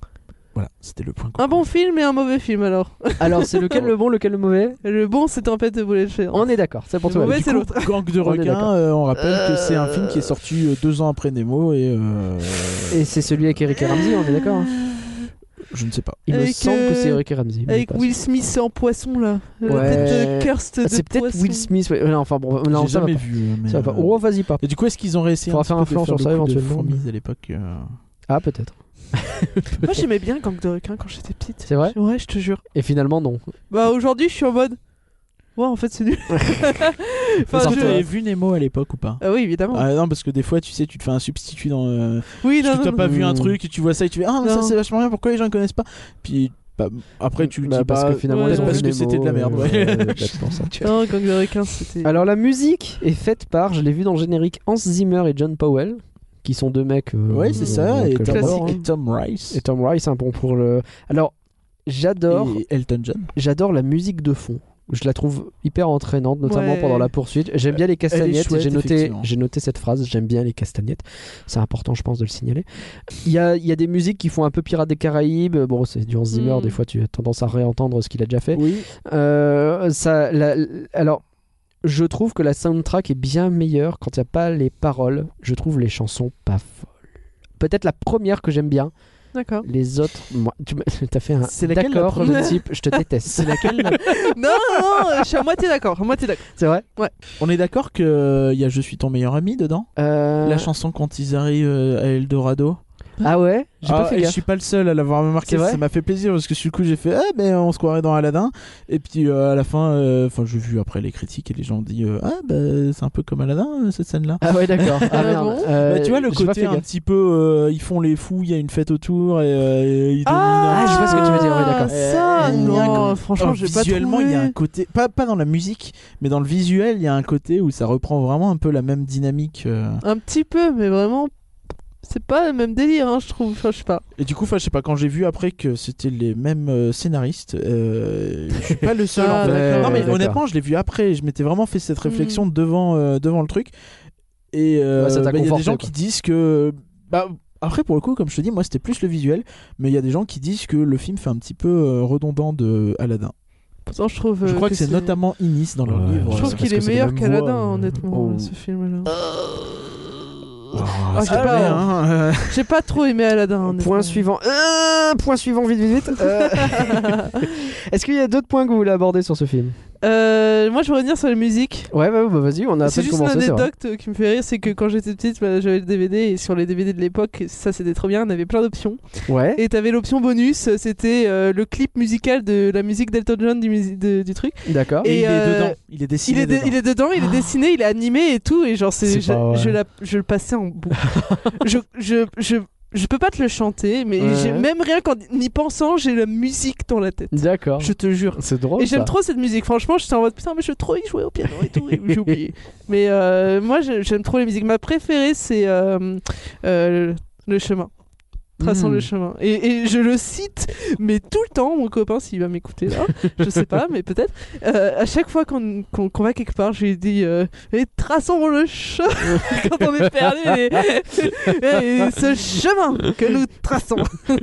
Speaker 2: Voilà, c'était le point.
Speaker 1: Ah
Speaker 6: Un bon
Speaker 2: commun.
Speaker 6: film et un mauvais film alors.
Speaker 1: Alors c'est lequel le bon, lequel le mauvais
Speaker 6: Le bon, c'est Tempête de boulet de fer.
Speaker 1: On est d'accord, c'est pour
Speaker 6: Le
Speaker 1: toi.
Speaker 6: mauvais,
Speaker 1: Du
Speaker 6: c'est
Speaker 1: coup,
Speaker 6: l'autre.
Speaker 2: Gang de
Speaker 1: On est d'accord.
Speaker 2: requins, euh, on rappelle que c'est un film qui est sorti euh, deux ans après Nemo et euh,
Speaker 1: Et c'est celui avec Eric et Ramsey, on est d'accord hein
Speaker 2: je ne sais pas.
Speaker 1: Il me
Speaker 6: Avec,
Speaker 1: semble que
Speaker 6: euh,
Speaker 1: c'est Eric et Ramsey. mais
Speaker 6: Avec
Speaker 1: pas
Speaker 6: Will Smith en poisson là.
Speaker 1: Ouais.
Speaker 6: La tête de Kirst
Speaker 1: sûr.
Speaker 6: de
Speaker 1: Ah, C'est peut-être
Speaker 6: poisson.
Speaker 1: Will Smith. ouais. Non, enfin bon, non,
Speaker 2: J'ai
Speaker 1: ça va
Speaker 2: jamais
Speaker 1: pas.
Speaker 2: vu. euh, mais,
Speaker 1: Ça va pas.
Speaker 2: euh,
Speaker 1: Oh, vas-y pas.
Speaker 2: Et du coup, est-ce qu'ils ont réussi
Speaker 1: Faudra
Speaker 2: un petit
Speaker 1: faire
Speaker 2: peu
Speaker 1: un
Speaker 2: de
Speaker 1: plan sur
Speaker 2: le
Speaker 1: ça,
Speaker 2: coup de
Speaker 1: éventuellement.
Speaker 2: fourmis à l'époque euh,
Speaker 1: Ah peut-être.
Speaker 6: Moi j'aimais bien Gang de requin quand j'étais petite.
Speaker 1: C'est vrai
Speaker 6: Ouais, je te jure.
Speaker 1: Et finalement non.
Speaker 6: Bah aujourd'hui, je suis en mode. Ouais, en fait, c'est nul.
Speaker 2: Est-ce
Speaker 6: enfin,
Speaker 2: que
Speaker 6: je-
Speaker 2: tu avais vu Nemo à l'époque ou pas
Speaker 6: Ah
Speaker 1: Oh.
Speaker 6: oui, évidemment.
Speaker 2: Ah non, parce que des fois, tu sais, tu te fais un substitut dans. euh,
Speaker 6: oui,
Speaker 2: Parce que
Speaker 6: non, non,
Speaker 2: t'as
Speaker 6: non.
Speaker 2: pas vu un
Speaker 1: Hmm.
Speaker 2: truc et tu vois ça et tu fais ah ça
Speaker 6: Non.
Speaker 2: c'est vachement bien pourquoi les gens ne connaissent pas puis bah, après tu le
Speaker 1: Bah,
Speaker 2: dis
Speaker 1: parce
Speaker 2: pas
Speaker 1: que finalement
Speaker 6: ouais,
Speaker 1: ils ont
Speaker 6: parce
Speaker 1: vu
Speaker 2: que
Speaker 1: Nemo,
Speaker 2: c'était de la merde,
Speaker 1: euh,
Speaker 2: ouais.
Speaker 1: euh, peut-être pour ça.
Speaker 6: Non, Gang de requin, c'était.
Speaker 1: Alors la musique est faite par, je l'ai vu dans le générique, Hans Zimmer et John Powell, qui sont deux mecs. euh,
Speaker 2: ouais c'est ça
Speaker 1: euh,
Speaker 2: et
Speaker 1: que
Speaker 2: Tom,
Speaker 1: j'adore,
Speaker 2: et
Speaker 1: hein.
Speaker 2: Tom Rice
Speaker 1: Et Tom Rice, hein, bon pour le. Alors j'adore,
Speaker 2: et Elton John
Speaker 1: j'adore la musique de fond. Je la trouve hyper entraînante, notamment
Speaker 6: Ouais.
Speaker 1: pendant la poursuite. J'aime bien les castagnettes.
Speaker 2: chouette,
Speaker 1: J'ai noté,
Speaker 2: effectivement.
Speaker 1: j'ai noté cette phrase. J'aime bien les castagnettes. C'est important, je pense, de le signaler. Il y a, il y a des musiques qui font un peu Pirates des Caraïbes. Bon, c'est du Hans Zimmer.
Speaker 6: Mm.
Speaker 1: Des fois, tu as tendance à réentendre ce qu'il a déjà fait.
Speaker 2: oui
Speaker 1: Euh, ça, la- alors, je trouve que la soundtrack est bien meilleure quand il n'y a pas les paroles. Je trouve les chansons pas folles. Peut-être la première que j'aime bien.
Speaker 6: D'accord.
Speaker 1: Les autres, moi, tu m'as- t'as fait un.
Speaker 2: C'est laquelle, la
Speaker 1: D'accord,
Speaker 2: première
Speaker 1: je type, je te déteste.
Speaker 2: c'est laquelle la-
Speaker 6: non, non, non, je suis à moitié d'accord. À moitié d'accord.
Speaker 1: C'est vrai
Speaker 2: on est d'accord que euh, il y a je suis ton meilleur ami dedans
Speaker 1: Euh,
Speaker 2: la chanson quand ils arrivent euh, à Eldorado
Speaker 1: Ah ouais J'ai
Speaker 2: Ah,
Speaker 1: pas fait
Speaker 2: et je
Speaker 1: gaffe.
Speaker 2: suis pas le seul à l'avoir remarqué
Speaker 1: C'est vrai
Speaker 2: ça m'a fait plaisir parce que du coup j'ai fait ah ben on se croirait dans Aladdin et puis euh, à la fin euh, enfin j'ai vu après les critiques et les gens ont dit euh, ah ben c'est un peu comme Aladdin euh, cette scène là
Speaker 1: Ah ouais, d'accord. Ah merde.
Speaker 6: bon
Speaker 1: Euh,
Speaker 2: Bah, tu vois le
Speaker 1: j'ai pas
Speaker 2: côté
Speaker 1: fait
Speaker 2: un
Speaker 1: gaffe.
Speaker 2: petit peu euh, ils font les fous, il y a une fête autour et euh, ils
Speaker 1: Ah, je
Speaker 2: dominent.
Speaker 1: vois ce que tu veux dire, ouais, d'accord.
Speaker 6: Ça,
Speaker 2: Euh, il y a
Speaker 6: non,
Speaker 2: un-
Speaker 6: franchement,
Speaker 2: Oh,
Speaker 6: j'ai pas
Speaker 2: visuellement, il y a un
Speaker 6: trouvé.
Speaker 2: côté pas pas dans la musique, mais dans le visuel, il y a un côté où ça reprend vraiment un peu la même dynamique euh.
Speaker 6: Un petit peu, mais vraiment, c'est pas le même délire, hein, je trouve. Enfin, je sais pas.
Speaker 2: Et du coup, enfin, je sais pas quand j'ai vu après que c'était les mêmes euh, scénaristes, euh, je suis pas le seul
Speaker 6: Ah,
Speaker 2: en fait.
Speaker 6: d'accord.
Speaker 2: Non mais
Speaker 1: Euh, D'accord.
Speaker 2: honnêtement, je l'ai vu après, je m'étais vraiment fait cette
Speaker 6: Mhm.
Speaker 2: réflexion devant euh, devant le truc et euh,
Speaker 1: Ouais, ça t'a
Speaker 2: bah, il y a des
Speaker 1: conforté,
Speaker 2: gens
Speaker 1: quoi.
Speaker 2: qui disent que Bah, après, pour le coup, comme je te dis, moi c'était plus le visuel, mais il y a des gens qui disent que le film fait un petit peu euh, redondant de Aladdin.
Speaker 6: Pourtant, je trouve.
Speaker 2: je
Speaker 6: euh,
Speaker 2: crois que c'est notamment Inis dans leur
Speaker 7: Ouais,
Speaker 2: livre.
Speaker 6: Je
Speaker 7: Ouais,
Speaker 6: trouve
Speaker 7: c'est
Speaker 6: qu'il
Speaker 7: parce que c'est
Speaker 6: est
Speaker 7: les
Speaker 6: meilleur
Speaker 7: mêmes
Speaker 6: qu'Aladin, hein,
Speaker 7: voix, mais-
Speaker 6: honnêtement,
Speaker 7: Oh.
Speaker 6: ce film.
Speaker 7: Ah,
Speaker 6: Ah,
Speaker 7: c'est-
Speaker 6: j'ai pas-
Speaker 2: mais, hein, euh,
Speaker 6: J'ai pas trop aimé Aladdin. honnêtement.
Speaker 1: Point suivant. Euh, point suivant, vite, vite, vite. Euh, Est-ce qu'il y a d'autres points que vous voulez aborder sur ce film
Speaker 6: Euh, moi, je veux revenir sur la musique.
Speaker 1: Ouais, bah, bah, vas-y, on a à
Speaker 6: C'est
Speaker 1: peine
Speaker 6: juste
Speaker 1: commencé.
Speaker 6: une
Speaker 1: c'est vrai.
Speaker 6: anecdote euh, qui me fait rire, c'est que quand j'étais petite, bah, j'avais le DVD et sur les DVD de l'époque, ça c'était trop bien, on avait plein d'options.
Speaker 1: Ouais.
Speaker 6: Et t'avais l'option bonus, euh, c'était euh, le clip musical de la musique d'Elton John du, musi- de- du truc.
Speaker 1: Et- D'accord.
Speaker 2: et il
Speaker 6: euh,
Speaker 2: est dedans, il est
Speaker 6: Il
Speaker 2: dessiné.
Speaker 6: est, de-
Speaker 2: dedans.
Speaker 6: il est dedans, il est dessiné, il est animé et tout, et genre c'est,
Speaker 7: C'est
Speaker 6: je,
Speaker 7: pas vrai.
Speaker 6: je la- je le passais en boucle. je, je, je, je peux pas te le chanter, mais
Speaker 1: Ouais.
Speaker 6: j'ai- même rien qu'en y pensant, j'ai la musique dans la tête.
Speaker 1: D'accord.
Speaker 6: Je te jure.
Speaker 7: C'est drôle.
Speaker 6: Et j'aime
Speaker 7: ça.
Speaker 6: trop cette musique. Franchement, j'étais en mode putain, mais je veux trop y jouer au piano et tout. et J'ai oublié. Mais euh, moi, j'ai- j'aime trop les musiques. Ma préférée, c'est euh, euh, Le chemin. Traçons
Speaker 7: Hmm.
Speaker 1: Mm.
Speaker 6: le chemin. Et, et je le cite, mais tout le temps, mon copain, s'il va m'écouter là, je sais pas, mais peut-être. euh, à chaque fois qu'on qu'on- qu'on va quelque part, je lui dis euh, Et traçons le chemin quand on est perdu. Et, et ce chemin que nous traçons. et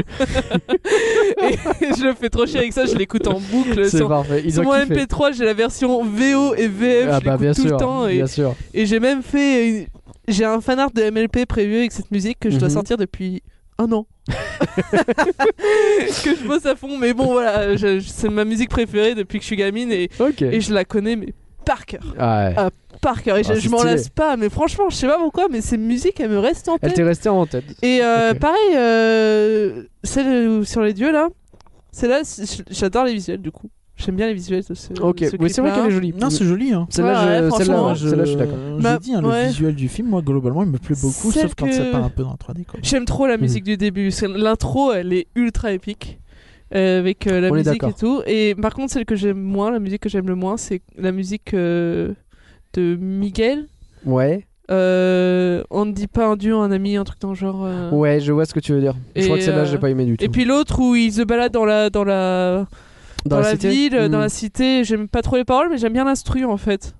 Speaker 6: je le fais trop chier avec ça, je l'écoute en boucle
Speaker 1: C'est
Speaker 6: sur
Speaker 1: parfait. Ils
Speaker 6: sur
Speaker 1: ont
Speaker 6: mon
Speaker 1: kiffé.
Speaker 6: MP3, j'ai la version VO et VF,
Speaker 1: Ah
Speaker 6: je
Speaker 1: bah
Speaker 6: l'écoute
Speaker 1: bien
Speaker 6: tout
Speaker 1: sûr.
Speaker 6: le temps. Et,
Speaker 1: Bien sûr.
Speaker 6: et j'ai même fait. une- J'ai un fanart de MLP prévu avec cette musique que je dois
Speaker 1: Mhm.
Speaker 6: sortir depuis un an. que je bosse à fond, mais bon, voilà, je- je- c'est ma musique préférée depuis que je suis gamine et,
Speaker 1: Ok.
Speaker 6: et je la connais, mais par cœur.
Speaker 1: Ouais.
Speaker 6: Ah, Par cœur, et je,
Speaker 1: Ah, c'est
Speaker 6: je m'en
Speaker 1: stylé.
Speaker 6: lasse pas, mais franchement, je sais pas pourquoi, mais ces musiques, elles me restent en
Speaker 1: Elle
Speaker 6: tête.
Speaker 1: t'est restée en tête.
Speaker 6: Et euh,
Speaker 1: Ok.
Speaker 6: pareil, euh, celle où- sur les dieux là, celle-là, c- j'adore les visuels du coup. J'aime bien les visuels de Euh, ce.
Speaker 1: Ok.
Speaker 6: de ce
Speaker 1: Oui, c'est vrai
Speaker 6: clip-là.
Speaker 1: qu'elle est jolie.
Speaker 2: Non, c'est joli. Hein.
Speaker 1: Celle-là,
Speaker 6: Ouais,
Speaker 1: je- celle-là,
Speaker 6: franchement,
Speaker 1: ouais, celle-là, je suis d'accord.
Speaker 2: je
Speaker 6: Bah,
Speaker 2: l'ai dit, hein,
Speaker 6: ouais.
Speaker 2: le visuel du film, moi globalement, il me plaît beaucoup,
Speaker 6: Celle
Speaker 2: sauf quand
Speaker 6: que-
Speaker 2: ça part un peu dans le 3D. Quoi.
Speaker 6: J'aime trop la
Speaker 1: Mhm.
Speaker 6: musique du début. C'est- L'intro, elle est ultra épique. euh, avec euh, la
Speaker 1: On est
Speaker 6: musique
Speaker 1: d'accord.
Speaker 6: et tout. Et par contre, celle que j'aime moins, la musique que j'aime le moins, c'est la musique euh, de Miguel.
Speaker 1: Ouais.
Speaker 6: Euh, on ne dit pas un dieu, un ami, un truc dans le genre. euh.
Speaker 1: Ouais, je vois ce que tu veux dire. Je
Speaker 6: Et,
Speaker 1: crois que celle-là,
Speaker 6: euh,
Speaker 1: j'ai pas aimé du tout.
Speaker 6: Et puis l'autre où il se balade dans la dans la dans, la,
Speaker 1: cité
Speaker 6: ville, euh, dans
Speaker 1: Hmm.
Speaker 6: la cité. J'aime pas trop les paroles, mais j'aime bien l'instru en fait.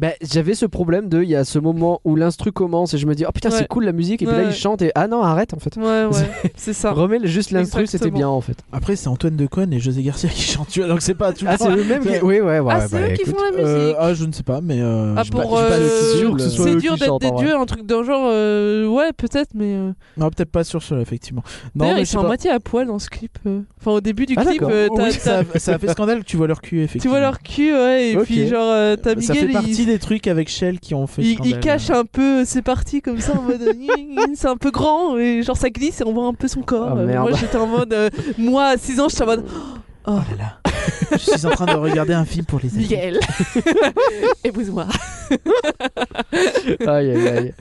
Speaker 1: Bah, j'avais ce problème de il y a ce moment où l'instru commence et je me dis oh putain
Speaker 6: Ouais.
Speaker 1: c'est cool la musique et puis là
Speaker 6: Ouais. Ah.
Speaker 1: il chante et ah non arrête en fait.
Speaker 6: Ouais, ouais, c'est ça.
Speaker 1: Remets juste l'instru c'était
Speaker 6: Exactement.
Speaker 1: bien en fait.
Speaker 2: Après, c'est Antoine Decaune et José Garcia qui chantent, tu vois, donc c'est pas tout le
Speaker 1: Ah c'est
Speaker 2: temps.
Speaker 1: eux même
Speaker 2: Ouais.
Speaker 1: qui... Oui ouais ouais.
Speaker 6: ah,
Speaker 1: bah,
Speaker 6: c'est eux qui
Speaker 1: écoute.
Speaker 6: font la musique.
Speaker 2: Euh, ah, je ne sais pas, mais. euh,
Speaker 6: Ah,
Speaker 2: je-
Speaker 6: pour,
Speaker 2: je-
Speaker 6: euh,
Speaker 2: je-
Speaker 1: sûr que ce soit
Speaker 6: c'est
Speaker 1: eux
Speaker 6: dur
Speaker 1: qui
Speaker 6: d'être
Speaker 1: chantent,
Speaker 6: des
Speaker 1: en vrai.
Speaker 6: dieux, un truc dans le genre. euh, ouais, peut-être, mais. euh,
Speaker 2: Non, peut-être pas sur cela, effectivement. Non,
Speaker 6: D'ailleurs,
Speaker 2: mais
Speaker 6: ils
Speaker 2: je sais
Speaker 6: sont à
Speaker 2: pas.
Speaker 6: moitié à poil dans ce clip. euh. Enfin, au début du
Speaker 1: Ah,
Speaker 6: clip,
Speaker 1: d'accord.
Speaker 6: euh, t'as-
Speaker 2: Oui,
Speaker 6: t'as-
Speaker 2: ça, ça a fait scandale, tu vois leur cul,
Speaker 6: tu
Speaker 2: effectivement.
Speaker 6: vois leur cul, ouais, et
Speaker 1: Ok.
Speaker 6: puis genre, euh, t'as
Speaker 2: Ça fait
Speaker 6: Miguel,
Speaker 2: partie
Speaker 6: il,
Speaker 2: des trucs avec Shell qui ont fait
Speaker 6: il-
Speaker 2: scandale. hein.
Speaker 6: il cache un peu euh, ses parties comme ça, en mode c'est un peu grand, et genre ça glisse et on voit un peu son corps.
Speaker 1: Ah,
Speaker 6: Euh,
Speaker 1: merde.
Speaker 6: moi j'étais en mode, euh, moi à 6 ans, j'étais en mode
Speaker 2: Oh là là. je suis en train de regarder un film pour les amis.
Speaker 6: Miguel, épouse-moi.
Speaker 1: Aïe aïe aïe.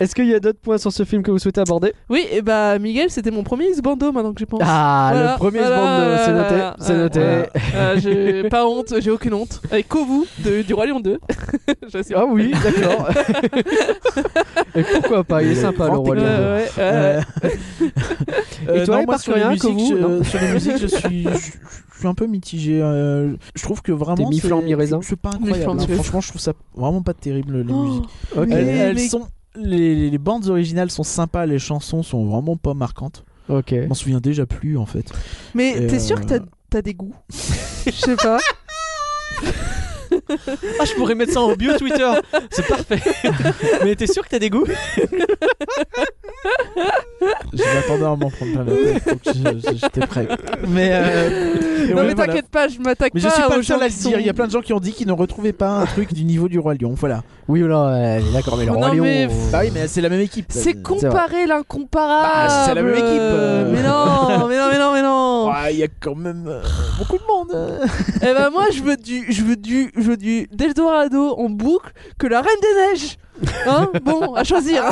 Speaker 1: Est-ce qu'il y a d'autres points sur ce film que vous souhaitez aborder
Speaker 6: Oui, et bah Miguel, c'était mon premier ex-bando maintenant que j'y pense.
Speaker 1: Ah
Speaker 6: Voilà,
Speaker 1: le premier
Speaker 6: voilà,
Speaker 1: seconde, c'est noté
Speaker 6: voilà,
Speaker 1: c'est
Speaker 6: voilà,
Speaker 1: noté.
Speaker 6: voilà. Euh, j'ai pas honte, j'ai aucune honte. Avec Kovu de- du Roi Lion 2. J'assume.
Speaker 1: Ah oui d'accord. et pourquoi pas il est
Speaker 2: Le
Speaker 1: sympa le
Speaker 2: grand
Speaker 1: roi
Speaker 6: Ouais,
Speaker 1: lion.
Speaker 6: ouais, ouais.
Speaker 2: Euh, euh,
Speaker 1: toi,
Speaker 2: non, moi,
Speaker 1: Épargne
Speaker 2: sur les
Speaker 1: rien,
Speaker 2: musiques,
Speaker 1: Kovu,
Speaker 2: je- euh,
Speaker 1: non
Speaker 2: sur les musiques, je suis, je, je suis un peu mitigé. euh, je trouve que vraiment,
Speaker 1: T'es mi-flan,
Speaker 2: c'est-
Speaker 1: mi-raisin
Speaker 2: C'est pas
Speaker 6: Mi-flan,
Speaker 2: incroyable. hein.
Speaker 6: mi-raisin.
Speaker 2: Franchement, je trouve ça vraiment pas terrible les
Speaker 6: Oh,
Speaker 2: musiques.
Speaker 1: Ok.
Speaker 6: Mais-
Speaker 2: Elles, elles
Speaker 6: mais-
Speaker 2: sont les, les bandes originales sont sympas, les chansons sont vraiment pas marquantes.
Speaker 1: Ok.
Speaker 2: Je m'en souviens déjà plus en fait.
Speaker 6: Mais
Speaker 2: Et,
Speaker 6: t'es sûr
Speaker 2: euh,
Speaker 6: que t'as, t'as des goûts Je sais pas.
Speaker 8: Ah, je pourrais mettre ça en bio Twitter. C'est parfait. Mais t'es sûr que t'as des goûts
Speaker 2: Je m'attendais à m'en prendre plein la tête, donc je- je- j'étais prêt. Mais euh, et
Speaker 6: non
Speaker 2: ouais,
Speaker 6: mais
Speaker 2: voilà.
Speaker 6: t'inquiète pas, je m'attaque
Speaker 2: Mais je
Speaker 6: pas
Speaker 2: suis pas
Speaker 6: aux
Speaker 2: le seul
Speaker 6: gens
Speaker 2: à le
Speaker 6: qui
Speaker 2: dire. Il y a
Speaker 6: sont-
Speaker 2: plein de gens qui ont dit qu'ils ne retrouvaient pas un truc du niveau du roi lion. Voilà.
Speaker 1: Oui là d'accord mais le
Speaker 6: Oh,
Speaker 1: roi
Speaker 6: non,
Speaker 1: lion.
Speaker 6: mais-
Speaker 1: euh,
Speaker 2: Bah oui, mais c'est la même équipe. euh.
Speaker 6: C'est comparer l'incomparable.
Speaker 2: Bah, c'est la même équipe, euh.
Speaker 6: Mais non, mais non, mais non, mais non.
Speaker 2: Ouais, Il y a quand même euh, beaucoup de monde. euh.
Speaker 6: Eh ben moi, je veux du, je veux du, je veux du Deldorado en boucle que la Reine des Neiges. Hein Bon, à choisir.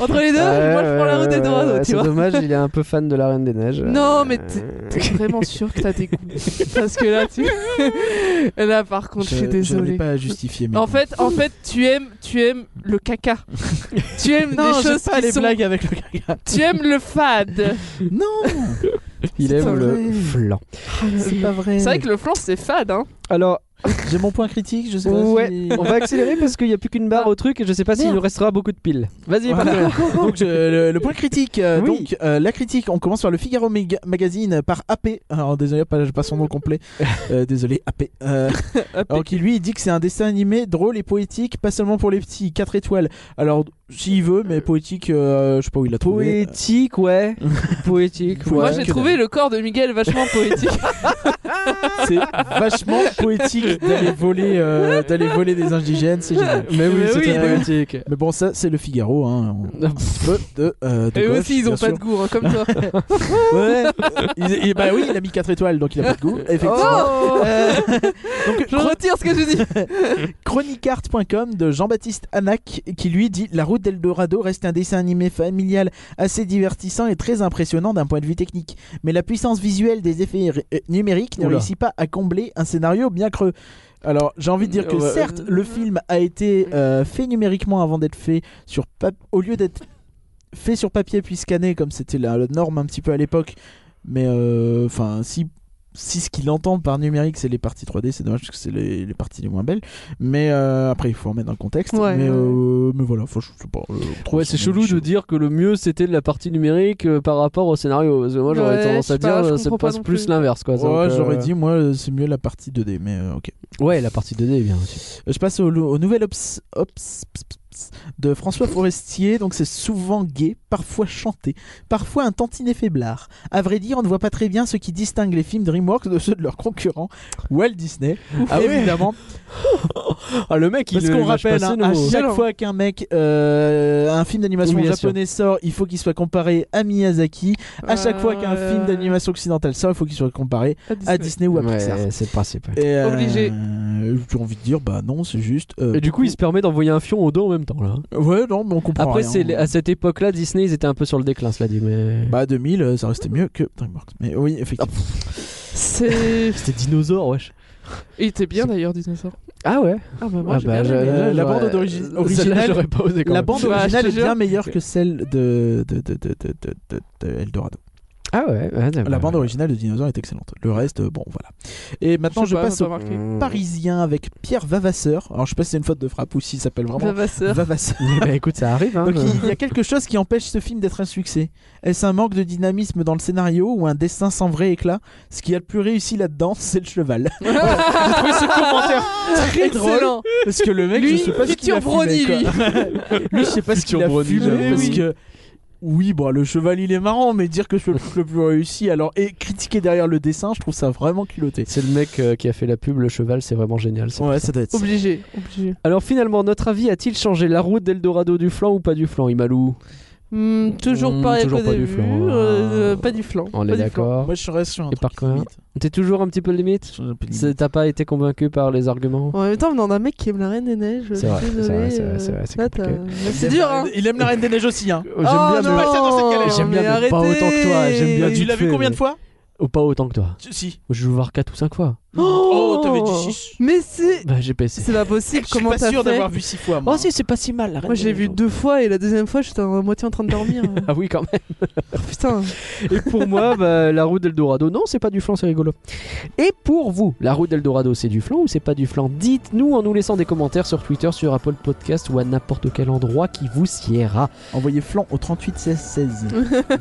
Speaker 6: Entre les deux,
Speaker 1: Ouais,
Speaker 6: moi je prends la
Speaker 1: ouais,
Speaker 6: route
Speaker 1: ouais,
Speaker 6: d'Eldorado,
Speaker 1: ouais,
Speaker 6: tu
Speaker 1: Euh, C'est
Speaker 6: vois.
Speaker 1: dommage, il est un peu fan de la Reine des Neiges.
Speaker 6: Non,
Speaker 1: Euh,
Speaker 6: mais t'es- T'es vraiment sûr que t'as des goûts Parce que là, tu. là, par contre, je suis
Speaker 2: n'ai
Speaker 6: désolée.
Speaker 2: pas à justifier. Mais
Speaker 6: En
Speaker 2: bon.
Speaker 6: fait, en fait, tu aimes, tu aimes le caca. tu aimes
Speaker 2: non,
Speaker 6: des
Speaker 2: j'aime
Speaker 6: choses
Speaker 2: pas
Speaker 6: qui
Speaker 2: les
Speaker 6: sont.
Speaker 2: blagues avec le gaga.
Speaker 6: Tu aimes le fad.
Speaker 2: Non,
Speaker 1: il
Speaker 2: c'est pas
Speaker 1: aime le
Speaker 2: vrai.
Speaker 1: flan.
Speaker 2: c'est pas vrai.
Speaker 6: C'est vrai que le flan c'est fad, hein.
Speaker 1: Alors,
Speaker 2: J'ai mon point critique, je sais pas
Speaker 9: Ouais,
Speaker 2: si...
Speaker 9: on va accélérer parce qu'il n'y a plus qu'une
Speaker 6: Ah.
Speaker 9: barre au truc et je sais pas s'il
Speaker 2: Merde.
Speaker 9: nous restera beaucoup de piles. Vas-y,
Speaker 2: Voilà.
Speaker 9: Parker.
Speaker 2: Donc euh, le, le point critique, euh,
Speaker 9: Oui.
Speaker 2: donc euh, la critique, on commence par le Figaro Mag- Magazine euh, par AP. Alors désolé, pas, j'ai pas son nom complet. Euh, désolé, AP. Euh, alors qui lui il dit que c'est un dessin animé drôle et poétique, pas seulement pour les petits. 4 étoiles. Alors s'il veut, mais poétique, euh, je sais pas où il l'a trouvé.
Speaker 9: Poétique, ouais. Poétique, ouais.
Speaker 6: Moi j'ai
Speaker 2: que
Speaker 6: trouvé le corps de Miguel vachement poétique.
Speaker 2: C'est vachement poétique d'aller voler, euh, d'aller voler des indigènes, c'est génial.
Speaker 9: Mais oui,
Speaker 6: Mais
Speaker 9: c'est
Speaker 6: oui.
Speaker 9: très poétique.
Speaker 2: Mais bon, ça c'est le Figaro, hein. On- un petit peu de, euh, de
Speaker 6: Et eux
Speaker 2: gauche,
Speaker 6: aussi ils ont
Speaker 2: bien
Speaker 6: pas
Speaker 2: sûr.
Speaker 6: de goût, hein, comme toi.
Speaker 2: Ouais. Il- il- bah oui, il a mis 4 étoiles, donc il a pas de goût. Effectivement.
Speaker 6: Oh
Speaker 2: Euh, donc,
Speaker 6: Je retire ce que j'ai dit.
Speaker 2: chronicart.com de Jean-Baptiste Anac qui lui dit La route d'Eldorado reste un dessin animé familial assez divertissant et très impressionnant d'un point de vue technique. Mais la puissance visuelle des effets ré- euh, numériques ne
Speaker 1: Oula.
Speaker 2: réussit pas à combler un scénario bien creux. Alors, j'ai envie de dire que
Speaker 6: Ouais.
Speaker 2: certes, le film a été euh, fait numériquement avant d'être fait sur pap- au lieu d'être fait sur papier puis scanné comme c'était la, la norme un petit peu à l'époque. Mais euh, enfin, si si ce qu'il entend par numérique c'est les parties 3D, c'est dommage parce que c'est les, les parties les moins belles. Mais euh, après, il faut remettre dans le contexte.
Speaker 6: Ouais,
Speaker 2: mais,
Speaker 6: ouais.
Speaker 2: euh, mais voilà, faut, je sais pas. euh,
Speaker 1: Ouais, c'est chelou de dire que le mieux c'était de la partie numérique euh, par rapport au scénario. Parce que moi j'aurais
Speaker 6: Ouais,
Speaker 1: tendance
Speaker 6: je
Speaker 1: à
Speaker 6: sais
Speaker 1: dire
Speaker 6: pas, je
Speaker 1: euh, ça
Speaker 6: comprends pas
Speaker 1: passe
Speaker 6: non
Speaker 1: plus
Speaker 6: plus.
Speaker 1: l'inverse quoi.
Speaker 2: Ouais,
Speaker 1: Donc, euh,
Speaker 2: j'aurais dit, moi, euh, c'est mieux la partie 2D, mais euh, ok.
Speaker 1: Ouais, la partie 2D est bien aussi.
Speaker 2: Euh, Je passe au, au nouvel ops, ops- ps- ps- ps- de François Forestier. Donc c'est souvent gai, parfois chanté, parfois un tantinet faiblard. À vrai dire, on ne voit pas très bien ce qui distingue les films DreamWorks de ceux de leurs concurrents Walt Disney. évidemment.
Speaker 1: Ah, le mec
Speaker 2: Parce qu'on rappelle, hein, à chaque fois qu'un mec, euh, un film d'animation
Speaker 1: Oui, bien sûr.
Speaker 2: japonais sort, il faut qu'il soit comparé à Miyazaki. À chaque fois qu'un
Speaker 6: Euh,
Speaker 2: film d'animation occidentale sort, il faut qu'il soit comparé
Speaker 6: à Disney.
Speaker 2: à Disney ou à Pixar.
Speaker 1: c'est le principe.
Speaker 2: Et, euh,
Speaker 6: Obligé.
Speaker 2: J'ai envie de dire, bah non, c'est juste. euh,
Speaker 1: Et du coup, il se permet d'envoyer un fion au dos en même temps là.
Speaker 2: Ouais, non, mais on comprend.
Speaker 1: Après,
Speaker 2: rien.
Speaker 1: c'est les- à cette époque-là, Disney ils étaient un peu sur le déclin, cela dit. Mais
Speaker 2: Bah 2000, euh, ça restait mieux que DreamWorks. Mais oui, effectivement.
Speaker 6: C'est.
Speaker 1: c'était dinosaure, wesh.
Speaker 6: Il était bien d'ailleurs, dinosaure.
Speaker 1: Ah ouais.
Speaker 6: Ah bah moi
Speaker 1: Ah
Speaker 6: j'ai
Speaker 1: bah,
Speaker 6: bien
Speaker 1: je-
Speaker 6: aimé.
Speaker 2: La- la
Speaker 1: j'aurais-
Speaker 2: bande d'origine-
Speaker 1: celle-là,
Speaker 2: originale-
Speaker 1: j'aurais pas osé quand
Speaker 2: La
Speaker 1: même.
Speaker 2: bande
Speaker 6: Ouais,
Speaker 2: originale
Speaker 6: Bah, je
Speaker 2: est
Speaker 6: te jure.
Speaker 2: bien meilleure que celle de, de, de, de, de, de- de- de Eldorado.
Speaker 1: Ah ouais. ouais,
Speaker 2: La
Speaker 1: bah,
Speaker 2: bande originale de Dinosaur est excellente. Le reste, euh, bon, voilà. Et maintenant, je,
Speaker 6: sais pas,
Speaker 2: passe
Speaker 6: ça
Speaker 2: au
Speaker 6: m'a marqué.
Speaker 1: Mmh.
Speaker 2: Parisien avec Pierre Vavasseur. Alors, je sais pas si c'est une faute de frappe ou s'il s'appelle vraiment
Speaker 6: Vavasseur.
Speaker 2: Vavasseur.
Speaker 1: Bah écoute, ça arrive. Hein,
Speaker 2: Donc, il il y a quelque chose qui empêche ce film d'être un succès. Est-ce un manque de dynamisme dans le scénario ou un dessin sans vrai éclat Ce qui a le plus réussi là-dedans, c'est le cheval. Voilà. J'ai trouvé ce commentaire très drôle.
Speaker 6: Excellent.
Speaker 2: Parce que le mec,
Speaker 6: hein. Lui,
Speaker 2: je sais pas ce qu'il a
Speaker 6: futur Brony,
Speaker 2: fumé, quoi. Lui, je sais pas ce
Speaker 1: Futur
Speaker 2: qu'il a
Speaker 1: Brony,
Speaker 2: fumé,
Speaker 1: j'avoue.
Speaker 2: parce
Speaker 1: Oui.
Speaker 2: que... Oui, bon, le cheval, il est marrant, mais dire que c'est le truc le plus réussi, alors... Et critiquer derrière le dessin, je trouve ça vraiment culotté.
Speaker 1: C'est le mec euh, qui a fait la pub, le cheval, c'est vraiment génial. c'est
Speaker 2: Ouais, ça doit être ça.
Speaker 6: Obligé, obligé.
Speaker 1: Alors finalement, notre avis a-t-il changé La route d'Eldorado du flanc ou pas du flanc, Imalou
Speaker 6: Hmm, toujours
Speaker 1: Hmm,
Speaker 6: pareil
Speaker 1: toujours
Speaker 6: qu'au
Speaker 1: pas du
Speaker 6: début.
Speaker 1: flan.
Speaker 6: euh, pas du flanc.
Speaker 1: On
Speaker 6: pas
Speaker 1: est
Speaker 6: du flan.
Speaker 1: d'accord.
Speaker 2: Moi, je serais sur un
Speaker 1: Et
Speaker 2: truc
Speaker 1: par contre,
Speaker 2: limite.
Speaker 1: T'es toujours un petit peu limite
Speaker 2: Sur un peu limite.
Speaker 1: C'est- T'as pas été convaincu par les arguments
Speaker 6: En même temps, on a un mec qui aime la Reine des Neiges. je suis
Speaker 1: vrai, c'est vrai,
Speaker 6: désolée,
Speaker 1: c'est vrai,
Speaker 6: euh,
Speaker 1: c'est vrai, c'est
Speaker 6: là,
Speaker 1: compliqué.
Speaker 6: t'as- Mais C'est dur, hein.
Speaker 2: Il aime la Reine des Neiges aussi, hein.
Speaker 1: J'aime
Speaker 6: Oh
Speaker 1: bien, mais-
Speaker 6: non,
Speaker 1: J'aime bien,
Speaker 6: mais
Speaker 1: mais pas
Speaker 6: arrêtez.
Speaker 1: autant que toi, j'aime bien du-
Speaker 2: Tu l'as vu
Speaker 1: fait,
Speaker 2: combien de
Speaker 1: mais-
Speaker 2: fois
Speaker 1: ou pas autant que toi.
Speaker 2: Si.
Speaker 1: Je vais voir 4 ou 5 fois.
Speaker 2: Oh, t'avais dit 6.
Speaker 6: Mais c'est.
Speaker 1: Bah j'ai baissé.
Speaker 6: C'est pas possible,
Speaker 2: Je suis
Speaker 6: comment
Speaker 2: pas
Speaker 6: t'as
Speaker 2: sûr d'avoir
Speaker 6: fait
Speaker 2: vu 6 fois, moi.
Speaker 1: Oh si, c'est pas si mal. la
Speaker 6: Moi
Speaker 1: reine
Speaker 6: j'ai
Speaker 1: des
Speaker 6: vu
Speaker 1: neiges.
Speaker 6: deux fois et la deuxième fois j'étais à moitié en train de dormir.
Speaker 1: Ah oui quand même.
Speaker 6: Oh, putain.
Speaker 1: Et pour moi, bah, la route d'Eldorado, non, c'est pas du flanc, c'est rigolo. Et pour vous, la route d'Eldorado, c'est du flanc ou c'est pas du flanc Dites-nous en nous laissant des commentaires sur Twitter, sur Apple Podcast ou à n'importe quel endroit qui vous siéra.
Speaker 2: Envoyez flanc au 38 16 16.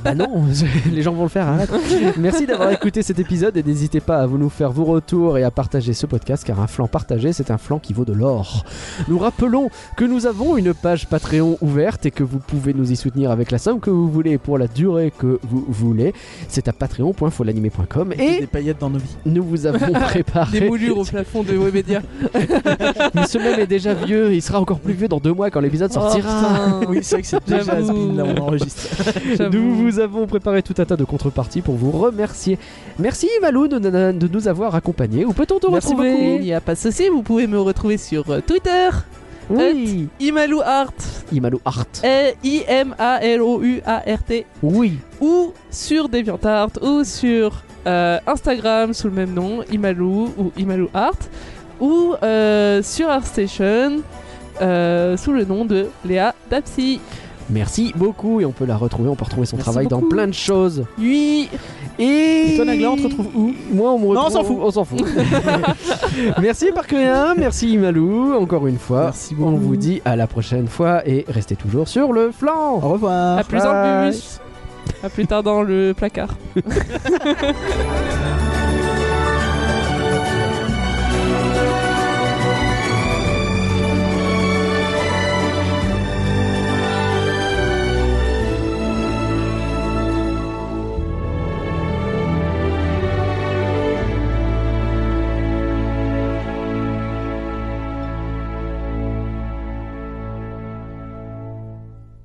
Speaker 1: Bah non, les gens vont le faire. arrête. Merci d'avoir écouté cet épisode et n'hésitez pas à vous nous faire vos retours et à partager ce podcast car un flanc partagé c'est un flanc qui vaut de l'or. Nous rappelons que nous avons une page Patreon ouverte et que vous pouvez nous y soutenir avec la somme que vous voulez et pour la durée que vous voulez. C'est à patreon.folanimé.com
Speaker 2: Et
Speaker 1: et
Speaker 2: des paillettes dans nos vies.
Speaker 1: nous vous avons préparé.
Speaker 6: Des moulures au plafond de Webedia.
Speaker 1: Mais ce même est déjà vieux, il sera encore plus vieux dans deux mois quand
Speaker 6: Oh,
Speaker 1: l'épisode sortira.
Speaker 2: Oui, c'est vrai que c'est déjà
Speaker 6: J'avoue.
Speaker 2: Asbin, là, on enregistre.
Speaker 1: Nous vous avons préparé tout un tas de contreparties pour vous remercier. Merci Malou de, de- de nous avoir accompagnés. Où peut-on te
Speaker 6: Merci beaucoup.
Speaker 1: retrouver
Speaker 6: Il n'y a pas de souci, vous pouvez me retrouver sur euh, Twitter,
Speaker 1: Oui,
Speaker 6: Imalou Art,
Speaker 1: Imalou Art.
Speaker 6: E I-M-A-L-O-U-A-R-T,
Speaker 1: Oui,
Speaker 6: ou sur DeviantArt, ou sur euh, Instagram sous le même nom, Imalou ou Imalou Art, ou euh, sur ArtStation euh, sous le nom de Léa Dapsy.
Speaker 1: Merci beaucoup et on peut la retrouver, on peut retrouver son
Speaker 2: Merci
Speaker 1: travail dans
Speaker 2: beaucoup.
Speaker 1: plein de choses.
Speaker 2: Oui
Speaker 1: Et,
Speaker 2: Et toi, Nagla, on te retrouve
Speaker 1: où Moi, on me
Speaker 2: Non, on
Speaker 1: retrouve-
Speaker 2: s'en fout.
Speaker 1: On s'en fout. merci Parcourien, merci Imalou, encore une fois.
Speaker 2: Merci
Speaker 1: On
Speaker 2: beaucoup.
Speaker 1: vous dit à la prochaine fois et restez toujours sur le flanc.
Speaker 2: Au revoir
Speaker 6: À plus dans le bus. À plus tard dans le placard.